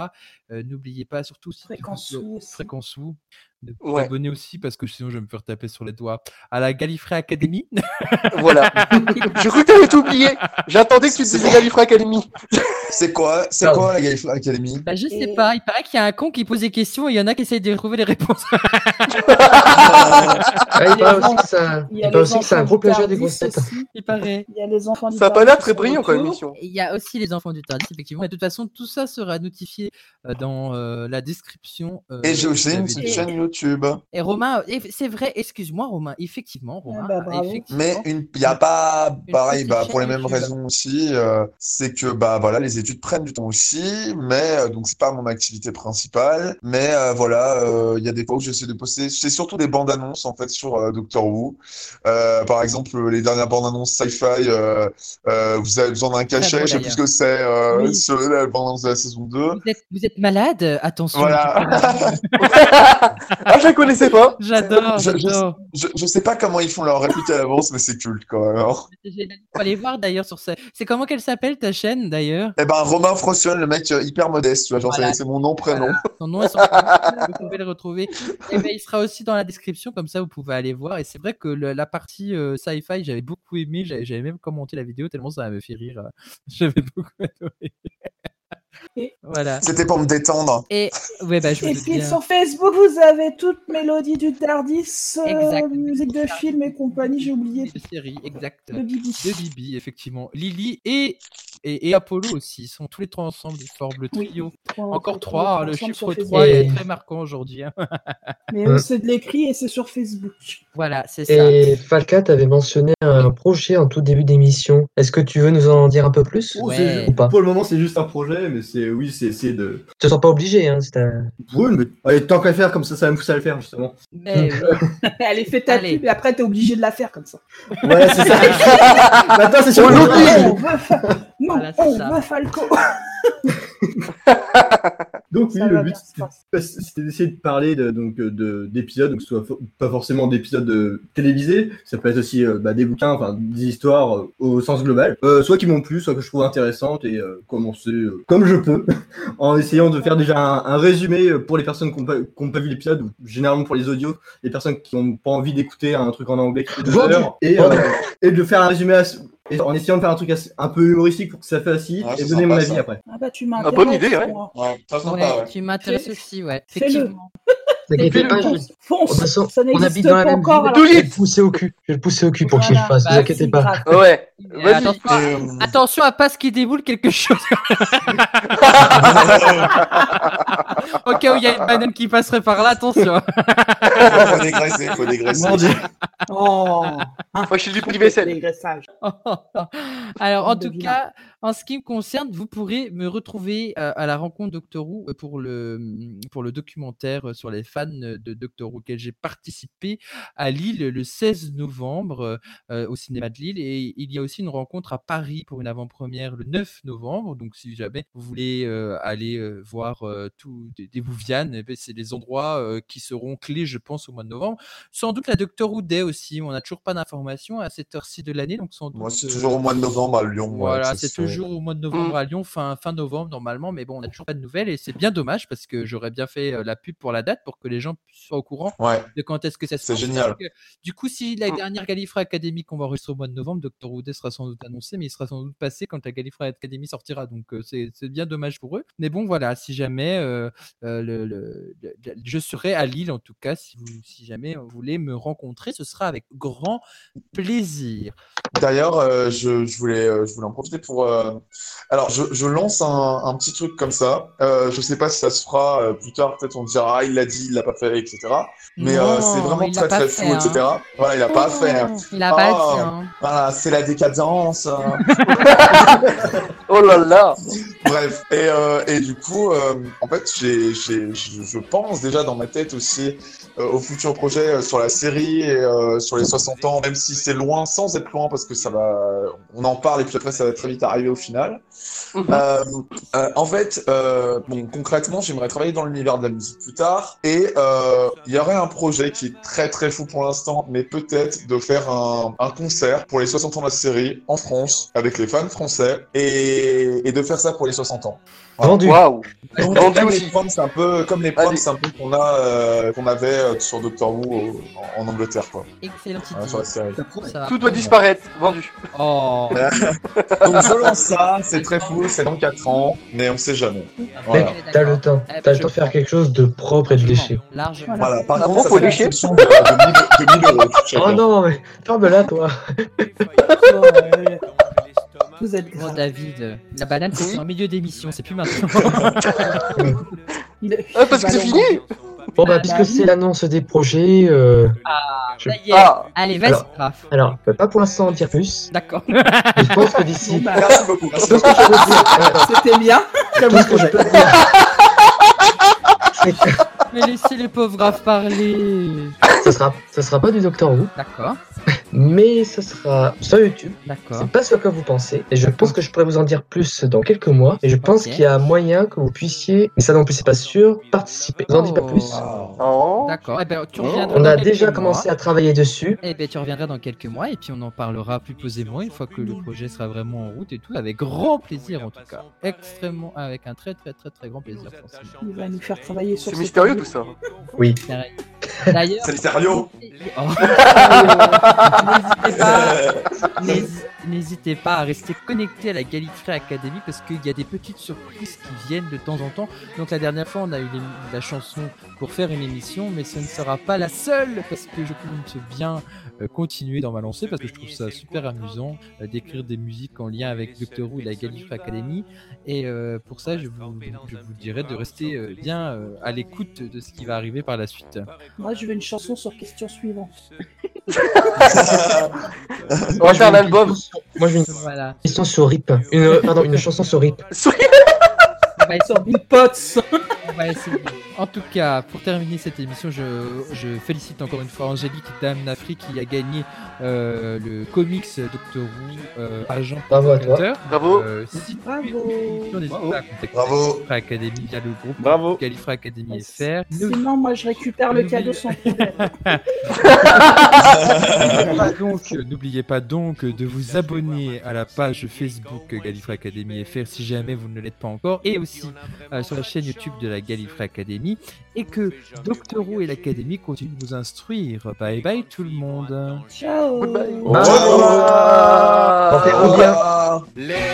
S2: Euh, N'oubliez pas, surtout si
S1: Fréquence
S2: vous-
S1: Sous aussi.
S2: Fréquence Sous, de vous
S7: Ouais.
S2: abonner aussi parce que sinon je vais me faire taper sur les doigts à la Gallifrey Academy.
S7: Voilà. J'ai cru que t'avais tout oublié. J'attendais que tu dises Galifrey Academy.
S6: C'est quoi, c'est
S7: Non.
S6: quoi la Galifrey Academy
S2: Bah, je sais pas, il paraît qu'il y a un con qui pose des questions et il y en a qui essayent de trouver les réponses.
S3: Ah, il paraît aussi que ça-
S1: Il y a
S3: il paraît
S1: les
S3: aussi que c'est un
S1: enfants
S3: gros
S1: du
S3: plagiat des
S1: Tardis
S3: grosses têtes.
S1: aussi.
S2: Il paraît.
S1: Il y a les enfants du
S7: Ça a pas
S1: Tardis
S7: l'air
S1: qui
S7: très
S1: sont
S7: brillant, comme
S1: autour.
S7: émission.
S2: Il y a aussi les enfants du Tardis, effectivement. Et de toute façon, tout ça sera notifié euh, dans euh, la description. euh,
S6: Et j'ai aussi
S2: vous
S6: une
S2: avez
S6: petite
S2: dit.
S6: chaîne YouTube.
S2: Et Romain, euh, eff- c'est vrai, excuse-moi Romain, effectivement, Romain.
S1: bah, bravo.
S2: effectivement.
S6: Mais il n'y a pas,
S2: Une
S6: pareil,
S2: petite
S6: bah, pour les
S2: chaîne
S6: mêmes
S2: YouTube.
S6: raisons aussi, euh, c'est que bah, voilà, les études prennent du temps aussi, mais euh, donc c'est pas mon activité principale. Mais euh, voilà, euh, il y a des fois où j'essaie de poster, c'est surtout des bandes annonces en fait sur euh, Doctor Who. Euh, par exemple, euh, les dernières bandes annonces sci-fi, euh, euh, vous avez besoin d'un
S2: Très
S6: cachet,
S2: beau,
S6: je sais plus ce
S2: Ah, d'ailleurs.
S6: que c'est, euh,
S2: Oui.
S6: sur la bande annonce de la saison 2.
S2: Vous êtes, vous êtes malade Attention.
S6: Voilà.
S7: Ah, je la connaissais pas.
S2: J'adore,
S6: Je, je,
S2: j'adore.
S6: je, je sais pas comment ils font leur réputer à l'avance, mais c'est culte quand même. hein.
S2: J'ai- Faut aller voir d'ailleurs sur ce. C'est comment qu'elle s'appelle ta chaîne d'ailleurs
S6: Eh ben, Romain Frocion, le mec euh, hyper modeste, tu vois, genre,
S2: Voilà.
S6: c'est c'est mon nom, prénom.
S2: Son nom et son prénom, vous pouvez le retrouver. Et ben, il sera aussi dans la description, comme ça vous pouvez aller voir. Et c'est vrai que le- la partie euh, sci-fi, j'avais beaucoup aimé. J'avais j'avais même commenté la vidéo tellement ça me fait rire. J'avais beaucoup adoré. voilà.
S6: C'était pour me détendre.
S2: Et ouais, bah, je vous
S1: Et
S2: dis
S1: puis
S2: bien.
S1: sur Facebook, vous avez toute mélodie du Tardis, euh,
S2: Exact.
S1: musique de film et compagnie, j'ai oublié.
S2: de série, exact.
S1: De Bibi.
S2: De Bibi, effectivement. Lily et, et, et Apollo aussi sont tous les trois ensemble, ils forment le
S1: Oui,
S2: trio.
S1: trois-
S2: Encore
S1: tous les
S2: trois,
S1: trois
S2: le
S1: ensemble
S2: chiffre
S1: sur
S2: 3 est
S1: Facebook.
S2: très marquant aujourd'hui. hein.
S1: Mais euh, c'est de l'écrit et c'est sur Facebook.
S2: voilà, c'est ça.
S3: Et Falca, t'avais mentionné un projet en tout début d'émission. Est-ce que tu veux nous en dire un peu plus
S10: Oh, c'est ju-
S3: ou
S6: hein.
S3: pas
S10: Pour le moment, c'est juste un projet, mais c'est oui, c'est essayer de.
S3: Tu te sens pas obligé, hein, si t'as-
S10: Oui, mais allez, tant qu'à faire, comme ça, ça va me pousser à le faire, justement.
S2: Mais euh,
S1: Allez, fais ta
S2: Allez.
S1: pub et après, t'es obligé de la faire comme ça.
S10: Ouais, c'est ça. Maintenant, c'est
S3: Oh,
S10: sur
S1: On
S10: le
S1: veut-
S10: l'oublie.
S1: on veut Fa- Non,
S2: Voilà, c'est
S1: on
S2: ça.
S1: veut Falco.
S10: Donc oui,
S1: Ça
S10: le
S1: va
S10: but
S1: bien se
S10: c'était de- c'était Bah, d'essayer de parler de, donc euh, de- d'épisodes, donc soit fo- pas forcément d'épisodes euh, télévisés, ça peut être aussi euh, bah, des bouquins, enfin des histoires euh, au sens global, Euh, soit qui m'ont plu, soit que je trouve intéressantes et euh, commencer euh, comme je peux en essayant de faire déjà un, un résumé euh, pour les personnes qui n'ont pas, qui ont pas vu l'épisode ou généralement pour les audios, les personnes qui n'ont pas envie d'écouter un truc en anglais qui fait deux
S3: Vendu.
S10: heures, et, euh, et de faire un résumé à ce- et en essayant de faire un truc assez- un peu humoristique pour que ça facilite
S6: Ouais,
S10: et
S6: c'est
S10: donner mon
S6: sympa,
S10: avis
S6: ça.
S10: après.
S1: Ah bah, tu
S7: Ah,
S1: m'intéresses.
S7: bonne idée, ouais.
S1: moi.
S6: Ouais, ça sympa,
S2: Ouais,
S6: ouais.
S2: tu m'intéresses
S1: Fais-
S2: aussi, ouais.
S1: fais-le.
S2: Effectivement.
S3: T'inquiète
S1: Fais-le,
S3: pas, je-
S1: fonce, fonce.
S3: De toute façon,
S1: Ça
S3: on
S1: n'existe
S3: habite dans
S1: pas
S3: la même
S1: encore.
S3: ville.
S1: alors.
S3: Je vais le pousser au cul. Je vais le pousser au cul pour qu'il le
S1: Voilà.
S3: fasse. Ne vous
S2: Bah,
S3: inquiétez
S1: si,
S3: pas.
S1: grave.
S7: Ouais.
S2: Et
S7: Vas-y.
S2: attention, à-
S6: Et, euh,
S2: attention à pas ce qui déboule quelque chose. Ah. Au cas où il y a une banane qui passerait par là, attention.
S6: faut, faut dégraisser, faut dégraisser.
S10: Mon Dieu.
S1: Oh,
S7: Moi, je suis du privé-sel.
S1: dégraissage.
S2: Alors, en
S1: Bande de
S2: tout
S1: vilains.
S2: cas, en ce qui me concerne, vous pourrez me retrouver euh, à la rencontre Doctor Who euh, pour le, pour le mm, documentaire euh, sur les fans
S12: fans de Doctor Who auquel j'ai participé à Lille le 16 novembre euh, au cinéma de Lille. Et il y a aussi une rencontre à Paris pour une avant-première le 9 novembre. Donc si jamais vous voulez euh, aller euh, voir euh, tout, des, des Bouvianes, eh ben, c'est les endroits euh, qui seront clés, je pense, au mois de novembre. Sans doute la Doctor Who Day aussi. On n'a toujours pas d'informations à cette heure-ci de l'année. Donc sans doute,
S6: Moi, c'est toujours au mois de novembre à Lyon. moi,
S12: voilà,
S6: que ce
S12: c'est
S6: soit.
S12: toujours au mois de novembre à Lyon, fin, fin novembre normalement, mais bon, on n'a toujours pas de nouvelles et c'est bien dommage parce que j'aurais bien fait euh, la pub pour la date pour que les gens soient au courant
S6: Ouais.
S12: de quand est-ce que ça se
S6: C'est
S12: passe.
S6: génial.
S12: Parce que, du coup, si
S2: Mm.
S12: la dernière Gallifrey Academy qu'on va enregistrer au mois de novembre, Dr. Woodet sera sans doute annoncé, mais il sera sans doute passé quand la Gallifrey Academy sortira, donc euh, c'est c'est bien dommage pour eux. Mais bon, voilà, si jamais euh, euh, le- le- le- le- je serai à Lille en tout cas, si, vous, si jamais vous voulez me rencontrer, ce sera avec grand plaisir.
S6: D'ailleurs, euh, je, je voulais, euh, je voulais en profiter pour. euh, Alors, je, je lance un, un petit truc comme ça. Euh, je sais pas si ça se fera euh, plus tard. Peut-être on dira, ah, il l'a dit, il l'a pas fait, etc. Mais euh,
S2: Non,
S6: c'est vraiment
S2: il l'a
S6: très
S2: pas
S6: très
S2: fait,
S6: fou,
S2: hein. Oh.
S6: etc. Voilà, il a pas fait. hein.
S2: Il a pas dit, hein.
S6: Voilà, c'est la décadence. hein. oh là là. Bref, et, euh, et du coup, euh, en fait, j'ai, j'ai- je, je pense déjà dans ma tête aussi euh, au futur projet euh, sur la série et euh, sur les 60 ans, même si c'est loin, sans être loin, parce que ça va, on en parle et puis après ça va très vite arriver au final. Euh, euh, en fait, euh, bon, concrètement, j'aimerais travailler dans l'univers de la musique plus tard. Et euh, il y aurait un projet qui est très très fou pour l'instant, mais peut-être de faire un, un concert pour les 60 ans de la série en France avec les fans français et, et de faire ça pour les 60 ans.
S3: Vendu.
S6: Waouh. Donc,
S3: Vendu
S6: comme
S3: aussi.
S6: les proms, c'est un peu comme les proms, c'est un peu qu'on a euh, qu'on avait euh, sur Doctor Who au- en, en Angleterre, quoi.
S2: Excellente
S6: Hein, sur la série.
S2: Tout
S15: doit disparaître, vendu.
S2: Oh.
S6: Donc je lance ça, c'est très fou, c'est dans 4 ans, mais on sait jamais.
S12: Ah,
S6: Voilà.
S3: Mec, t'as le temps. T'as le temps de faire quelque chose de propre et de léché.
S2: Large.
S6: Voilà, par
S3: Ah bon,
S6: contre, ça
S3: faut
S6: fait une
S3: lécher
S6: exception de, de 1000 de 1000 euros.
S3: Oh
S6: chacun.
S3: non, mais ferme là, toi.
S1: Oh, Vous êtes
S2: Oh David, la banane c'est en milieu d'émission, c'est plus maintenant.
S15: Ah, parce que c'est fini
S3: Bon, bah, puisque c'est l'annonce des projets, euh,
S2: Ah,
S3: je-
S2: ça y est.
S3: Ah.
S2: Allez, vas-y,
S3: Alors-
S2: Raph.
S3: Alors, je peux pas pour l'instant en dire plus.
S2: D'accord.
S3: Je pense que d'ici.
S1: bah,
S6: Merci beaucoup.
S3: Tout ce que je peux dire, euh,
S1: C'était bien.
S3: tout ce que je peux dire, c'est que
S2: Mais laissez les pauvres Raph parler.
S3: ça sera, ça sera pas du Doctor Who.
S2: D'accord.
S3: Mais ça sera sur YouTube.
S2: D'accord.
S3: C'est pas ce que vous pensez. Et je pense que je pourrais vous en dire plus dans quelques mois. Et je pense
S2: Ok.
S3: qu'il y a moyen que vous puissiez, mais ça non plus c'est pas sûr, participer. Je vous en dis pas plus.
S2: Oh. D'accord. Eh ben, tu reviendras
S3: On
S2: dans
S3: a
S2: quelques
S3: déjà
S2: mois.
S3: commencé à travailler dessus.
S2: Eh ben, tu reviendras dans quelques mois et puis on en parlera plus posément une fois que le projet sera vraiment en route et tout, avec grand plaisir en tout cas. Extrêmement, avec un très très très très grand plaisir. forcément.
S1: Il va nous faire travailler sur
S15: C'est
S1: ce
S15: mystérieux tout
S1: projet.
S15: ça.
S3: Oui.
S2: D'ailleurs.
S6: C'est mystérieux.
S2: Oh. N'hésitez
S6: Euh,
S2: pas- n'hési- N'hésitez pas à rester connecté à la Gallifrey Academy parce qu'il y a des petites surprises qui viennent de temps en temps. Donc la dernière fois, on a eu l'ém- la chanson pour faire une émission, mais ce ne sera pas la seule parce que je compte bien euh, continuer dans ma lancée parce que je trouve ça super amusant euh, d'écrire des musiques en lien avec Doctor Who et la Gallifrey Academy. Et euh, pour ça, je vous, je vous dirais de rester euh, bien euh, à l'écoute de ce qui va arriver par la suite.
S1: Moi, je veux une chanson sur question suivante.
S15: On va faire un album.
S3: Moi, je veux une
S2: Voilà.
S3: question sur RIP. Une, euh, pardon, une chanson sur RIP.
S2: On va essayer-
S1: Bill Potts.
S2: on va essayer. En tout cas, pour terminer cette émission, je, je félicite encore une fois Angélique Damnafri qui a gagné euh, le comics Doctor Who euh, Agent
S3: Bravo à toi.
S2: Hunter.
S15: Bravo.
S2: Euh, si
S1: Bravo.
S2: on n'hésite pas à contacter
S6: Bravo.
S2: Gallifrey Academy via le groupe
S15: Bravo.
S2: Gallifrey Academy FR.
S1: Sinon, moi, je récupère le
S2: N'oublie-
S1: cadeau sans problème.
S2: N'oubliez pas donc- N'oubliez pas donc de vous abonner à la page Facebook Gallifrey Academy FR si jamais vous ne l'êtes pas encore et aussi euh, sur la chaîne YouTube de la Gallifrey Academy et que Doctor Who et l'Académie continuent de vous instruire. Bye bye tout le monde.
S1: Ciao.
S7: Oh
S15: Goodbye.
S3: Portez-vous bien.
S6: Les